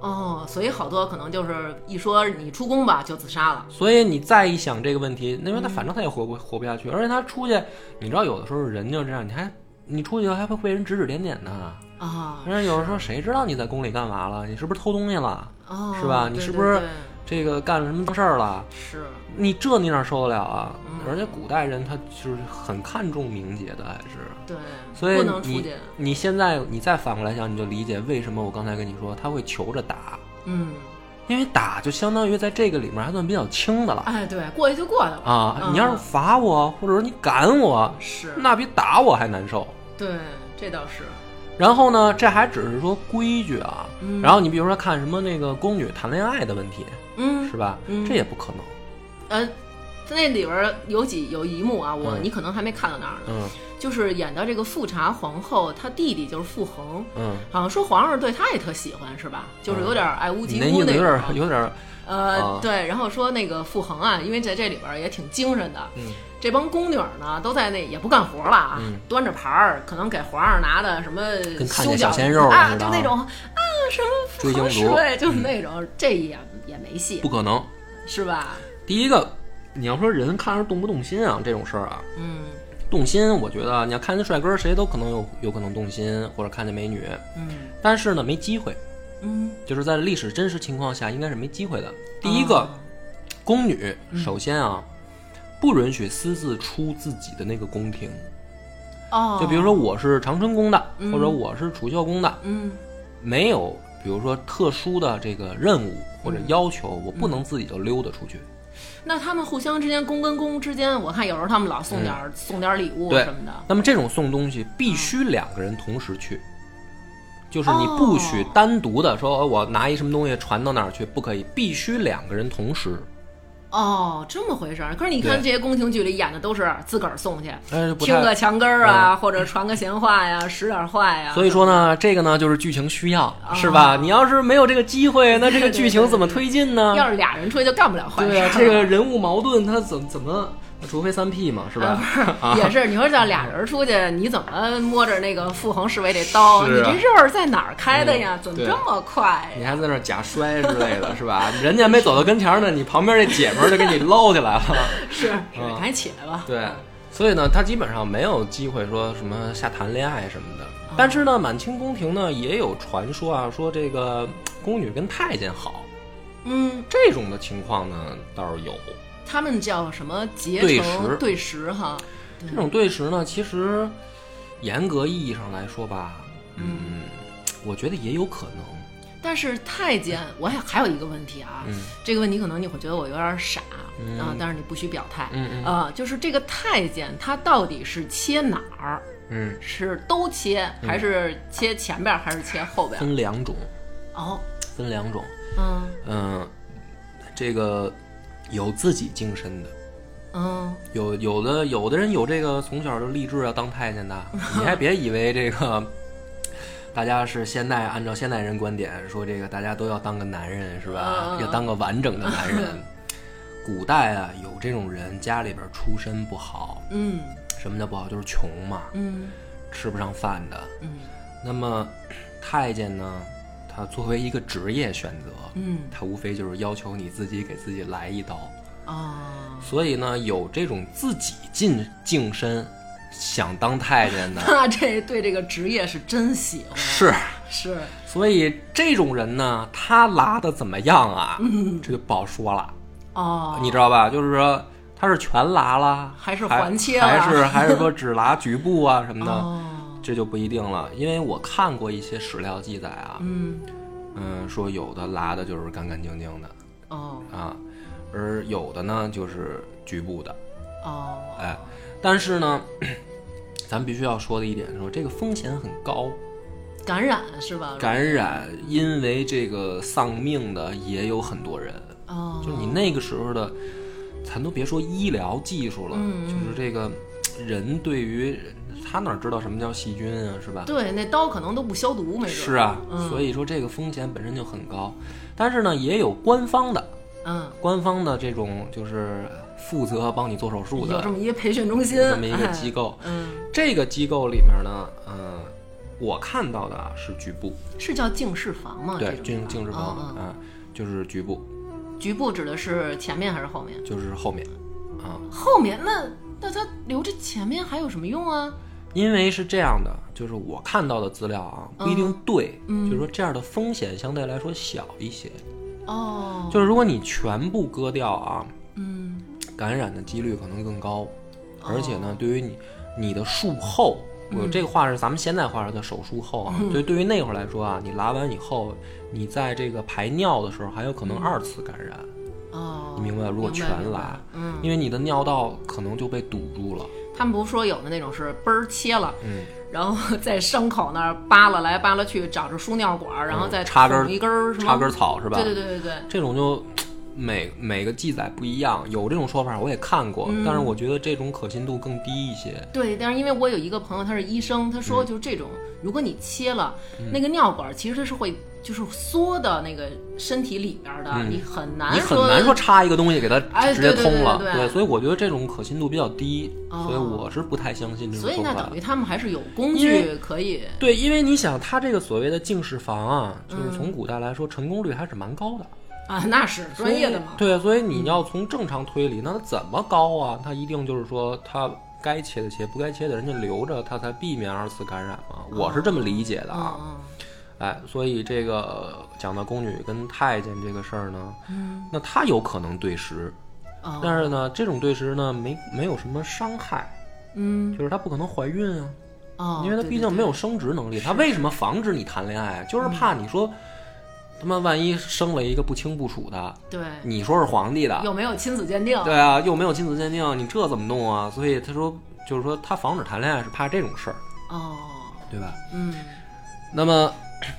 Speaker 1: 哦，所以好多可能就是一说你出宫吧就自杀了，哦
Speaker 2: 所以你再一想这个问题，因为他反正他也活不活不下去，而且他出去，你知道有的时候人就这样，你还你出去还会被人指指点点呢。
Speaker 1: 啊、
Speaker 2: 人家有的时候谁知道你在宫里干嘛了？你是不是偷东西了？
Speaker 1: 哦，
Speaker 2: 是吧？你
Speaker 1: 对
Speaker 2: 是
Speaker 1: 对
Speaker 2: 不是
Speaker 1: 对
Speaker 2: 这个干了什么事儿了？
Speaker 1: 是
Speaker 2: 你这你哪受得了啊？
Speaker 1: 嗯
Speaker 2: 而且古代人他就是很看重名节的，还是。
Speaker 1: 对，
Speaker 2: 所以
Speaker 1: 不能出
Speaker 2: 你
Speaker 1: 去，
Speaker 2: 你现在你再反过来想，你就理解为什么我刚才跟你说他会求着打，
Speaker 1: 嗯，
Speaker 2: 因为打就相当于在这个里面还算比较轻的了
Speaker 1: 哎，对，过去就过去了
Speaker 2: 啊。你要是
Speaker 1: 嗯
Speaker 2: 罚我，或者说你赶我，
Speaker 1: 是
Speaker 2: 那比打我还难受。
Speaker 1: 对，这倒是，
Speaker 2: 然后呢，这还只是说规矩啊。
Speaker 1: 嗯
Speaker 2: 然后你比如说看什么那个宫女谈恋爱的问题，
Speaker 1: 嗯
Speaker 2: 是，吧？
Speaker 1: 嗯
Speaker 2: 这也不可能。
Speaker 1: 呃，在那里边儿有几有一幕啊，我、
Speaker 2: 嗯
Speaker 1: 你可能还没看到那儿呢，
Speaker 2: 嗯
Speaker 1: 就是演到这个富察皇后，她弟弟就是傅恒，
Speaker 2: 嗯，
Speaker 1: 好像说皇上对她也特喜欢是吧？就是有点爱屋
Speaker 2: 你
Speaker 1: 及
Speaker 2: 那
Speaker 1: 乌
Speaker 2: 意
Speaker 1: 种啊
Speaker 2: 思有点儿有点儿
Speaker 1: 呃，
Speaker 2: 啊
Speaker 1: 对，然后说那个傅恒啊，因为在这里边儿也挺精神的，
Speaker 2: 嗯
Speaker 1: 这帮宫女儿呢都在那也不干活了啊，
Speaker 2: 嗯
Speaker 1: 端着盘儿，可能给皇上拿的什么
Speaker 2: 跟看
Speaker 1: 修
Speaker 2: 见小
Speaker 1: 脚
Speaker 2: 鲜肉了
Speaker 1: 啊，
Speaker 2: 似的
Speaker 1: 就
Speaker 2: 啊
Speaker 1: 那种啊什么
Speaker 2: 追
Speaker 1: 复仇
Speaker 2: 星族
Speaker 1: 侍卫，就是那种，这也也没戏
Speaker 2: 不可能。
Speaker 1: 是吧？
Speaker 2: 第一个，你要说人看着动不动心啊，这种事儿啊，
Speaker 1: 嗯
Speaker 2: 动心，我觉得啊你要看见帅哥，谁都可能有有可能动心，或者看见美女，
Speaker 1: 嗯
Speaker 2: 但是呢，没机会。
Speaker 1: 嗯，
Speaker 2: 就是在历史真实情况下，应该是没机会的。第一个，
Speaker 1: 哦
Speaker 2: 宫女，首先啊，不允许私自出自己的那个宫廷。
Speaker 1: 哦，
Speaker 2: 就比如说，我是长春宫的，
Speaker 1: 嗯
Speaker 2: 或者我是储秀宫的，
Speaker 1: 嗯
Speaker 2: 没有比如说特殊的这个任务或
Speaker 1: 嗯
Speaker 2: 者要求，我不能自己就溜达出去。
Speaker 1: 那他们互相之间，公跟公之间，我看有时候他们老送点儿、送点儿礼物
Speaker 2: 嗯对
Speaker 1: 什么的。嗯
Speaker 2: 那么这种送东西必须两个人同时去，就是
Speaker 1: 哦
Speaker 2: 你不许单独的说哦我拿一什么东西传到哪儿去，不可以，必须两个人同时。
Speaker 1: 哦，这么回事儿。可是你看
Speaker 2: 对
Speaker 1: 这些宫廷剧里演的都是自个儿送去，
Speaker 2: 哎，不
Speaker 1: 听
Speaker 2: 太嗯
Speaker 1: 个墙根儿啊，或者传个闲话呀，使点儿坏呀。
Speaker 2: 所以说呢，这个呢就是剧情需要，
Speaker 1: 啊
Speaker 2: 是吧？你要是没有这个机 会，那这个剧情怎么推进呢？
Speaker 1: 要是俩人吹就干不了坏事。
Speaker 2: 对啊，这个人物矛盾他怎怎么，除非三 P 嘛，是吧？啊
Speaker 1: 也啊是，你说叫俩人出去，你怎么摸着那个傅恒侍卫这刀？
Speaker 2: 是啊
Speaker 1: 你这肉儿在哪儿开的呀？
Speaker 2: 嗯
Speaker 1: 怎么
Speaker 2: 对
Speaker 1: 这么快
Speaker 2: 你
Speaker 1: 呀？
Speaker 2: 还在那儿假摔之类的，是吧？ 人家没走到跟前儿呢，你旁边这姐们儿就给你捞起 来了。
Speaker 1: 是，是
Speaker 2: 嗯
Speaker 1: 赶紧起来吧。
Speaker 2: 对，所以呢，他基本上没有机会说什么下谈恋爱什么的。
Speaker 1: 啊
Speaker 2: 但是呢，满清宫廷呢也有传说啊，说这个宫女跟太监好，
Speaker 1: 嗯，
Speaker 2: 这种的情况呢倒是有。
Speaker 1: 他们叫什么结
Speaker 2: 对食
Speaker 1: 成对食哈？对
Speaker 2: 这种对食呢，其实严格意义上来说吧，嗯，我觉得也有可能。
Speaker 1: 但是太监，我还还有一个问题啊，
Speaker 2: 嗯
Speaker 1: 这个问题可能你会觉得我有点傻、
Speaker 2: 嗯
Speaker 1: 啊，但是你不许表态。
Speaker 2: 嗯嗯
Speaker 1: 啊，就是这个太监他到底是切哪儿？
Speaker 2: 嗯，
Speaker 1: 是都切，还是切前边儿，还是切后边儿？
Speaker 2: 分两种，
Speaker 1: 哦，
Speaker 2: 分两种。
Speaker 1: 嗯
Speaker 2: 嗯，这个有自己净身的，
Speaker 1: 嗯，
Speaker 2: 有有的有的人有这个从小就立志要当太监 的，你还别以为这个。大家是现代按照现代人观点说，这个大家都要当个男人是吧
Speaker 1: 嗯嗯？嗯
Speaker 2: 要当个完整的男人。 古代啊，有这种人家里边出身不好，
Speaker 1: 嗯
Speaker 2: 什么叫不好？就是穷嘛，
Speaker 1: 嗯
Speaker 2: 吃不上饭的。
Speaker 1: 嗯
Speaker 2: 那么太监呢，他作为一个职业选择，
Speaker 1: 嗯
Speaker 2: 他无非就是要求你自己给自己来一刀。
Speaker 1: 啊，
Speaker 2: 所以呢，有这种自己进净身想当太监的，
Speaker 1: 那这对这个职业是真喜欢，
Speaker 2: 是。
Speaker 1: 是，
Speaker 2: 所以这种人呢，他拉的怎么样啊？这就不好说了，
Speaker 1: 嗯哦，
Speaker 2: 你知道吧？就是说他是全拉了，
Speaker 1: 还是环切了
Speaker 2: 还是还是说只拉局部啊什么 的，
Speaker 1: 哦，
Speaker 2: 这就不一定了。因为我看过一些史料记载啊，
Speaker 1: 嗯
Speaker 2: 嗯，说有的拉的就是干干净净的
Speaker 1: 哦
Speaker 2: 啊，而有的呢就是局部的，
Speaker 1: 哦
Speaker 2: 哎，但是呢， 咱们必须要说的一点是说，这个风险很高，
Speaker 1: 感染是吧？
Speaker 2: 感染因为这个丧命的也有很多人，
Speaker 1: 哦，
Speaker 2: 就你那个时候的，咱都别说医疗技术了，
Speaker 1: 嗯嗯
Speaker 2: 就是这个人对于他哪知道什么叫细菌啊，是吧？
Speaker 1: 对那刀可能都不消毒，没准
Speaker 2: 是，啊，
Speaker 1: 嗯
Speaker 2: 所以说这个风险本身就很高，但是呢，也有官方的，
Speaker 1: 嗯，
Speaker 2: 官方的这种就是负责帮你做手
Speaker 1: 有
Speaker 2: 术的
Speaker 1: 这么一个哎培训中心，
Speaker 2: 有这么一个机
Speaker 1: 构，
Speaker 2: 构，
Speaker 1: 嗯，
Speaker 2: 这个机构里面呢，嗯、我看到的啊是局部，
Speaker 1: 是叫净室房吗？
Speaker 2: 对，
Speaker 1: 净
Speaker 2: 净净脂肪
Speaker 1: 房，
Speaker 2: 啊、
Speaker 1: 嗯嗯
Speaker 2: 就是局部，
Speaker 1: 局部指的是前面还是后面？
Speaker 2: 就是后面啊、
Speaker 1: 后面那那他留着前面还有什么用啊？
Speaker 2: 因为是这样的，就是我看到的资料啊，不一定
Speaker 1: 嗯
Speaker 2: 对，就是说这样的风险相对来说小一些，
Speaker 1: 哦，
Speaker 2: 就是如果你全部割掉啊，
Speaker 1: 嗯哦
Speaker 2: 感染的几率可能更高，而且呢，对于你你的术后，
Speaker 1: 嗯
Speaker 2: 我这个话是咱们现在话是叫手术后啊，对，对于那会儿来说啊，你拉完以后，你在这个排尿的时候还有
Speaker 1: 嗯
Speaker 2: 可能二次感染，
Speaker 1: 哦，
Speaker 2: 你明白？如果全
Speaker 1: 明白
Speaker 2: 拉，，
Speaker 1: 嗯。
Speaker 2: 因为你的尿道可能就被堵住了，
Speaker 1: 他们不是说有的那种是嘣儿切了，
Speaker 2: 嗯，
Speaker 1: 然后在伤口那儿扒拉来扒拉去，找着输尿管儿，然后再
Speaker 2: 嗯插根儿
Speaker 1: 捅一根儿什么
Speaker 2: 插根草是吧？
Speaker 1: 对对对对对，
Speaker 2: 这种就每每个记载不一样，有这种说法我也看过，
Speaker 1: 嗯
Speaker 2: 但是我觉得这种可信度更低一些。
Speaker 1: 对。但是因为我有一个朋友他是医生，他
Speaker 2: 嗯
Speaker 1: 说就是这种，如果你切了那个尿管儿，其实它是会就是缩到那个身体里边儿的，你很难
Speaker 2: 嗯你很难说插一个东西给它
Speaker 1: 哎
Speaker 2: 直接
Speaker 1: 对对
Speaker 2: 通了，
Speaker 1: 对对对
Speaker 2: 所以我觉得这种可信度比较低，
Speaker 1: 哦
Speaker 2: 所以我是不太相信这种
Speaker 1: 所以
Speaker 2: 说
Speaker 1: 那
Speaker 2: 法
Speaker 1: 等于。他们还是有工
Speaker 2: 因
Speaker 1: 具
Speaker 2: 为
Speaker 1: 可以
Speaker 2: 对，因为你想，它这个所谓的净室房啊，
Speaker 1: 嗯
Speaker 2: 就是从古代来说，成功率还是蛮高的。
Speaker 1: 啊，那是专业的嘛。嗯
Speaker 2: 所以对，所以你要从正常推理，那它怎么高啊？它一定就是说，它该切的切，不该切的人家留着，它才避免二次感染嘛。我是这么理解的啊。
Speaker 1: 嗯嗯
Speaker 2: 哎，所以这个呃讲到宫女跟太监这个事儿呢，那她有可能对食，
Speaker 1: 嗯哦
Speaker 2: 但是呢，这种对食呢，没没有什么伤害，
Speaker 1: 嗯
Speaker 2: 就是它不可能怀孕啊，
Speaker 1: 哦，
Speaker 2: 因为它
Speaker 1: 对
Speaker 2: 毕
Speaker 1: 对嗯
Speaker 2: 竟没有生殖能力。它为什么防止你谈恋爱啊？就是怕你说，他妈万一生了一个不清不楚的，
Speaker 1: 对，
Speaker 2: 你说是皇帝的，
Speaker 1: 又没有亲子鉴定，
Speaker 2: 对啊，又没有亲子鉴定，你这怎么弄啊？所以他说，就是说他防止谈恋爱是怕这种事儿，
Speaker 1: 哦，
Speaker 2: 对吧？
Speaker 1: 嗯
Speaker 2: 那么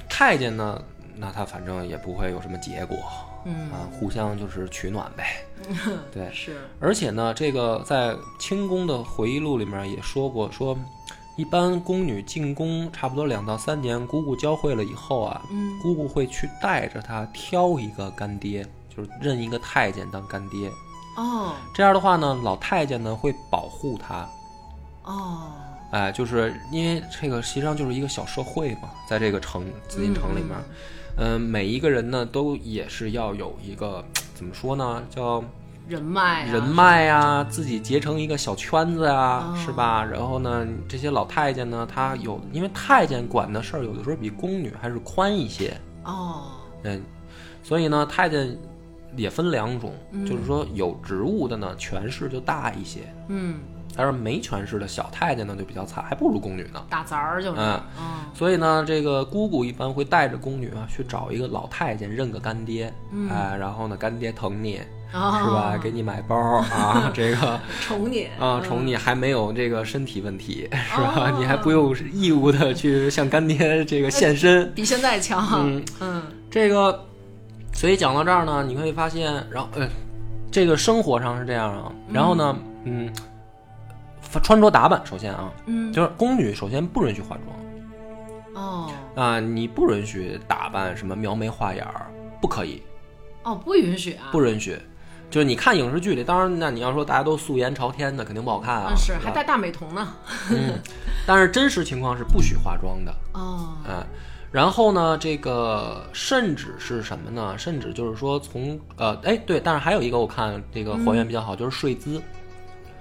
Speaker 2: 太监呢，那他反正也不会有什么结果
Speaker 1: 嗯，
Speaker 2: 啊，互相就是取暖呗。 对，
Speaker 1: 是，
Speaker 2: 而且呢，这个在清宫的回忆录里面也说过，说一般宫女进宫差不多两到三年，姑姑教会了以后啊，
Speaker 1: 嗯
Speaker 2: 姑姑会去带着她挑一个干爹，就是认一个太监当干爹。
Speaker 1: 哦
Speaker 2: 这样的话呢，老太监呢会保护她，
Speaker 1: 哦，
Speaker 2: 哎，就是因为这个实际上就是一个小社会嘛，在这个城紫禁城里面，嗯、每一个人呢都也是要有一个怎么说呢，叫
Speaker 1: 人脉啊，
Speaker 2: 人脉哎呀、自己结成一个小圈子啊，
Speaker 1: 哦
Speaker 2: 是吧？然后呢，这些老太监呢，他有因为太监管的事儿有的时候比宫女还是宽一些，
Speaker 1: 哦，
Speaker 2: 嗯，所以呢，太监也分两种，
Speaker 1: 嗯
Speaker 2: 就是说有职务的呢，权势就大一些。
Speaker 1: 嗯，
Speaker 2: 但是没权势的小太监呢就比较惨，还不如宫女呢。
Speaker 1: 打杂儿就是，
Speaker 2: 嗯
Speaker 1: 嗯
Speaker 2: 所以呢，这个姑姑一般会带着宫女啊去找一个老太监认个干爹，
Speaker 1: 嗯
Speaker 2: 哎，然后呢，干爹疼你
Speaker 1: 哦
Speaker 2: 是吧？给你买包 啊，这个
Speaker 1: 宠你
Speaker 2: 啊，宠
Speaker 1: 你，
Speaker 2: 你还没有这个身体问题是吧？
Speaker 1: 哦
Speaker 2: 你还不用义务的去向干爹这个献身，
Speaker 1: 比现在强，
Speaker 2: 嗯
Speaker 1: 嗯
Speaker 2: 这个，所以讲到这儿呢，你会发现，然后呃，这个生活上是这样啊，然后呢，嗯，发穿着打扮，首先啊，
Speaker 1: 嗯
Speaker 2: 就是宫女首先不允许化妆
Speaker 1: 哦
Speaker 2: 啊、你不允许打扮什么描眉画眼儿，不可以，
Speaker 1: 哦，不允许啊，
Speaker 2: 不允许。就是你看影视剧里，当然那你要说大家都素颜朝天的，肯定不好看啊。
Speaker 1: 嗯是，
Speaker 2: 吧
Speaker 1: 还带大美瞳呢，
Speaker 2: 嗯，但是真实情况是不许化妆的。
Speaker 1: 哦
Speaker 2: 嗯，然后呢，这个甚至是什么呢？甚至就是说从呃，哎，对，但是还有一个我看这个还原比较
Speaker 1: 嗯
Speaker 2: 好，就是睡姿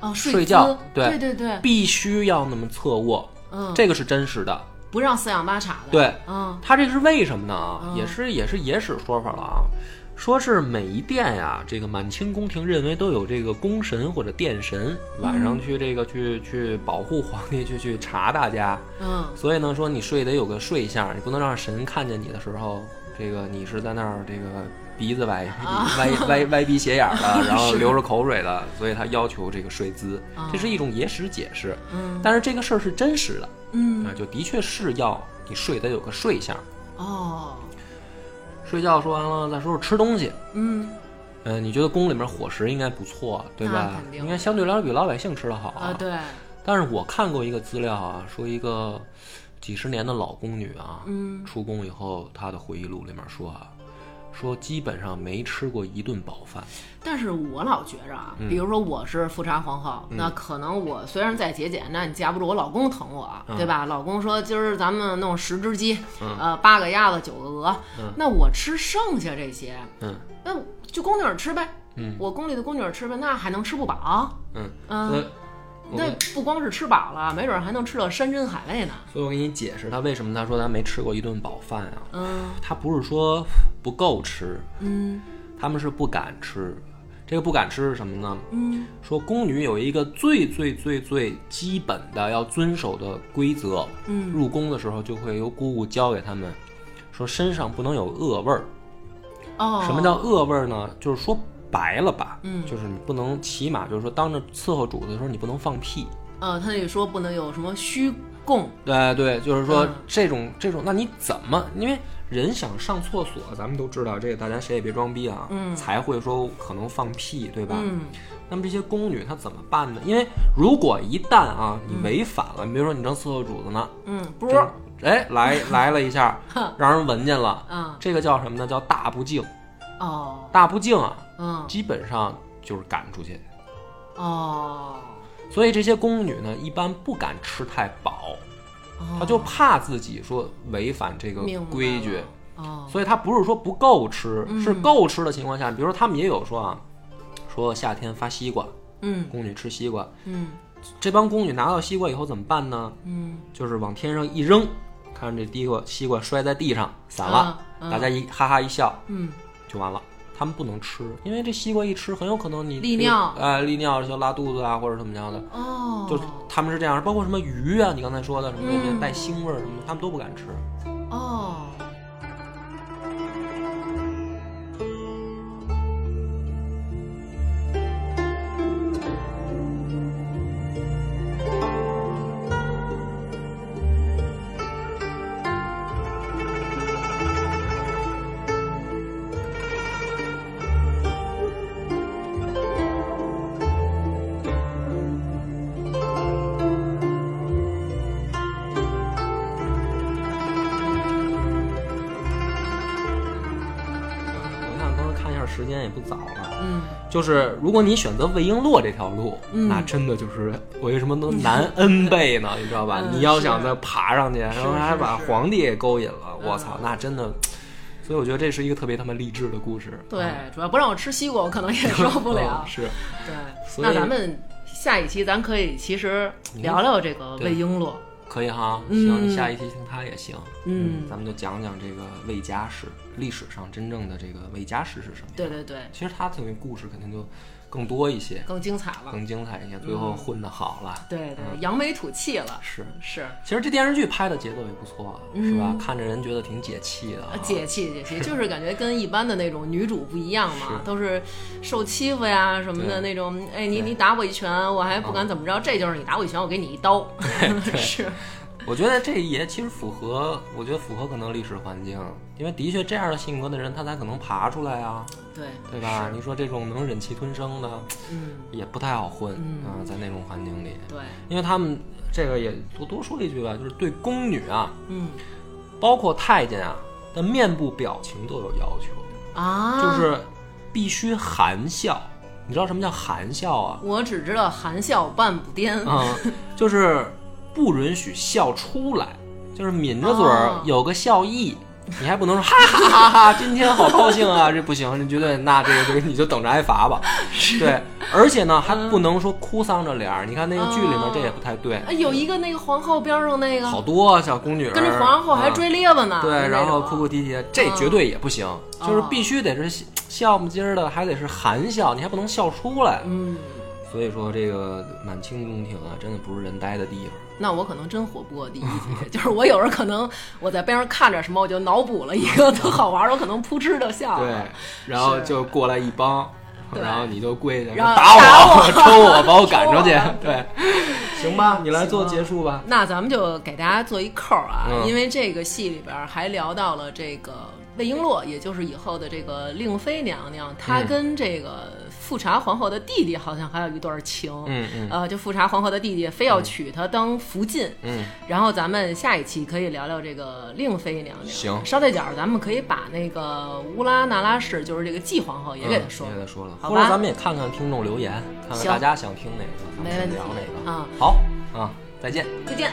Speaker 1: 哦，
Speaker 2: 睡
Speaker 1: 睡
Speaker 2: 觉
Speaker 1: 姿
Speaker 2: 对
Speaker 1: 对对对，
Speaker 2: 必须要那么侧卧，
Speaker 1: 嗯，
Speaker 2: 这个是真实的。
Speaker 1: 不让四仰八叉的，
Speaker 2: 对，
Speaker 1: 嗯
Speaker 2: 它这个是为什么呢？啊，
Speaker 1: 嗯
Speaker 2: 也是也是野史说法了啊。说是每一殿呀，这个满清宫廷认为都有这个宫神或者殿神，晚
Speaker 1: 嗯
Speaker 2: 上去这个去去保护皇帝，去去查大家。
Speaker 1: 嗯
Speaker 2: 所以呢，说你睡得有个睡相，你不能让神看见你的时候，这个你是在那儿这个鼻子歪
Speaker 1: 啊
Speaker 2: 歪歪歪鼻斜眼儿 的，然后流着口水的，所以他要求这个睡姿，
Speaker 1: 啊
Speaker 2: 这是一种野史解释。
Speaker 1: 嗯
Speaker 2: 但是这个事儿是真实的，啊，
Speaker 1: 嗯
Speaker 2: 就的确是要你睡得有个睡相。
Speaker 1: 哦
Speaker 2: 睡觉说完了，再说说吃东西。
Speaker 1: 嗯
Speaker 2: 嗯、你觉得宫里面伙食应该不错，对吧？
Speaker 1: 那肯定
Speaker 2: 应该相对来说比老百姓吃的好
Speaker 1: 啊对，
Speaker 2: 但是我看过一个资料啊，说一个几十年的老宫女啊，
Speaker 1: 嗯
Speaker 2: 出宫以后，她的回忆录里面说啊，说基本上没吃过一顿饱饭。
Speaker 1: 但是我老觉着啊，
Speaker 2: 嗯
Speaker 1: 比如说我是富察皇后，那可能我虽然在节俭，那你架不住我老公疼我，
Speaker 2: 嗯
Speaker 1: 对吧？老公说今儿咱们弄十只鸡，呃，八个鸭子，九个鹅，那我吃剩下这些，
Speaker 2: 嗯
Speaker 1: 那就宫女儿吃呗。我宫里的宫女儿吃呗，那还能吃不饱？
Speaker 2: 嗯，
Speaker 1: 嗯
Speaker 2: 所以我
Speaker 1: 那
Speaker 2: 跟
Speaker 1: 不光是吃饱了，没准儿还能吃到山珍海味呢。
Speaker 2: 所以我给你解释，她为什么她说她没吃过一顿饱饭啊？
Speaker 1: 嗯
Speaker 2: 她不是说不够吃，
Speaker 1: 嗯
Speaker 2: 他们是不敢吃。这个不敢吃是什么呢？
Speaker 1: 嗯，
Speaker 2: 说宫女有一个最最最最基本的要遵守的规则，
Speaker 1: 嗯
Speaker 2: 入宫的时候就会由姑姑教给他们，说身上不能有恶味儿。
Speaker 1: 哦，
Speaker 2: 什么叫恶味儿呢？就是说白了吧，
Speaker 1: 嗯
Speaker 2: 就是你不能起码就是说当着伺候主子的时候你不能放屁。
Speaker 1: 呃，他也说不能有什么虚供，
Speaker 2: 对哎对，就是说
Speaker 1: 嗯
Speaker 2: 这种、这种，那你怎么？因为人想上厕所，咱们都知道这个，大家谁也别装逼啊，
Speaker 1: 嗯
Speaker 2: 才会说可能放屁，对吧？
Speaker 1: 嗯
Speaker 2: 那么这些宫女她怎么办呢？因为如果一旦啊你违反了，比如说你正伺候主子呢，
Speaker 1: 嗯，波
Speaker 2: 这哎 来来了一下，让人闻见了，
Speaker 1: 嗯
Speaker 2: 这个叫什么呢？叫大不敬。
Speaker 1: 哦
Speaker 2: 大不敬啊，
Speaker 1: 嗯
Speaker 2: 基本上就是赶出去。
Speaker 1: 哦，
Speaker 2: 所以这些宫女呢，一般不敢吃太饱，
Speaker 1: 哦
Speaker 2: 啊她就怕自己说违反这个
Speaker 1: 明白
Speaker 2: 规矩
Speaker 1: 了，哦，
Speaker 2: 所以她不是说不够吃，
Speaker 1: 嗯
Speaker 2: 是够吃的情况下，比如说他们也有说啊，说夏天发西瓜，
Speaker 1: 嗯
Speaker 2: 宫女吃西瓜，
Speaker 1: 嗯
Speaker 2: 这帮宫女拿到西瓜以后怎么办呢？
Speaker 1: 嗯
Speaker 2: 就是往天上一扔，看这地瓜西瓜摔在地上散了，
Speaker 1: 嗯嗯
Speaker 2: 大家一哈哈一笑
Speaker 1: 嗯
Speaker 2: 就完了。他们不能吃，因为这西瓜一吃，很有可能你
Speaker 1: 利尿
Speaker 2: 啊、利尿就拉肚子啊，或者怎么样的，
Speaker 1: 哦，
Speaker 2: 就是他们是这样。包括什么鱼啊，你刚才说的什么那些
Speaker 1: 嗯
Speaker 2: 带腥味儿什么的，他们都不敢吃。
Speaker 1: 哦，
Speaker 2: 我想刚才看一下时间，也不早啊了。
Speaker 1: 嗯，
Speaker 2: 就是如果你选择魏璎珞这条路，
Speaker 1: 嗯
Speaker 2: 那真的就是为什么能难 N 倍呢？你知道吧？
Speaker 1: 嗯
Speaker 2: 你要想再爬上去，然后
Speaker 1: 是
Speaker 2: 还把
Speaker 1: 是
Speaker 2: 皇帝也勾引了，我操
Speaker 1: 嗯，
Speaker 2: 那真的。所以我觉得这是一个特别他妈励志的故事。
Speaker 1: 对
Speaker 2: 嗯，
Speaker 1: 主要不让我吃西瓜，我可能也受不了
Speaker 2: 嗯。是，
Speaker 1: 对，
Speaker 2: 所以
Speaker 1: 那咱们下一期咱可以其实
Speaker 2: 嗯
Speaker 1: 聊聊这个
Speaker 2: 对
Speaker 1: 魏璎珞。
Speaker 2: 可以哈，
Speaker 1: 嗯
Speaker 2: 行，你下一期听他也行。
Speaker 1: 嗯
Speaker 2: 咱们就讲讲这个魏家史，历史上真正的这个魏家史是什么？
Speaker 1: 对对对，
Speaker 2: 其实他这个故事肯定就更多一些，
Speaker 1: 更精彩了。
Speaker 2: 更精彩一些，最后混的好了。
Speaker 1: 对对，
Speaker 2: 嗯
Speaker 1: 扬眉吐气了。
Speaker 2: 是，
Speaker 1: 是，
Speaker 2: 其实这电视剧拍的节奏也不错啊，是吧？看着人觉得挺解气的啊
Speaker 1: 啊，嗯解气解气，就是感觉跟一般的那种女主不一样嘛，
Speaker 2: 是
Speaker 1: 都是受欺负呀什么的
Speaker 2: 对
Speaker 1: 那种。哎，你
Speaker 2: 对啊
Speaker 1: 你打我一拳，我还不敢怎么着，这就是你打我一拳，我给你一 刀。是，
Speaker 2: 我觉得这也其实符合，我觉得符合可能历史环境，因为的确这样的性格的人，他才可能爬出来啊，
Speaker 1: 对
Speaker 2: 对吧？你说这种能忍气吞声的，
Speaker 1: 嗯，
Speaker 2: 也不太好混
Speaker 1: 嗯
Speaker 2: 啊、在那种环境里，
Speaker 1: 对，
Speaker 2: 因为他们这个也多多说一句吧，就是对宫女啊，
Speaker 1: 嗯
Speaker 2: 包括太监啊的面部表情都有要求，
Speaker 1: 啊，
Speaker 2: 就是必须含笑。你知道什么叫含笑啊？
Speaker 1: 我只知道含笑半步癫。
Speaker 2: 嗯，就是不允许笑出来，就是抿着嘴儿
Speaker 1: 哦
Speaker 2: 有个笑意。你还不能说 哈哈哈哈，今天好高兴啊，这不行，你绝对那这个这个你就等着挨 罚吧。对，而且呢还不能说哭丧着脸儿，你看那个剧里面
Speaker 1: 嗯哦
Speaker 2: 这也不太对，
Speaker 1: 啊，有一个那个皇后边上那个，
Speaker 2: 好多小宫女儿
Speaker 1: 跟着皇后还
Speaker 2: 嗯
Speaker 1: 追猎子呢。
Speaker 2: 对，
Speaker 1: 那
Speaker 2: 然后
Speaker 1: 种嗯哦
Speaker 2: 哭哭啼啼，这绝对也不行，就是必须得是笑笑么唧儿的，还得是含笑，你还不能笑出来。
Speaker 1: 嗯，
Speaker 2: 所以说，这个满清宫廷啊，真的不是人待的地方。
Speaker 1: 那我可能真活不过第一集，就是我有时候可能我在边上看着什么，我就脑补了一个 特好玩儿，我可能扑哧就笑了。，
Speaker 2: 然后就过来一帮，
Speaker 1: 啊对
Speaker 2: 然后你就跪下，
Speaker 1: 然后
Speaker 2: 打我， 抽我，把我赶出去
Speaker 1: 抽我。
Speaker 2: 对，行吧，你来做结束吧。
Speaker 1: 那咱们就给大家做一扣儿啊，
Speaker 2: 嗯
Speaker 1: 因为这个戏里边儿还聊到了这个魏璎珞，也就是以后的这个令妃娘娘，她
Speaker 2: 嗯
Speaker 1: 跟这个富察皇后的弟弟好像还有一段情。
Speaker 2: 嗯嗯
Speaker 1: 呃，就富察皇后的弟弟非要娶她当福晋，
Speaker 2: 嗯，
Speaker 1: 然后咱们下一期可以聊聊这个令妃娘娘。
Speaker 2: 行
Speaker 1: 捎带脚儿咱们可以把那个乌拉那拉氏，就是这个纪皇后也给她说
Speaker 2: 嗯
Speaker 1: 了。
Speaker 2: 也给他说了，
Speaker 1: 好
Speaker 2: 或者
Speaker 1: 吧
Speaker 2: 咱们也看看听众留言，看看
Speaker 1: 行
Speaker 2: 大家想听哪个，咱们
Speaker 1: 没问题
Speaker 2: 聊哪个。
Speaker 1: 啊
Speaker 2: 好啊，再见。
Speaker 1: 再见。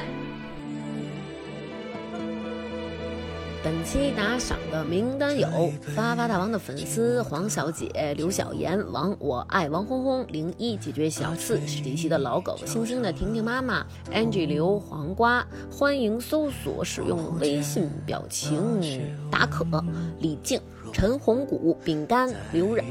Speaker 4: 本期打赏的名单有发发大王的粉丝黄小姐、刘小妍、王我爱王轰轰、零一解决小四、史迪奇的老狗、星星的婷婷妈妈、Angie 刘黄瓜。欢迎搜索使用微信表情打可、李静、陈红谷、饼干、刘冉、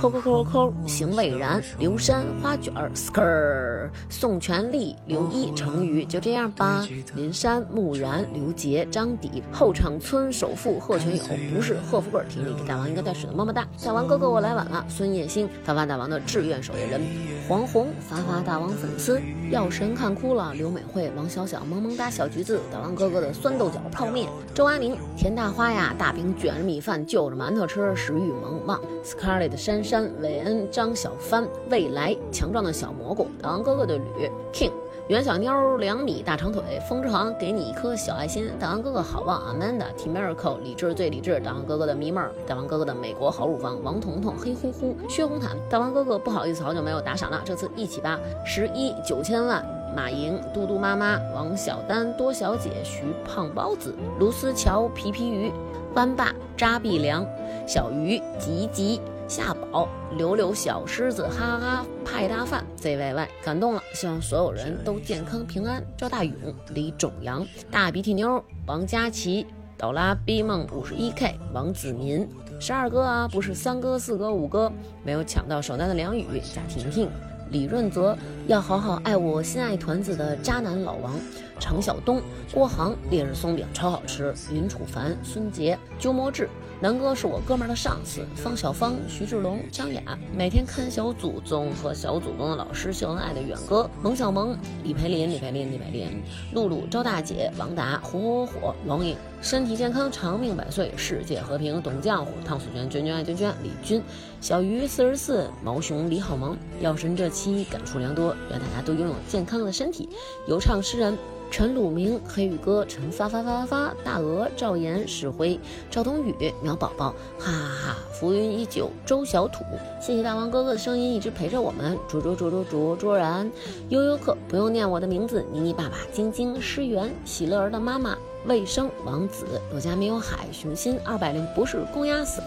Speaker 4: 扣扣扣扣扣、邢蔚然、刘山、花卷儿、skr、宋全力、刘一、成宇，就这样吧。林山、木然、刘杰、张迪、后场村首富贺全友，不是贺福贵儿挺你，给大王一个带水的么么哒。大王哥哥我来晚了。孙叶星，发发大王的志愿守夜人，黄宏，发发大王粉丝，药神看哭了，刘美惠、王小小、萌萌哒小橘子，大王哥哥的酸豆角泡面，周安宁，田大花呀，大饼卷着米饭就着馒头吃，食欲萌旺，Scarlett 珊珊、韦恩、张小帆、未来、强壮的小蘑菇，大王哥哥的吕 King。袁小妞儿两米大长腿，风之航给你一颗小爱心。大王哥哥好望，Amanda 啊 T Miracle 理智最理智，大王哥哥的迷妹儿，大王哥哥的美国好乳房，王彤彤黑乎乎，薛红毯，大王哥哥不好意思，好久没有打赏了，这次一起吧，十一九千万。马莹、嘟嘟妈妈、王小丹、多小姐、徐胖包子、卢思乔、皮皮鱼、湾爸、扎碧良、小鱼、吉吉、夏宝、柳柳、小狮子、哈哈、派大饭、ZYY，感动了，希望所有人都健康平安。赵大勇、李种阳、大鼻涕妞、王佳琪。宝拉 B 梦五十一 K 王子民十二哥啊，不是三哥四哥五哥，没有抢到首单的梁宇贾婷婷。李润泽要好好爱我心爱团子的渣男老王，常晓东、郭航烈日松饼超好吃，林楚凡、孙杰、鸠摩智，南哥是我哥们儿的上司，方小芳、徐志龙、张雅，每天看小祖宗和小祖宗的老师秀恩爱的远哥，蒙小萌、李培林、李培林、李培林，露露、周大姐、王达、火火火、龙影，身体健康、长命百岁、世界和平、董浆糊、汤素娟、娟娟爱娟娟、李军、小鱼四十四、毛熊、李好萌。药神这期感触良多，愿大家都拥有健康的身体。有唱诗人陈鲁明、黑羽哥、陈发发发发发、大鹅、赵岩、史辉、赵冬雨、苗宝宝，哈哈哈！浮云依旧，周小土，谢谢大王哥哥的声音一直陪着我们。卓卓卓卓卓卓然，悠悠客不用念我的名字，妮妮爸爸、晶晶、诗源、喜乐儿的妈妈、卫生、王子、有家没有海、熊心、二百零不是公鸭嗓。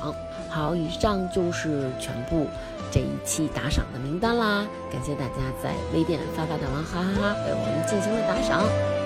Speaker 4: 好，以上就是全部这一期打赏的名单啦，感谢大家在微店发发大王哈哈哈为我们进行了打赏。